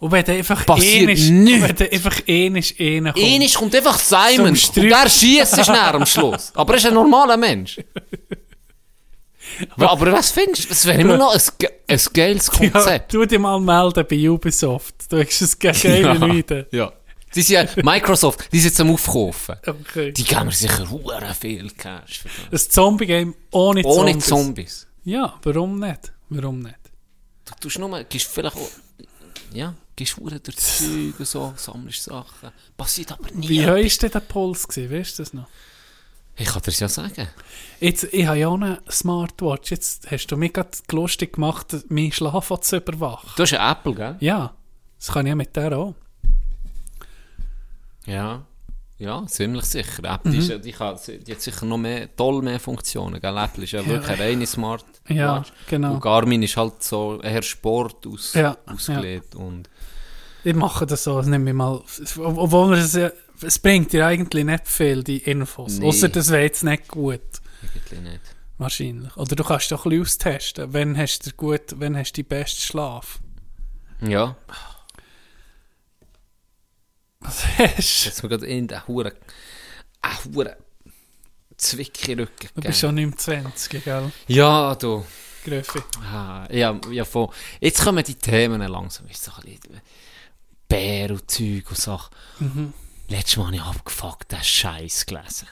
Und wenn der einfach
Passiert
ähnlich-
nichts.
Wenn der einfach ähnlich einer kommt.
Eines kommt einfach Simon
Zum
und der schießt es näher am Schluss. Aber er ist ein normaler Mensch. Aber, aber was findest du? Das wäre immer noch ein, ge- ein geiles
Ja,
Konzept.
tu dich mal melden bei Ubisoft. Du hast es gegen
Ja.
ja. Leute.
Ja. Die sind ja, Microsoft, die sind jetzt am Aufkaufen.
Okay.
Die geben mir sicher hure viel Cash. für das.
Ein Zombie-Game ohne,
Ohne
Zombies.
Zombies.
Ja, warum nicht? Warum nicht?
Du tust nur, gehst vielleicht auch, ja, gehst hure durch die Züge, so, sammelst Sachen. Passiert aber nie.
Wie hoch war denn der Puls? Gewesen? Weißt du das noch?
Ich kann dir ja sagen.
Jetzt, ich habe ja auch eine Smartwatch. Jetzt hast du mich gerade lustig gemacht, meinen Schlaf auch zu überwachen.
Du hast einen Apple, gell?
Ja, das kann ich ja mit der auch.
Ja. Ja, ziemlich sicher. Die App
Mhm.
die ist, ja- die, kann, die hat sicher noch mehr, toll mehr Funktionen. Gell? Apple ist ja, wirklich eine reine Smart.
Ja,
Watch.
genau.
Und Garmin ist halt so eher Sport aus,
Ja,
ausgelegt. Und
Ich mache das so, das nehme ich mal. Obwohl mir es, ja- es bringt dir eigentlich nicht viel, die Infos.
Nee.
Außer das wäre jetzt nicht gut.
irgendwie nicht.
Wahrscheinlich. Oder du kannst doch ein bisschen austesten. Wann hast du gut, wann hast du den besten Schlaf?
Ja,
Was hast du?
jetzt mir gerade in den Huren. Einen Huren. Zwickerrücken.
Du bist schon 29, gell?
Ja, du.
Gröffi.
Ah, ja, ja, voll. Jetzt kommen die Themen langsam. Ist so ein bisschen Bär und Zeug und Sachen.
Mhm.
Letztes Mal habe ich abgefuckt, den Scheiß gelesen.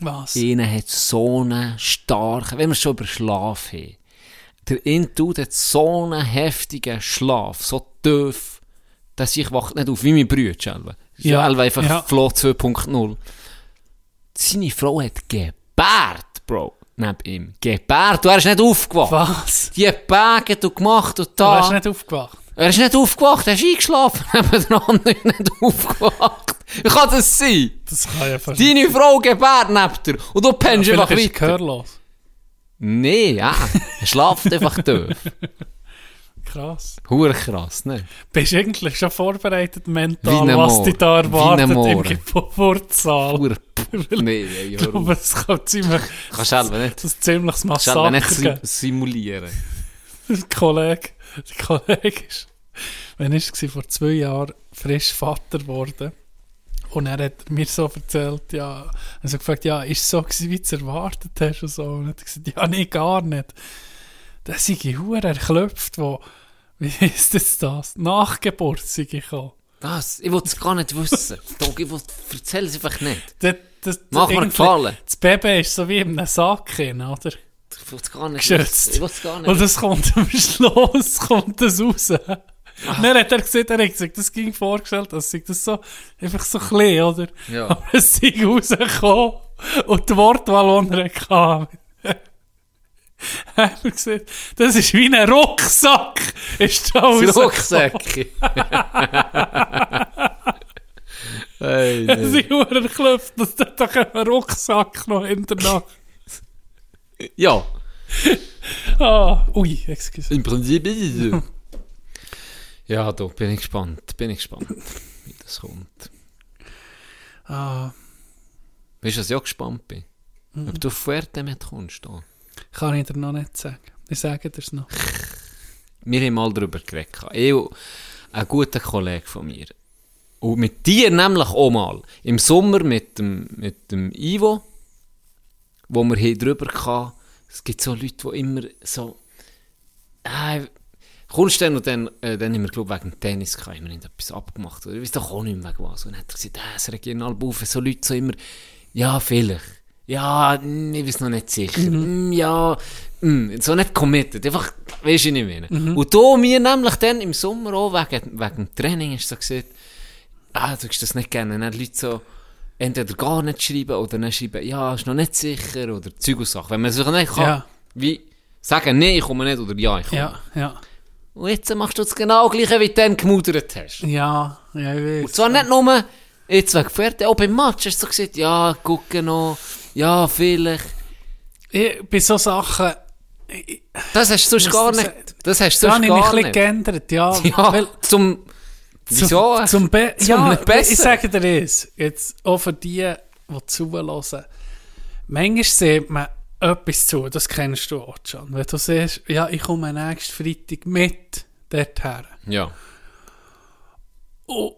Was?
Ihnen hat so einen starken, wenn wir schon über Schlaf haben, der Intuit hat so einen heftigen Schlaf, so tief, dass ich wach nicht auf, wie mein Bruder selber.
Ja,
Selber einfach
ja.
Flo 2.0. Seine Frau hat gebärt, Bro, neben ihm. Gebärt, du wärst nicht aufgewacht.
Was?
Die Berge du gemacht und
Du
da.
hast nicht aufgewacht.
Er ist nicht aufgewacht, er ist eingeschlafen. Neben der anderen ist nicht aufgewacht. Wie kann das sein?
Das kann ja fast
Deine Frau gebärt neben dir und du pennst
Vielleicht
einfach
ist
weiter.
gehörlos.
Nee, ja. Er schlaft einfach durch.
Krass.
Hure krass, ne?
Bist du eigentlich schon vorbereitet
Wie
mental,
ne
was
Moor.
dich da
Wie
erwartet
ne
im
Moor.
Geburtssaal?
Hure. Nee, ey,
Ich
hör
glaube,
auf.
es kann ziemlich,
Kannst selber nicht.
das ist ein ziemliches
Kannst selber nicht
Massaker
sim
geben.
simulieren.
Der Kollege, der Kollege ist, wenn ich war vor zwei Jahren frisch Vater geworden. Und er hat mir so erzählt, ja, also gefragt, ja, ist es so gewesen, wie du es erwartet hast und so. Und er hat gesagt, ja, nee, gar nicht. Da sind die Huren erklopft, wo, wie ist das das? Nachgeburt sind gekommen.
Das, ich will es gar nicht wissen. Dog, ich will, erzähl es einfach nicht.
Das, das,
Mach mir
irgendwie-
gefallen.
Das Baby ist so wie in einem Sack hin, oder?
Ich will es gar nicht wissen.
geschützt.
Ich will es gar nicht
Und das kommt am Schluss, kommt das raus.
Ah.
Und Dann hat er gesagt, er hat gesagt, das ging vorgestellt, als sei das so, einfach so klein, oder?
Ja.
Aber es sei rausgekommen und die Wortwahl, die er kam. Haben wir gesagt, das ist wie ein Rucksack, ist da
Die
rausgekommen.
Rucksäcke. hey,
Das ist nur ein Klopf, dass da doch ein Rucksack noch hinterher.
Ja,
Ah, ui, excuse.
im Prinzip ist es so. Ja, da bin ich gespannt, bin ich gespannt, wie das kommt.
Ah,
Weißt du, dass ich auch gespannt bin? Ob du auf Fuertemet kommst, da.
kann ich dir noch nicht sagen. Ich sage dir es noch.
Wir haben mal darüber geredet. Ich und ein guter Kollege von mir. Und mit dir nämlich auch mal. Im Sommer mit dem, mit dem Ivo, wo wir hier drüber hatten. Es gibt so Leute, die immer so... Ah, kommst du dann und dann, äh, dann haben wir, glaube wegen dem Tennis gehabt, immer etwas abgemacht. Oder ich weiß doch auch nicht mehr wegen was. Und dann hat er gesagt, ah, das Regionalbufe, so Leute so immer, ja, vielleicht. Ja, mm, ich weiß noch nicht sicher. Mm, ja, mm, so nicht committed. Einfach, weißt du, was ich meine. Und da mir nämlich dann im Sommer auch wegen, wegen dem Training hast du so gesagt, ah, du hast das nicht gerne. Und dann Leute so, entweder gar nicht schreiben oder dann schreiben, ja, ist noch nicht sicher oder Zeug und Sachen. Wenn man sich nicht kann,
Ja.
wie sagen, nee, ich komme nicht oder ja, ich komme.
Ja, ja.
Und jetzt machst du das genau gleiche, wie du dann gemudert hast.
Ja, ja, ich weiß.
Und zwar nicht nur jetzt wegen Pferde, auch beim Match hast du so gesagt, ja, gucken noch, ja, vielleicht.
Ich, bei so Sachen, ich,
Das hast du sonst
Muss
gar
ich
nicht. Das hast du
da habe
sonst
ich mich ein
gar
bisschen
nicht.
geändert, ja.
Ja,
weil-
zum... Wieso?
Zum, zum Be
Zum
ja,
nicht besser.
ich sage dir es, jetzt auch für die, die zuhören, manchmal sieht man etwas zu, das kennst du auch schon. Wenn du siehst, ja, ich komme nächsten Freitag mit dorthin.
ja.
Und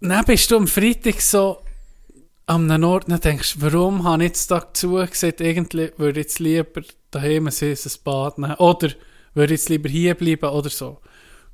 dann bist du am Freitag so an einem Ort und denkst, warum habe ich jetzt da zugesagt, irgendwie würde ich jetzt lieber daheim ein süßes Bad nehmen oder würde ich jetzt lieber hier bleiben oder so.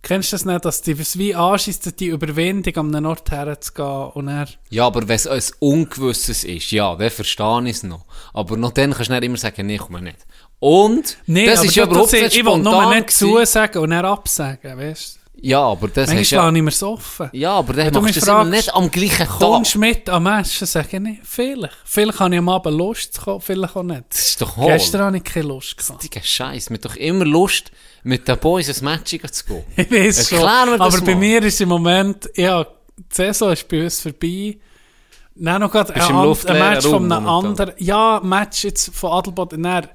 Kennst du das nicht, dass die was wie anschießt, die Überwindung an einem Ort herzugehen und er
Ja, aber wenn es ein Ungewisses ist, ja, dann verstehe ich es noch. Aber noch dann kannst du nicht immer sagen, nee, komm nicht. Und, das ist ja überhaupt nicht
Ich will
spontan
nur nicht
gewesen.
zusagen und er absagen, weißt du.
Ja, aber das
Manchmal
hast ja...
lasse ich mir es offen.
Ja, aber dann
Wenn du
machst du
mich
das immer
fragst,
nicht am gleichen Tag.
Kommst du mit am Essen, sage ich nicht, vielleicht. Vielleicht habe ich am Abend Lust zu kommen, vielleicht auch nicht.
Das ist doch hohl.
Gestern habe ich keine Lust gehabt.
richtiger Scheiß. Mir hat doch immer Lust, mit den Boys ein Match zu gehen.
Ich weiß schon.
Erklären wir das
aber bei
mal.
mir ist im Moment, ja, die Saison ist bei uns vorbei. Dann noch gerade ein,
Bist im
an- ein
luftleeren
Match
Raum
von einem
momentan.
anderen. Ja, Match jetzt von Adelboden. Dann,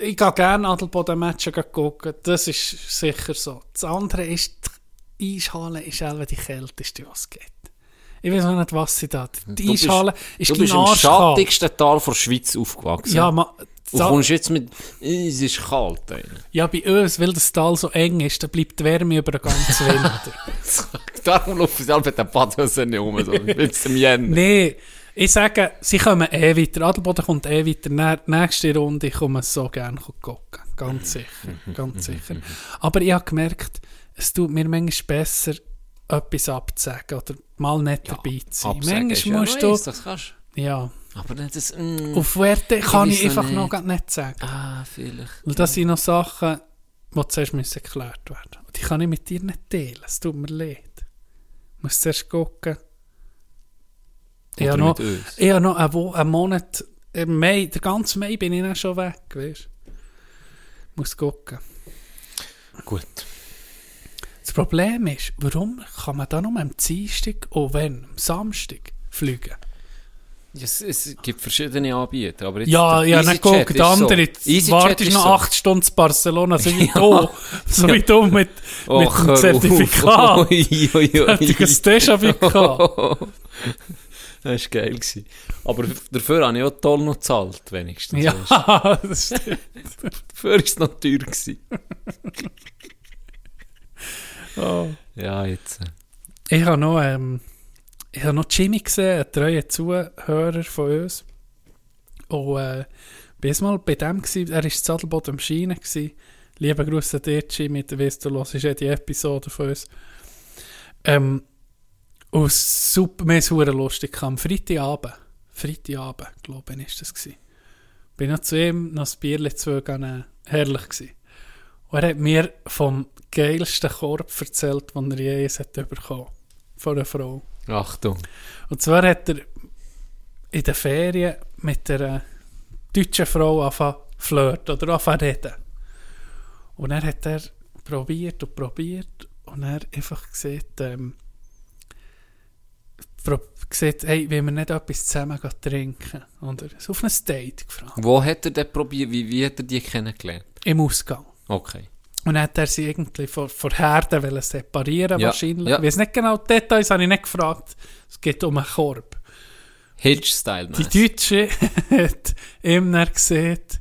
ich gehe gerne Adelboden-Matchen gehen gucken. Das ist sicher so. Das andere ist, die Eishalle ist eben die kälteste, was es gibt. Ich weiß noch nicht, was sie da. Die Eishalle ist
Du bist im
arschkalt.
schattigsten Tal der Schweiz aufgewachsen.
Ja, ma,
Und
da-
kommst jetzt mit, «Äh, es ist kalt. ey.»
ja, bei uns, weil das Tal so eng ist, da bleibt die Wärme über den ganzen Winter.
Darum laufen sie alle mit den Badhosen nicht rum, so bis zum Jänner.
Nee, ich sage, sie kommen eh weiter. Adelboden kommt eh weiter. Nä- Nächste Runde kommen sie so gerne gucken. Ganz sicher. ganz sicher. Aber ich habe gemerkt, es tut mir manchmal besser, etwas abzusagen oder mal nicht dabei zu sein.
Absagen ist
Manchmal musst
ja,
du.
weiss, das kannst.
Ja.
Aber nicht das, mm,
Auf Werte kann
Ich
ich
weiss noch
einfach noch
nicht.
grad nicht sagen.
ah, vielleicht.
Weil das sind noch Sachen, die zuerst müssen geklärt werden Und die kann ich mit dir nicht teilen. Es tut mir leid. Ich muss zuerst gucken. Ich
Oder
habe noch,
mit uns.
ich habe noch einen, Wo- einen Monat, im Mai, den ganzen Mai bin ich dann schon weg, weißt du. Ich muss gucken.
Gut.
Das Problem ist, warum kann man da nur am Dienstag und wenn? Am Samstag fliegen?
Ja, Es, es gibt verschiedene Anbieter, aber jetzt
Ja,
der
ja, dann
EasyJet
guck,
ist
der andere,
so.
jetzt
EasyJet
wartest
ist
noch
so.
acht Stunden zu Barcelona, so wie du, so wie du mit, mit
Och, Oh, hör
dem
auf.
Zertifikat.
Ui, ui, ui.
Hätte ich ein Déjà-vu
Das war geil. Gewesen. Aber dafür habe ich auch toll noch gezahlt, wenigstens. Weißt du,
Ja, das stimmt.
Dafür war es noch teuer. Gewesen.
Oh.
Ja, jetzt. äh,
Ich habe noch, ähm, ich habe noch Jimmy gesehen, einen treuen Zuhörer von uns. Und äh, bin jetzt mal bei dem, gewesen, er war Zadelboden am Schienen. Gewesen. Liebe Grüße an dir, Jimmy, du weißt, du hörst jede Episode von uns. Ähm, und super, mir ist verdammt lustig, gehabt. am Freitagabend, Freitagabend, glaube ich, ist das gewesen. Bin noch zu ihm, noch ein Bierchen zu ihm gegangen, herrlich gewesen. Und er hat mir vom geilsten Korb erzählt, den er je eins hat bekommen Von einer Frau.
Achtung.
Und zwar hat er in den Ferien mit einer deutschen Frau angefangen zu flirten oder angefangen zu reden. Und dann hat er probiert und probiert und er einfach gesehen, ähm, pro- gesehen hey, wollen wir nicht etwas zusammen gehen trinken? Oder so auf ein Date gefragt.
Wo hat er denn probiert? Wie, wie hat er die kennengelernt?
Im Ausgang.
Okay.
Und dann hat er sie irgendwie von, von Herden wollen separieren
Ja,
wahrscheinlich.
ja.
Ich weiß nicht genau die Details, habe ich nicht gefragt. Es geht um einen Korb.
Hitch-Style,
Die
nice.
Deutsche hat ihm dann gesagt,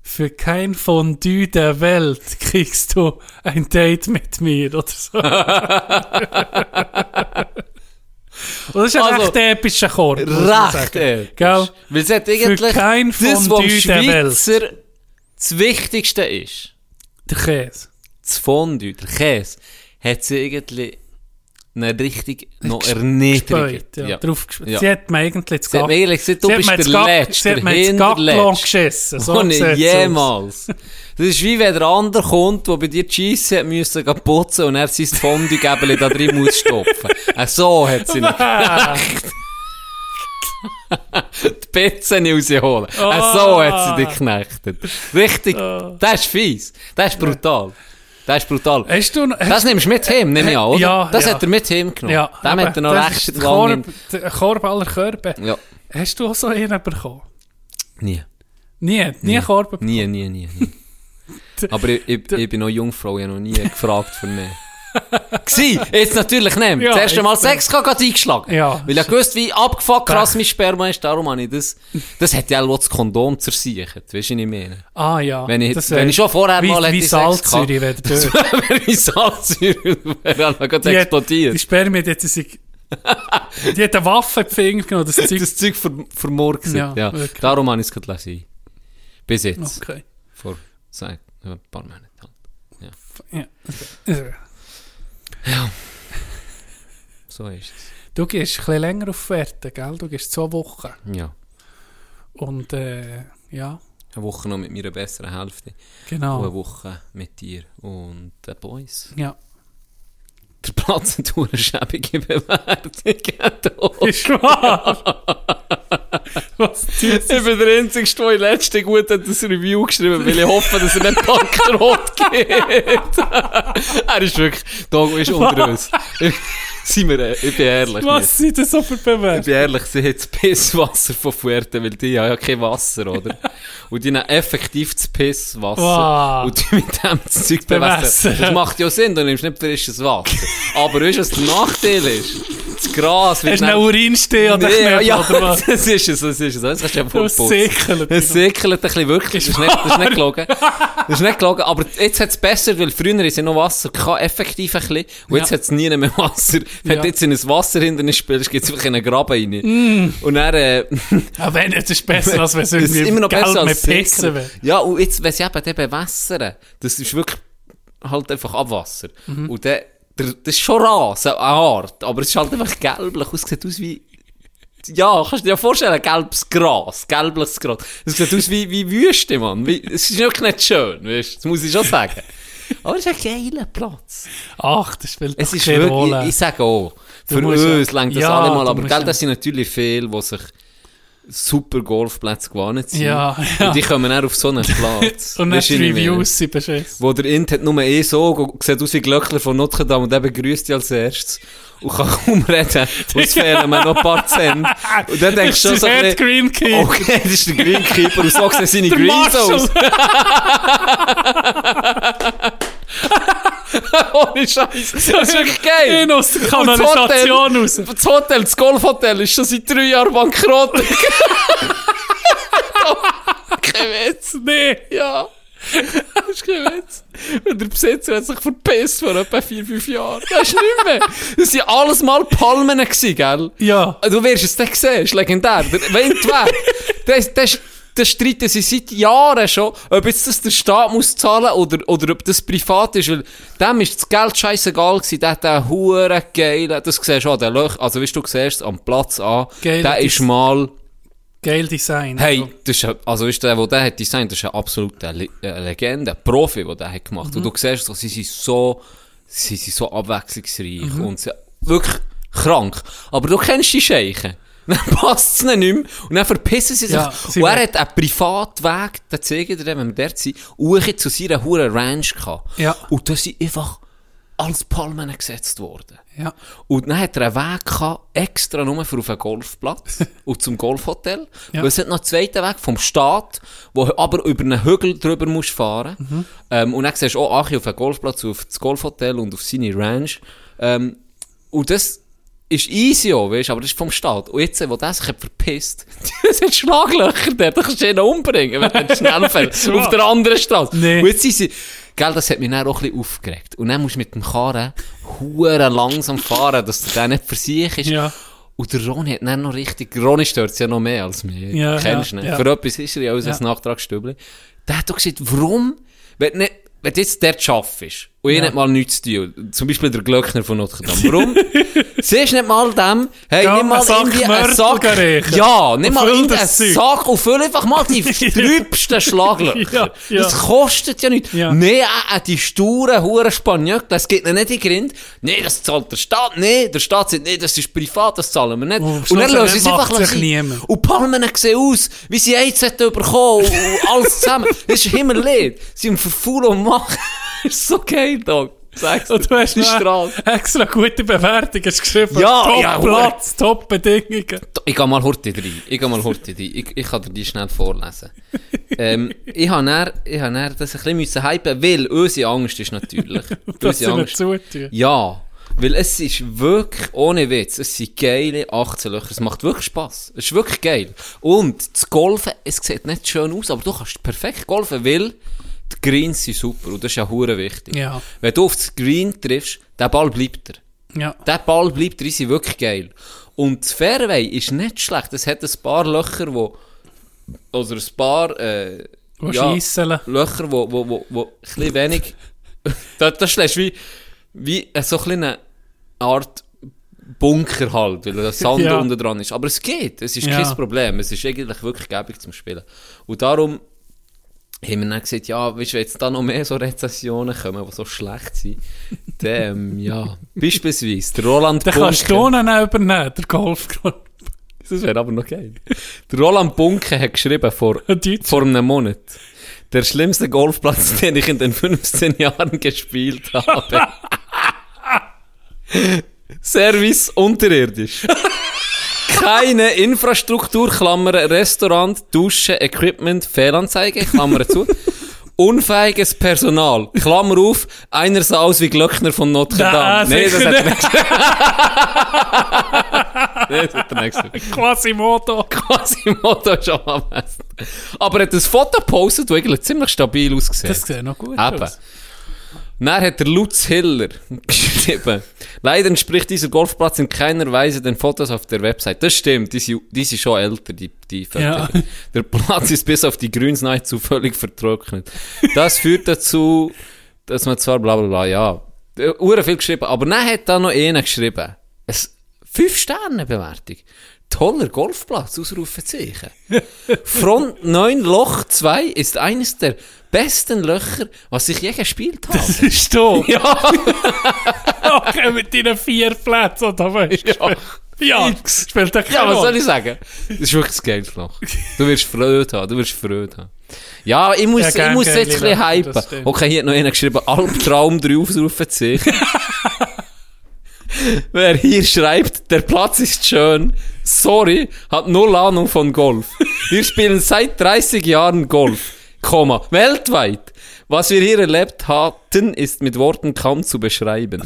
für kein Fondue der Welt kriegst du ein Date mit mir oder so. Und das ist ein
Also,
recht epischer Korb. muss man
Recht,
sagen.
ey.
Gell?
Weil es hat eigentlich
kein
das, was im
Fondue der Welt.
Schweizer das Wichtigste ist,
Der Käse.
das Fondue, der Käse, hat sie irgendwie eine richtig noch erniedrigt.
Spät, ja.
Ja.
Drauf gesp-
Ja.
Sie hat mir eigentlich das
Sie hat mir ehrlich gesagt, du
Sie hat
bist
mir
der
das Gack-
Letzte,
Sie hat
der
mir das Gacklon
Hinterletzte.
geschissen. So
Ohne
sieht's aus.
jemals. Das ist wie wenn der andere kommt, der bei dir die Scheisse hat müssen gehen putzen und er sein Fondue-Gäbeli da drin muss stopfen. Äh, so hat sie nicht die Pizza nicht rausholen. Äh,
Ah.
so hat sie dich geknechtet. Richtig, das ist fies. Das ist brutal. Das ist brutal.
Hast du noch,
Das nimmst du mit heim, nehme ich an, oder?
Ja,
das
ja.
hat er mit heim genommen.
ja,
Dem
eben,
hat er noch
das
recht
ist der
lang...
Korb,
im-
der Korb aller Körbe.
Ja,
Hast du auch so einen bekommen?
nie.
Nie, nie Korb.
Nie, nie, nie, nie. Aber ich, ich, ich bin noch Jungfrau, ich habe noch nie gefragt für mich. Gsi, jetzt natürlich nicht.
Ja,
das erste Mal
jetzt
Sex gehabt, gerade eingeschlagen.
Ja.
Weil ich gewusst, wie abgefuckt krass mein Sperma ist, darum habe ich das. Das hat ja auch das Kondom zersichert, weißt du, was ich meine?
Ah ja.
Wenn ich,
das
wenn
wär-
ich schon vorher
wie,
mal
Wie
hätte Sex gehabt.
Salzsäure, wenn du
Das wäre wie Salzsäure, wäre dann gerade
Die hat- Die
explodiert.
Spermie die hat sich... Die hat eine Waffe in die Finger genommen, das Zeug.
Das Zeug ver vermurksen.
Ja,
Ja,
wirklich.
Darum habe ich es gerade lassen. Bis jetzt.
Okay.
Vor seit, ja, ein paar Monaten. halt. Ja,
Ja. okay.
so ist es.
Du gehst ein bisschen länger auf Werte, gell? Du gehst zwei Wochen.
Ja.
Und äh, ja,
Eine Woche noch mit meiner besseren Hälfte. Und eine
genau.
Woche mit dir und den Boys.
Ja.
Der Platz hat eine schäbige Bewertung.
Ist wahr! Was tut
ich bin der Einzige, der in letzter gut hat das Review geschrieben, weil ich hoffe, dass er nicht bankrott geht. er ist wirklich, Dogo ist unter uns. Seien wir, äh, ich bin ehrlich.
Was sind das so für
Ich
Bewerber?
bin ehrlich, sie hat das Pisswasser von Fuerte, weil die haben ja kein Wasser, oder? Und die nehmen effektiv das Pisswasser
Wow.
und die mit dem das Zeug bewässern.
Bewässern.
Das macht ja Sinn, du nimmst nicht frisches Wasser. Aber weißt du, was der Nachteil ist? Das Gras wird
Hast du einen
dann-
Urin stehen oder
Nou- Nee, ja,
Knöpfe,
ja,
oder was?
das ist es, das ist es. Das kannst du einfach
Das
putzen.
sickert.
Es sickert ein bisschen wirklich, das ist nicht, das ist nicht gelogen. Das ist nicht gelogen, aber jetzt hat es besser, weil früher ist ja noch Wasser gehabt, effektiv ein bisschen, und jetzt
Ja.
hat es nie mehr Wasser. Wenn
Ja.
du jetzt in ein Wasserhindernis spielst, gibt es einfach in einen Graben rein.
Mm.
Und dann, äh,
Aber wenn, es ist besser, als wenn es
ist
irgendwie
immer noch
Geld
besser
mit
als
Pissen wäre.
sickert. Ja, und jetzt, wenn sie eben dann bewässern, das ist wirklich halt einfach Abwasser.
Mhm.
Und dann, der, das ist schon Rasen, eine Art, aber es ist halt einfach gelblich, und es sieht aus wie, ja, kannst du dir ja vorstellen, gelbes Gras, gelbliches Gras. Das sieht aus wie, wie Wüste, Mann. Wie, es ist wirklich nicht schön, weißt du, das muss ich schon sagen. Aber es ist ein geiler Platz.
Ach, das spielt
Es
doch
ist
keine
wirklich,
Rolle.
ich, ich sage auch, für
musst
uns
ja-
längt das
Ja,
allemal,
du
aber
musst
gell,
ja-
das sind natürlich viele, die sich super Golfplätze gewonnen sind.
Ja, ja.
Und die kommen dann auf so einen Platz.
Und
Weisst
nicht
du,
die
wie ich meine?
Reviews sind beschissen.
Wo der Int hat nur eh so, go- sieht aus wie Glöckler von Notre Dame und eben grüßt dich als erstes. Und kann kaum reden. Und es fehlen mir noch ein paar Cent. Und dann denkst du schon
Das
so
ist der
ein
Red
bisschen,
Green Key.
okay, das ist der Greenkeeper und so sehen seine Greens aus. Ohne Scheiß. Das ist wirklich geil.
In aus der
Und das
Kanalisation raus.
Hotel- Das Hotel, das Golfhotel ist schon seit drei Jahren bankrott. Kein Witz.
Nee.
Ja. Das ist kein Witz. Und der Besitzer hat sich verpisst vor etwa vier, fünf Jahren. Das ist nicht mehr. Das waren alles mal Palmen, gewesen, gell?
Ja.
Du wirst es dann sehen, ist legendär. Der Wind weg. Das, das, das streiten sie seit Jahren schon, ob jetzt das der Staat muss zahlen oder, oder ob das privat ist, weil dem ist das Geld scheißegal gewesen, der hat einen huren geilen, das siehst du an den Löchern, also weißt du, du siehst es am Platz an,
Geil,
der
das-
ist mal,
Geil Design.
Hey, das ist, ein- also ist der, der den hat designt, das ist eine absolute Le eine Legende, ein Profi, der den hat gemacht. Und du siehst, so, sie sind so, sie sind so abwechslungsreich und sie, wirklich krank. Aber du kennst die Scheichen. Dann passt es ihnen nicht mehr und dann verpissen sie sich.
Ja, sie
und er
wollen-
hat einen Privatweg, den zeige ich dir, wenn wir dort sind, hoch zu seiner Huren Ranch gehabt.
Ja.
Und da sind einfach alles Palmen gesetzt worden.
Ja.
Und dann hat er einen Weg gehabt, extra nur für auf einen Golfplatz und zum Golfhotel.
Ja.
Und es hat noch einen zweiten Weg vom Staat, wo du aber über einen Hügel drüber musst fahren.
Mhm.
Ähm, und dann siehst du auch Achi auf einen Golfplatz, auf das Golfhotel und auf seine Ranch. Ähm, und das ist easy, auch, weißt, du, aber das ist vom Staat. Und jetzt, wo der sich hat verpisst, das sind Schlaglöcher dort, da kannst du ihn umbringen, wenn der schnell fährt. auf der anderen Straße.
Nee.
Und jetzt sind sie, gell, das hat mich dann auch ein bisschen aufgeregt. Und dann musst du mit dem Karren huren langsam fahren, dass der nicht für sich ist.
Ja.
Und der Ronny hat dann noch richtig, Ronny stört es ja noch mehr als mir.
Ja,
Äh, Kennst du
ja,
nicht?
ja.
Für etwas ist er ja unser
Ja.
Nachtragsstübli. Der hat doch gesagt, warum, wenn, du nicht, wenn du jetzt dort arbeitest und ich
Ja.
nicht mal nichts zu tun, zum Beispiel der Glöckner von Notre Dame, warum siehst du nicht mal dem, hey,
Ja,
nimm mal
einen Sack
irgendwie einen
Mörtel
Sack,
reichen.
ja, nimm
Und
mal
füll
irgendwie einen
das Zeug.
Sack und füll einfach mal die trübsten Schlaglöcher.
Ja, ja.
Das kostet ja nichts.
Ja.
Nee, äh, äh, die sturen huren Spanjöckel, das geht ihnen nicht in den Grind. Nee, das zahlt der Staat. Nee, der Staat sagt, nee, das ist privat, das zahlen wir nicht.
Und
und dann
schlussendlich
lösen sie einfach
macht sich
ein bisschen-
niemand.
Und die Palmen sehen aus, wie sie AIDS hätten bekommen und, und alles zusammen. Das ist himmellied. Sie haben verfahren und machen. Das ist so geil, Dog. Sag's
Und du hast
die
noch
Straße.
extra gute Bewertung hast geschrieben.
Ja,
top
ja,
Platz, top Bedingungen.
Ich gehe mal Horti rein. Ich gehe mal Horti rein. Ich, ich kann dir die schnell vorlesen. ähm, ich habe dann, ich hab dann das ein bisschen müssen hypen, weil unsere Angst ist natürlich.
Das sind
unsere
wir
Angst.
zutun.
Ja, weil es ist wirklich, ohne Witz, es sind geile 18 Löcher. Es macht wirklich Spass. Es ist wirklich geil. Und das Golfen, es sieht nicht schön aus, aber du kannst perfekt golfen, weil die Greens sind super und das ist ja hure wichtig.
Ja.
Wenn du auf das Green triffst, der Ball bleibt er.
Ja.
Der Ball bleibt drin, sind wirklich geil. Und das Fairway ist nicht schlecht. Es hat ein paar Löcher, wo, also ein paar, äh,
Wo scheisseln.
Löcher, wo, wo, wo, wo ein bisschen wenig, da, da schlägst du wie, wie eine so eine Art Bunker halt, weil der Sand
Ja.
unten dran ist. Aber es geht, es ist
Ja.
kein Problem. Es ist eigentlich wirklich gäbig zum Spielen. Und darum, haben wir dann gesagt, ja, weißt du, wenn jetzt da noch mehr so Rezessionen kommen, die so schlecht sind, dann, ähm, ja, beispielsweise der Roland
Dann kannst du
Bunke.
ihn auch übernehmen, der Golfclub.
Das wäre aber noch geil. Der Roland Bunke hat geschrieben vor,
Ein Deutscher.
vor einem Monat. Der schlimmste Golfplatz, den ich in den 15 Jahren gespielt habe. Service unterirdisch. Keine Infrastruktur, Klammer, Restaurant, Dusche, Equipment, Fehlanzeige, Klammer zu. Unfähiges Personal, Klammer auf, einer sah aus wie Glöckner von Notre Dame.
Nein, ah, sicher
hat er nicht. Nein, das hat er nicht gesagt.
Quasimodo.
Quasi Motto ist am besten. Aber er hat ein Foto gepostet, das eigentlich ziemlich stabil aussieht.
Das sieht noch gut
Eben.
aus.
Dann hat der Lutz Hiller geschrieben, leider entspricht dieser Golfplatz in keiner Weise den Fotos auf der Website. Das stimmt, die sind, die sind schon älter, die, die Fotos.
Ja.
Der Platz ist bis auf die Grüns nahezu völlig vertrocknet. Das führt dazu, dass man zwar bla bla bla, ja, äh, hure viel geschrieben, aber dann hat da noch einer geschrieben. Es, fünf Sterne Bewertung. Toller Golfplatz, Ausrufezeichen. Front 9 Loch 2 ist eines der besten Löcher, was ich je gespielt habe.
Das ist du.
Ja,
Okay, mit deinen vier Plätzen, oder weißt
Ja.
du? Ja, spielt doch keine
ja, was soll
Rolle.
ich sagen? Das ist wirklich das geiles Loch. Du wirst Freude haben, du wirst Freude haben. Ja, ich muss,
Ja, gern
ich muss
kenn
jetzt
ich
ein bisschen
Leute,
hypen.
das stimmt.
Okay, hier hat noch einer geschrieben, Albtraum 3 Ausrufezeichen. Wer hier schreibt, der Platz ist schön, sorry, hat null Ahnung von Golf. Wir spielen seit 30 Jahren Golf, Komma, weltweit. Was wir hier erlebt hatten, ist mit Worten kaum zu beschreiben.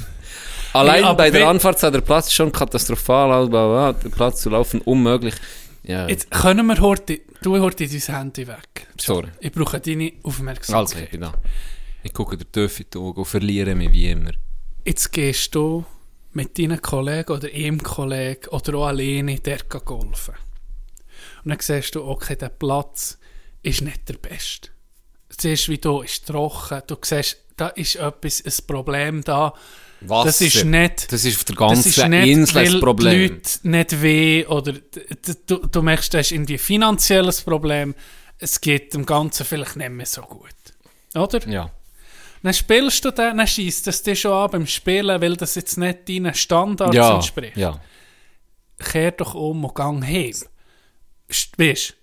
Allein
Ja, aber
bei der
wenn-
Anfahrt sah der Platz schon katastrophal aus, bla, bla, bla, den Platz zu laufen unmöglich. Ja,
Jetzt können wir heute, du heute dein Handy weg.
sorry.
Ich brauche deine
Also, ich
Aufmerksamkeit.
bin da. Ich gucke dir tief in die Augen und verliere mich wie immer.
Jetzt gehst du mit deinen Kollegen oder ihm Kollegen oder auch alleine dort gehen golfen. Und dann siehst du, okay, der Platz ist nicht der beste. Siehst, wie du ist trocken. Du siehst, da ist etwas, ein Problem da.
Wasser.
Das ist nicht...
Das ist auf der
Das
ganzen
ist nicht,
Insel
weil
das
die
Problem.
Leute nicht weh oder d- d- du, du merkst, das ist irgendwie ein finanzielles Problem. Es geht dem Ganzen vielleicht nicht mehr so gut. Oder?
Ja.
Dann spielst du den, dann schießt es dich schon an beim Spielen, weil das jetzt nicht deinen Standards
Ja.
entspricht.
ja.
Kehr doch um und gang heim. St- Weisst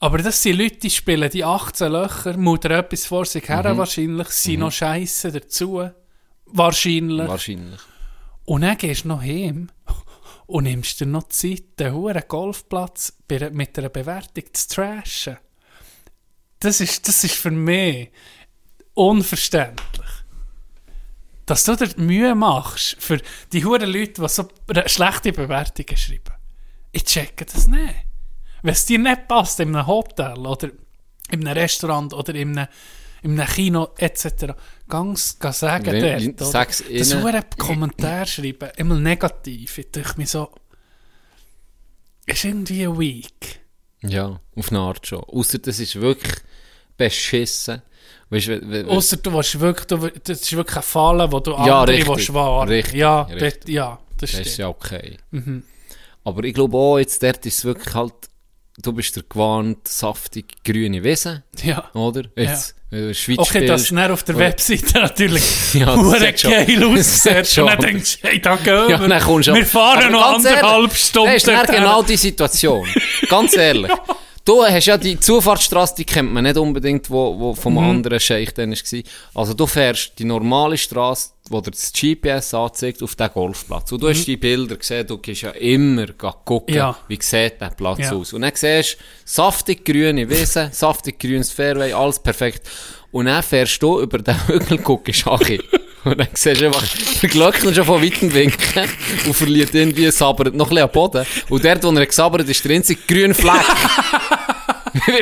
Aber das sind Leute, die spielen die 18 Löcher, mutter etwas vor sich
Mhm.
her wahrscheinlich, sind noch scheiße dazu. Wahrscheinlich.
Wahrscheinlich.
Und dann gehst du noch heim und nimmst dir noch die Zeit, den hohen Golfplatz bei- mit einer Bewertung zu trashen. Das ist, das ist für mich unverständlich. Dass du dir die Mühe machst für die hohen Leute, die so re- schlechte Bewertungen schreiben. Ich checke das nicht. Wenn es dir nicht passt, in einem Hotel oder in einem Restaurant oder in einem, in einem Kino etc., ganz geh sagen
Wenn-
dort. oder?
sag's
Das
ihnen.
hohe Kommentar schreiben, immer negativ. Ich dachte mir so, ist irgendwie weak.
Ja, auf eine Art schon. Außer das ist wirklich beschissen. Weißt, du, wenn- wenn-
Außer du willst wirklich, du, will- das ist wirklich eine Falle, wo du
Ja,
andere
richtig.
willst wahren.
Richtig,
Ja,
richtig.
dort- ja, das
Das ist
stimmt.
ja okay.
Mhm.
Aber ich glaube auch, jetzt dort ist es wirklich halt, du bist der gewarnt, saftig, grüne Wesen,
Ja.
oder? Jetzt, wenn du Schweiz
Okay,
spielst.
das ist dann auf der
Ja.
Webseite natürlich
Ja, das
hure
sieht schon-
geil
das sieht
aussieht.
schon
Und dann denkst du, hey, da gehen
ja,
wir.
dann kommst du
wir
ab.
fahren
Aber
noch
ganz ehrlich,
anderthalb Stunden.
Das ist dann
dorthin.
genau die Situation. ganz ehrlich. Du hast ja die Zufahrtsstraße, die kennt man nicht unbedingt, wo, wo
Mhm.
vom anderen Scheich dann war. Also du fährst die normale Straße, wo dir das GPS anzeigt, auf den Golfplatz. Und du hast die Bilder gesehen, du gehst ja immer gucken,
Mhm. Ja.
wie sieht der Platz
Ja.
aus. Und dann siehst du saftig grüne Wiesen, saftig grünes Fairway, alles perfekt. Und dann fährst du über den Hügel, guckst an. Und dann siehst du einfach, der Glöckner schon von weitem winken und verliert irgendwie, sabbert noch ein bisschen am Boden. Und dort, wo er gesabbert ist, der einzige grüne Fleck.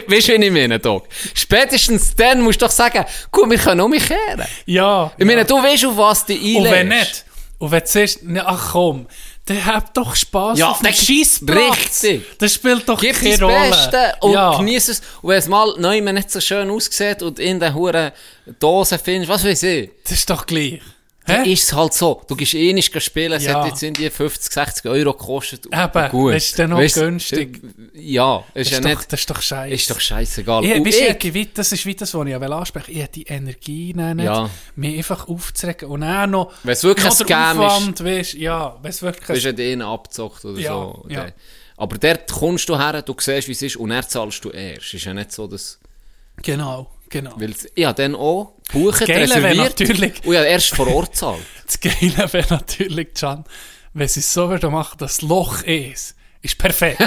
weißt du, wie ich meine, Doc? Spätestens dann musst du doch sagen, gut, wir können umkehren.
Ja.
Ich meine, du weißt, auf was du einlässt.
Und wenn nicht, und wenn du siehst, ne, ach komm, dann habt doch Spass
Ja,
auf dem
dann-
Scheissplatz.
richtig.
Das spielt doch
Gib
keine
dein
Rolle.
Beste und
ja.
genieß es. Und wenn es mal neu nicht so schön aussieht und in der huren Dose findest, was weiß ich,
Das ist doch gleich.
dann
Hä?
ist es halt so. Du gehst eh nicht spielen, es
Ja. Äh,
hat jetzt irgendwie 50, 60 Euro gekostet. und
Eben,
gut.
das ist dann noch
Weißt du,
günstig.
Ja, ist,
Das
ja
ist, doch,
nicht,
das ist doch scheiße.
ist doch scheißegal.
ich,
Und eh
weißt, du, ich,
ich-
hab die Wit- das ist wie das, was ich ja will ansprechen Ich habe die Energie dann nicht,
Ja.
mich einfach aufzuregen. Und auch noch.
Wenn's wirklich
noch
ein
der
Scam ist.
Aufwand, Weißt, ja, wenn es wirklich.
bist ja denen abgezockt oder
Ja,
so.
ja.
Dann- Aber dort kommst du her, du siehst, wie es ist, und dann zahlst du erst. Ist ja nicht so, dass...
genau, genau.
Weil ja, dann auch buchen,
Geile wäre
reserviert,
natürlich-
und ja erst vor Ort zahlt.
Das Geile wäre natürlich, Can, wenn sie es so würden machen, dass das Loch ist, ist perfekt.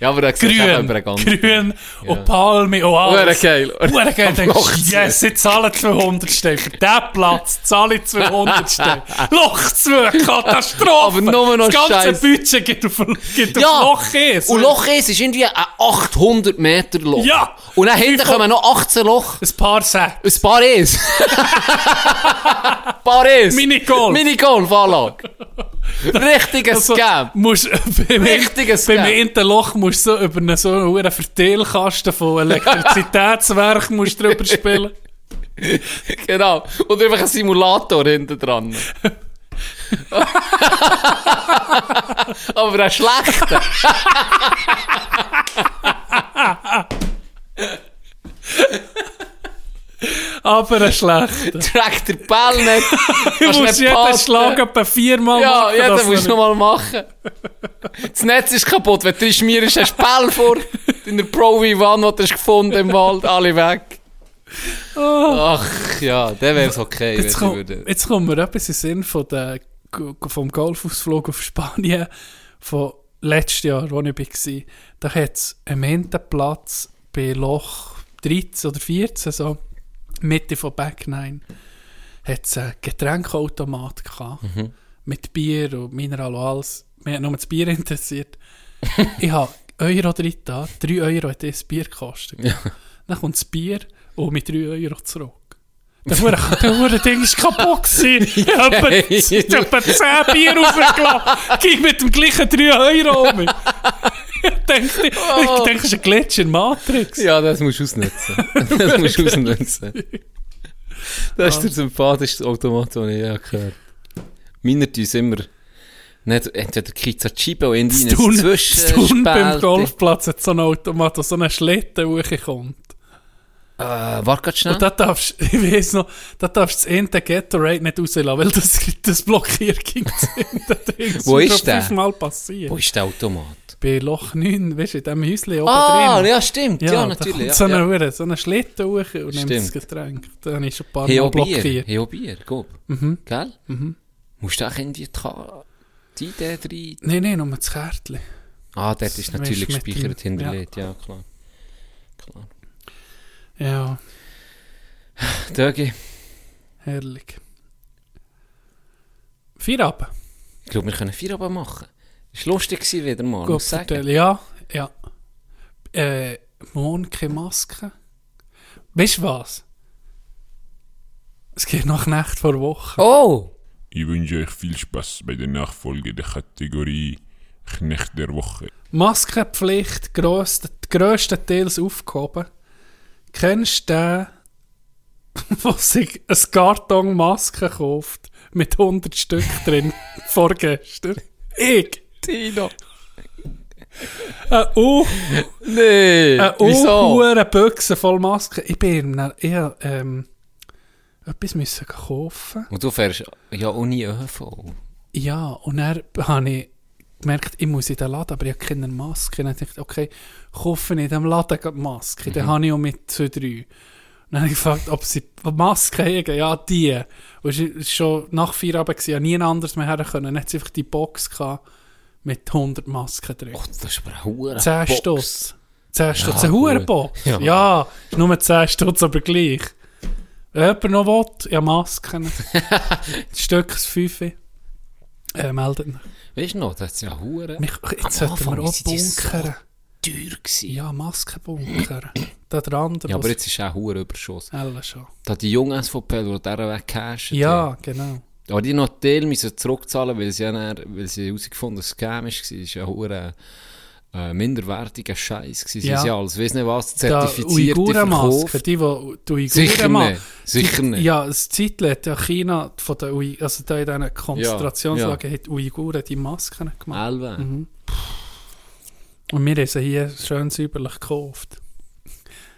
Ja, aber da siehst du eben
Grün,
über den ganzen...
grün und Palme und alles.
Hure geil.
Hure geil.
Am
Denkst,
Loch zu.
yes, ich zahle 200 Steine. Für diesen Platz zahle ich 200 Steine. Loch 2, Katastrophe.
Aber nur noch
Das ganze
Scheiss.
Budget geht auf, geht auf
Ja.
Loch ist.
Und Loch 1 ist irgendwie ein 800 Meter Loch.
Ja.
Und dann hinten kommen noch 18 Loch.
Ein paar Sätze.
Ein paar Es. paar Es.
Minigolf.
Minigolf-Anlage. Richtiger Scam.
Musst, beim,
Richtiger Scam.
beim einen Loch musst du so über einen so einen Verteilkasten von Elektrizitätswerk musst drüber spielen.
Genau. Und einfach ein Simulator hinten dran. Aber ein schlechter.
Aber ein schlechter.
Trägt der Ball nicht.
Du musst jeden Schlag etwa viermal
Ja,
machen.
ja,
dass
das musst
er-
du nochmal machen. Das Netz ist kaputt. Wenn du dich schmierst, hast du Ball vor. In der Pro-V-Wann, die du hast gefunden im Wald, alle weg. Ach ja, dann wäre es okay.
Ah. Jetzt,
wenn ich
kommt,
würde-
jetzt kommt mir etwas in den Sinn von der, vom Golfausflug auf Spanien von letztes Jahr, wo ich war. Da hat es am Ende Platz bei Loch 13 oder 14, so Mitte von Back 9, hat es einen Getränkeautomat gehabt. Mit Bier und Mineral und alles. Mich hat nur das Bier interessiert. ich habe Euro drin da, 3 Euro hat das Bier gekostet. Dann kommt das Bier und mit 3 Euro zurück. Der Hure- der Hure Ding ist kaputt gewesen. Ich habe etwa- ich habe etwa 10 Bier rausgelassen. Ging mit dem gleichen 3 Euro um. mich. Ich denke, ich denke, das ist ein Glitch in Matrix.
Ja, das musst du ausnutzen. Das musst du ausnutzen.
Ah.
Das ist der sympathischste Automat, den ich je gehört habe. Meiner tun immer nicht, entweder Kizachibo in
Das
deinen
Tun- das Tun beim
Zwischenspiel.
Golfplatz hat so einen Automat, der so eine Schlitten hochkommt.
Äh, warte grad schnell.
Und da darfst ich weiß noch, da darfst du das Ende Gatorade nicht rauslassen, weil das, das blockiert ging.
Wo ist der?
fünfmal passiert.
Wo ist der Automat?
Bei Loch 9, weißt du, in diesem Häuschen oben
Ah,
drin.
ja, stimmt. Ja,
da
natürlich.
kommt
Ja,
So
ja.
eine, ja. so eine Schlitten hoch und nimmt das
Stimmt.
Getränk. Dann ist schon ein paar
Hey,
Mal
auch Bier.
blockiert. Mhm.
Hey, auch Bier. Guck. Gell? Musst du auch in die, Ka- die Idee rein?
Nein, nein, nur das Kärtchen.
Ah, dort ist
Das
natürlich
mischst mit
gespeichert
dem-
hinterlegt. Ja. klar. Klar.
Ja,
Dögi,
herrlich. Feierabend.
ich glaube, wir können Feierabend machen. Ist lustig gewesen wieder mal,
Gut
muss ich sagen.
verteilt. Ja, ja. Äh, morgen keine Maske. Weißt du was? Es geht nach Nacht vor Woche.
Oh!
Ich wünsche euch viel Spaß bei der Nachfolge der Kategorie Knecht der Woche.
Maskenpflicht grösste- grösstenteils aufgehoben. Kennst du den, der sich ein Karton Masken kauft mit 100 Stück drin vorgestern? Ich!
Tino!
Äh, oh!
Nee!
Eine
wieso?
unhure Äh, oh, Büchse voll Masken. Ich bin in einem, ich hab, ähm, etwas müssen kaufen.
Und du fährst ja ohne ÖV.
Ja, und dann habe ich gemerkt, ich muss in den Laden, aber ich habe keine Maske. Dann dachte ich, okay, kaufe ich in dem Laden gerade die Maske. Dann habe ich auch mit zwei, drei. Und dann habe ich gefragt, ob sie Masken haben. Ja, die. Und es war schon nach vier Abend, ich habe nie anders mehr her können. Dann hat sie einfach die Box gehabt mit 100 Masken drin.
Oh, das ist aber eine hure
10
Box.
Stutz. 10 Stutz, ein
gut.
Hurenbox.
Ja.
Ja. ist nur 10 Stutz, aber gleich. Wenn jemand noch will, ja Masken. Stück 5. Äh, meldet mich.
Weißt du noch, das ist ja hure
mich jetzt
Am
sollten wir
Anfang
auch
sind die so
bunkern.
teuer gewesen. Ja,
Ja, Masken bunkern. da der andere.
aber
was-
jetzt ist auch hure überschossen.
Alle schon.
Da die jungen SVP, die dieser Weg cashen.
Ja, genau.
Aber die noch Teil müssen zurückzahlen, weil sie, ja dann, weil sie herausgefunden haben, dass es Scam war. Das ist ja hure äh, minderwertiger Scheiß. gewesen. Sie
Ja.
sind ja alles, weiß nicht was,
Da
zertifizierte
Uigurenmasken,
verkauft.
die, die die
Sicher
Uigurenmasken.
nicht. Sicher nicht.
Ja, das Zeitl hat ja China von den Ui, also da in diesen Konzentrationslagern hat Uiguren die Masken gemacht.
Elbe.
Mhm. Und wir haben sie hier schön säuberlich gekauft.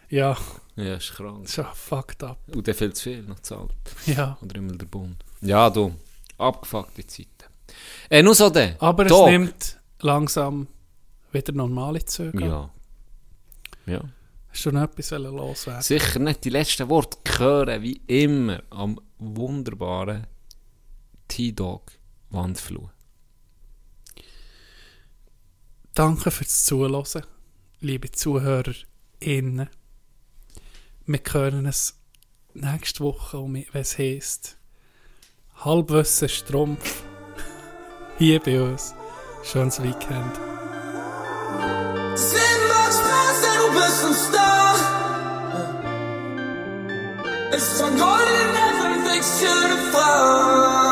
Ja,
Ja, ist krank.
das ist ja fucked up.
Und der viel zu viel noch zahlt.
Ja.
Oder immer der Bund. Ja, du. Abgefuckte Zeiten. Äh, nur so der.
Aber
Doc.
es nimmt langsam wieder normale Züge. an.
Ja. Ja.
Hast du noch etwas wollen loswerden?
Sicher nicht die letzten Worte hören, wie immer, am wunderbaren T-Dog Wandflur.
Danke fürs Zuhören, liebe ZuhörerInnen. Wir hören es nächste Woche, um, wenn es heisst Halbwissen Strumpf hier bei uns. Schönes Weekend.
Sind was Spaß, denn du bist ein Star. It's a golden everything's beautiful.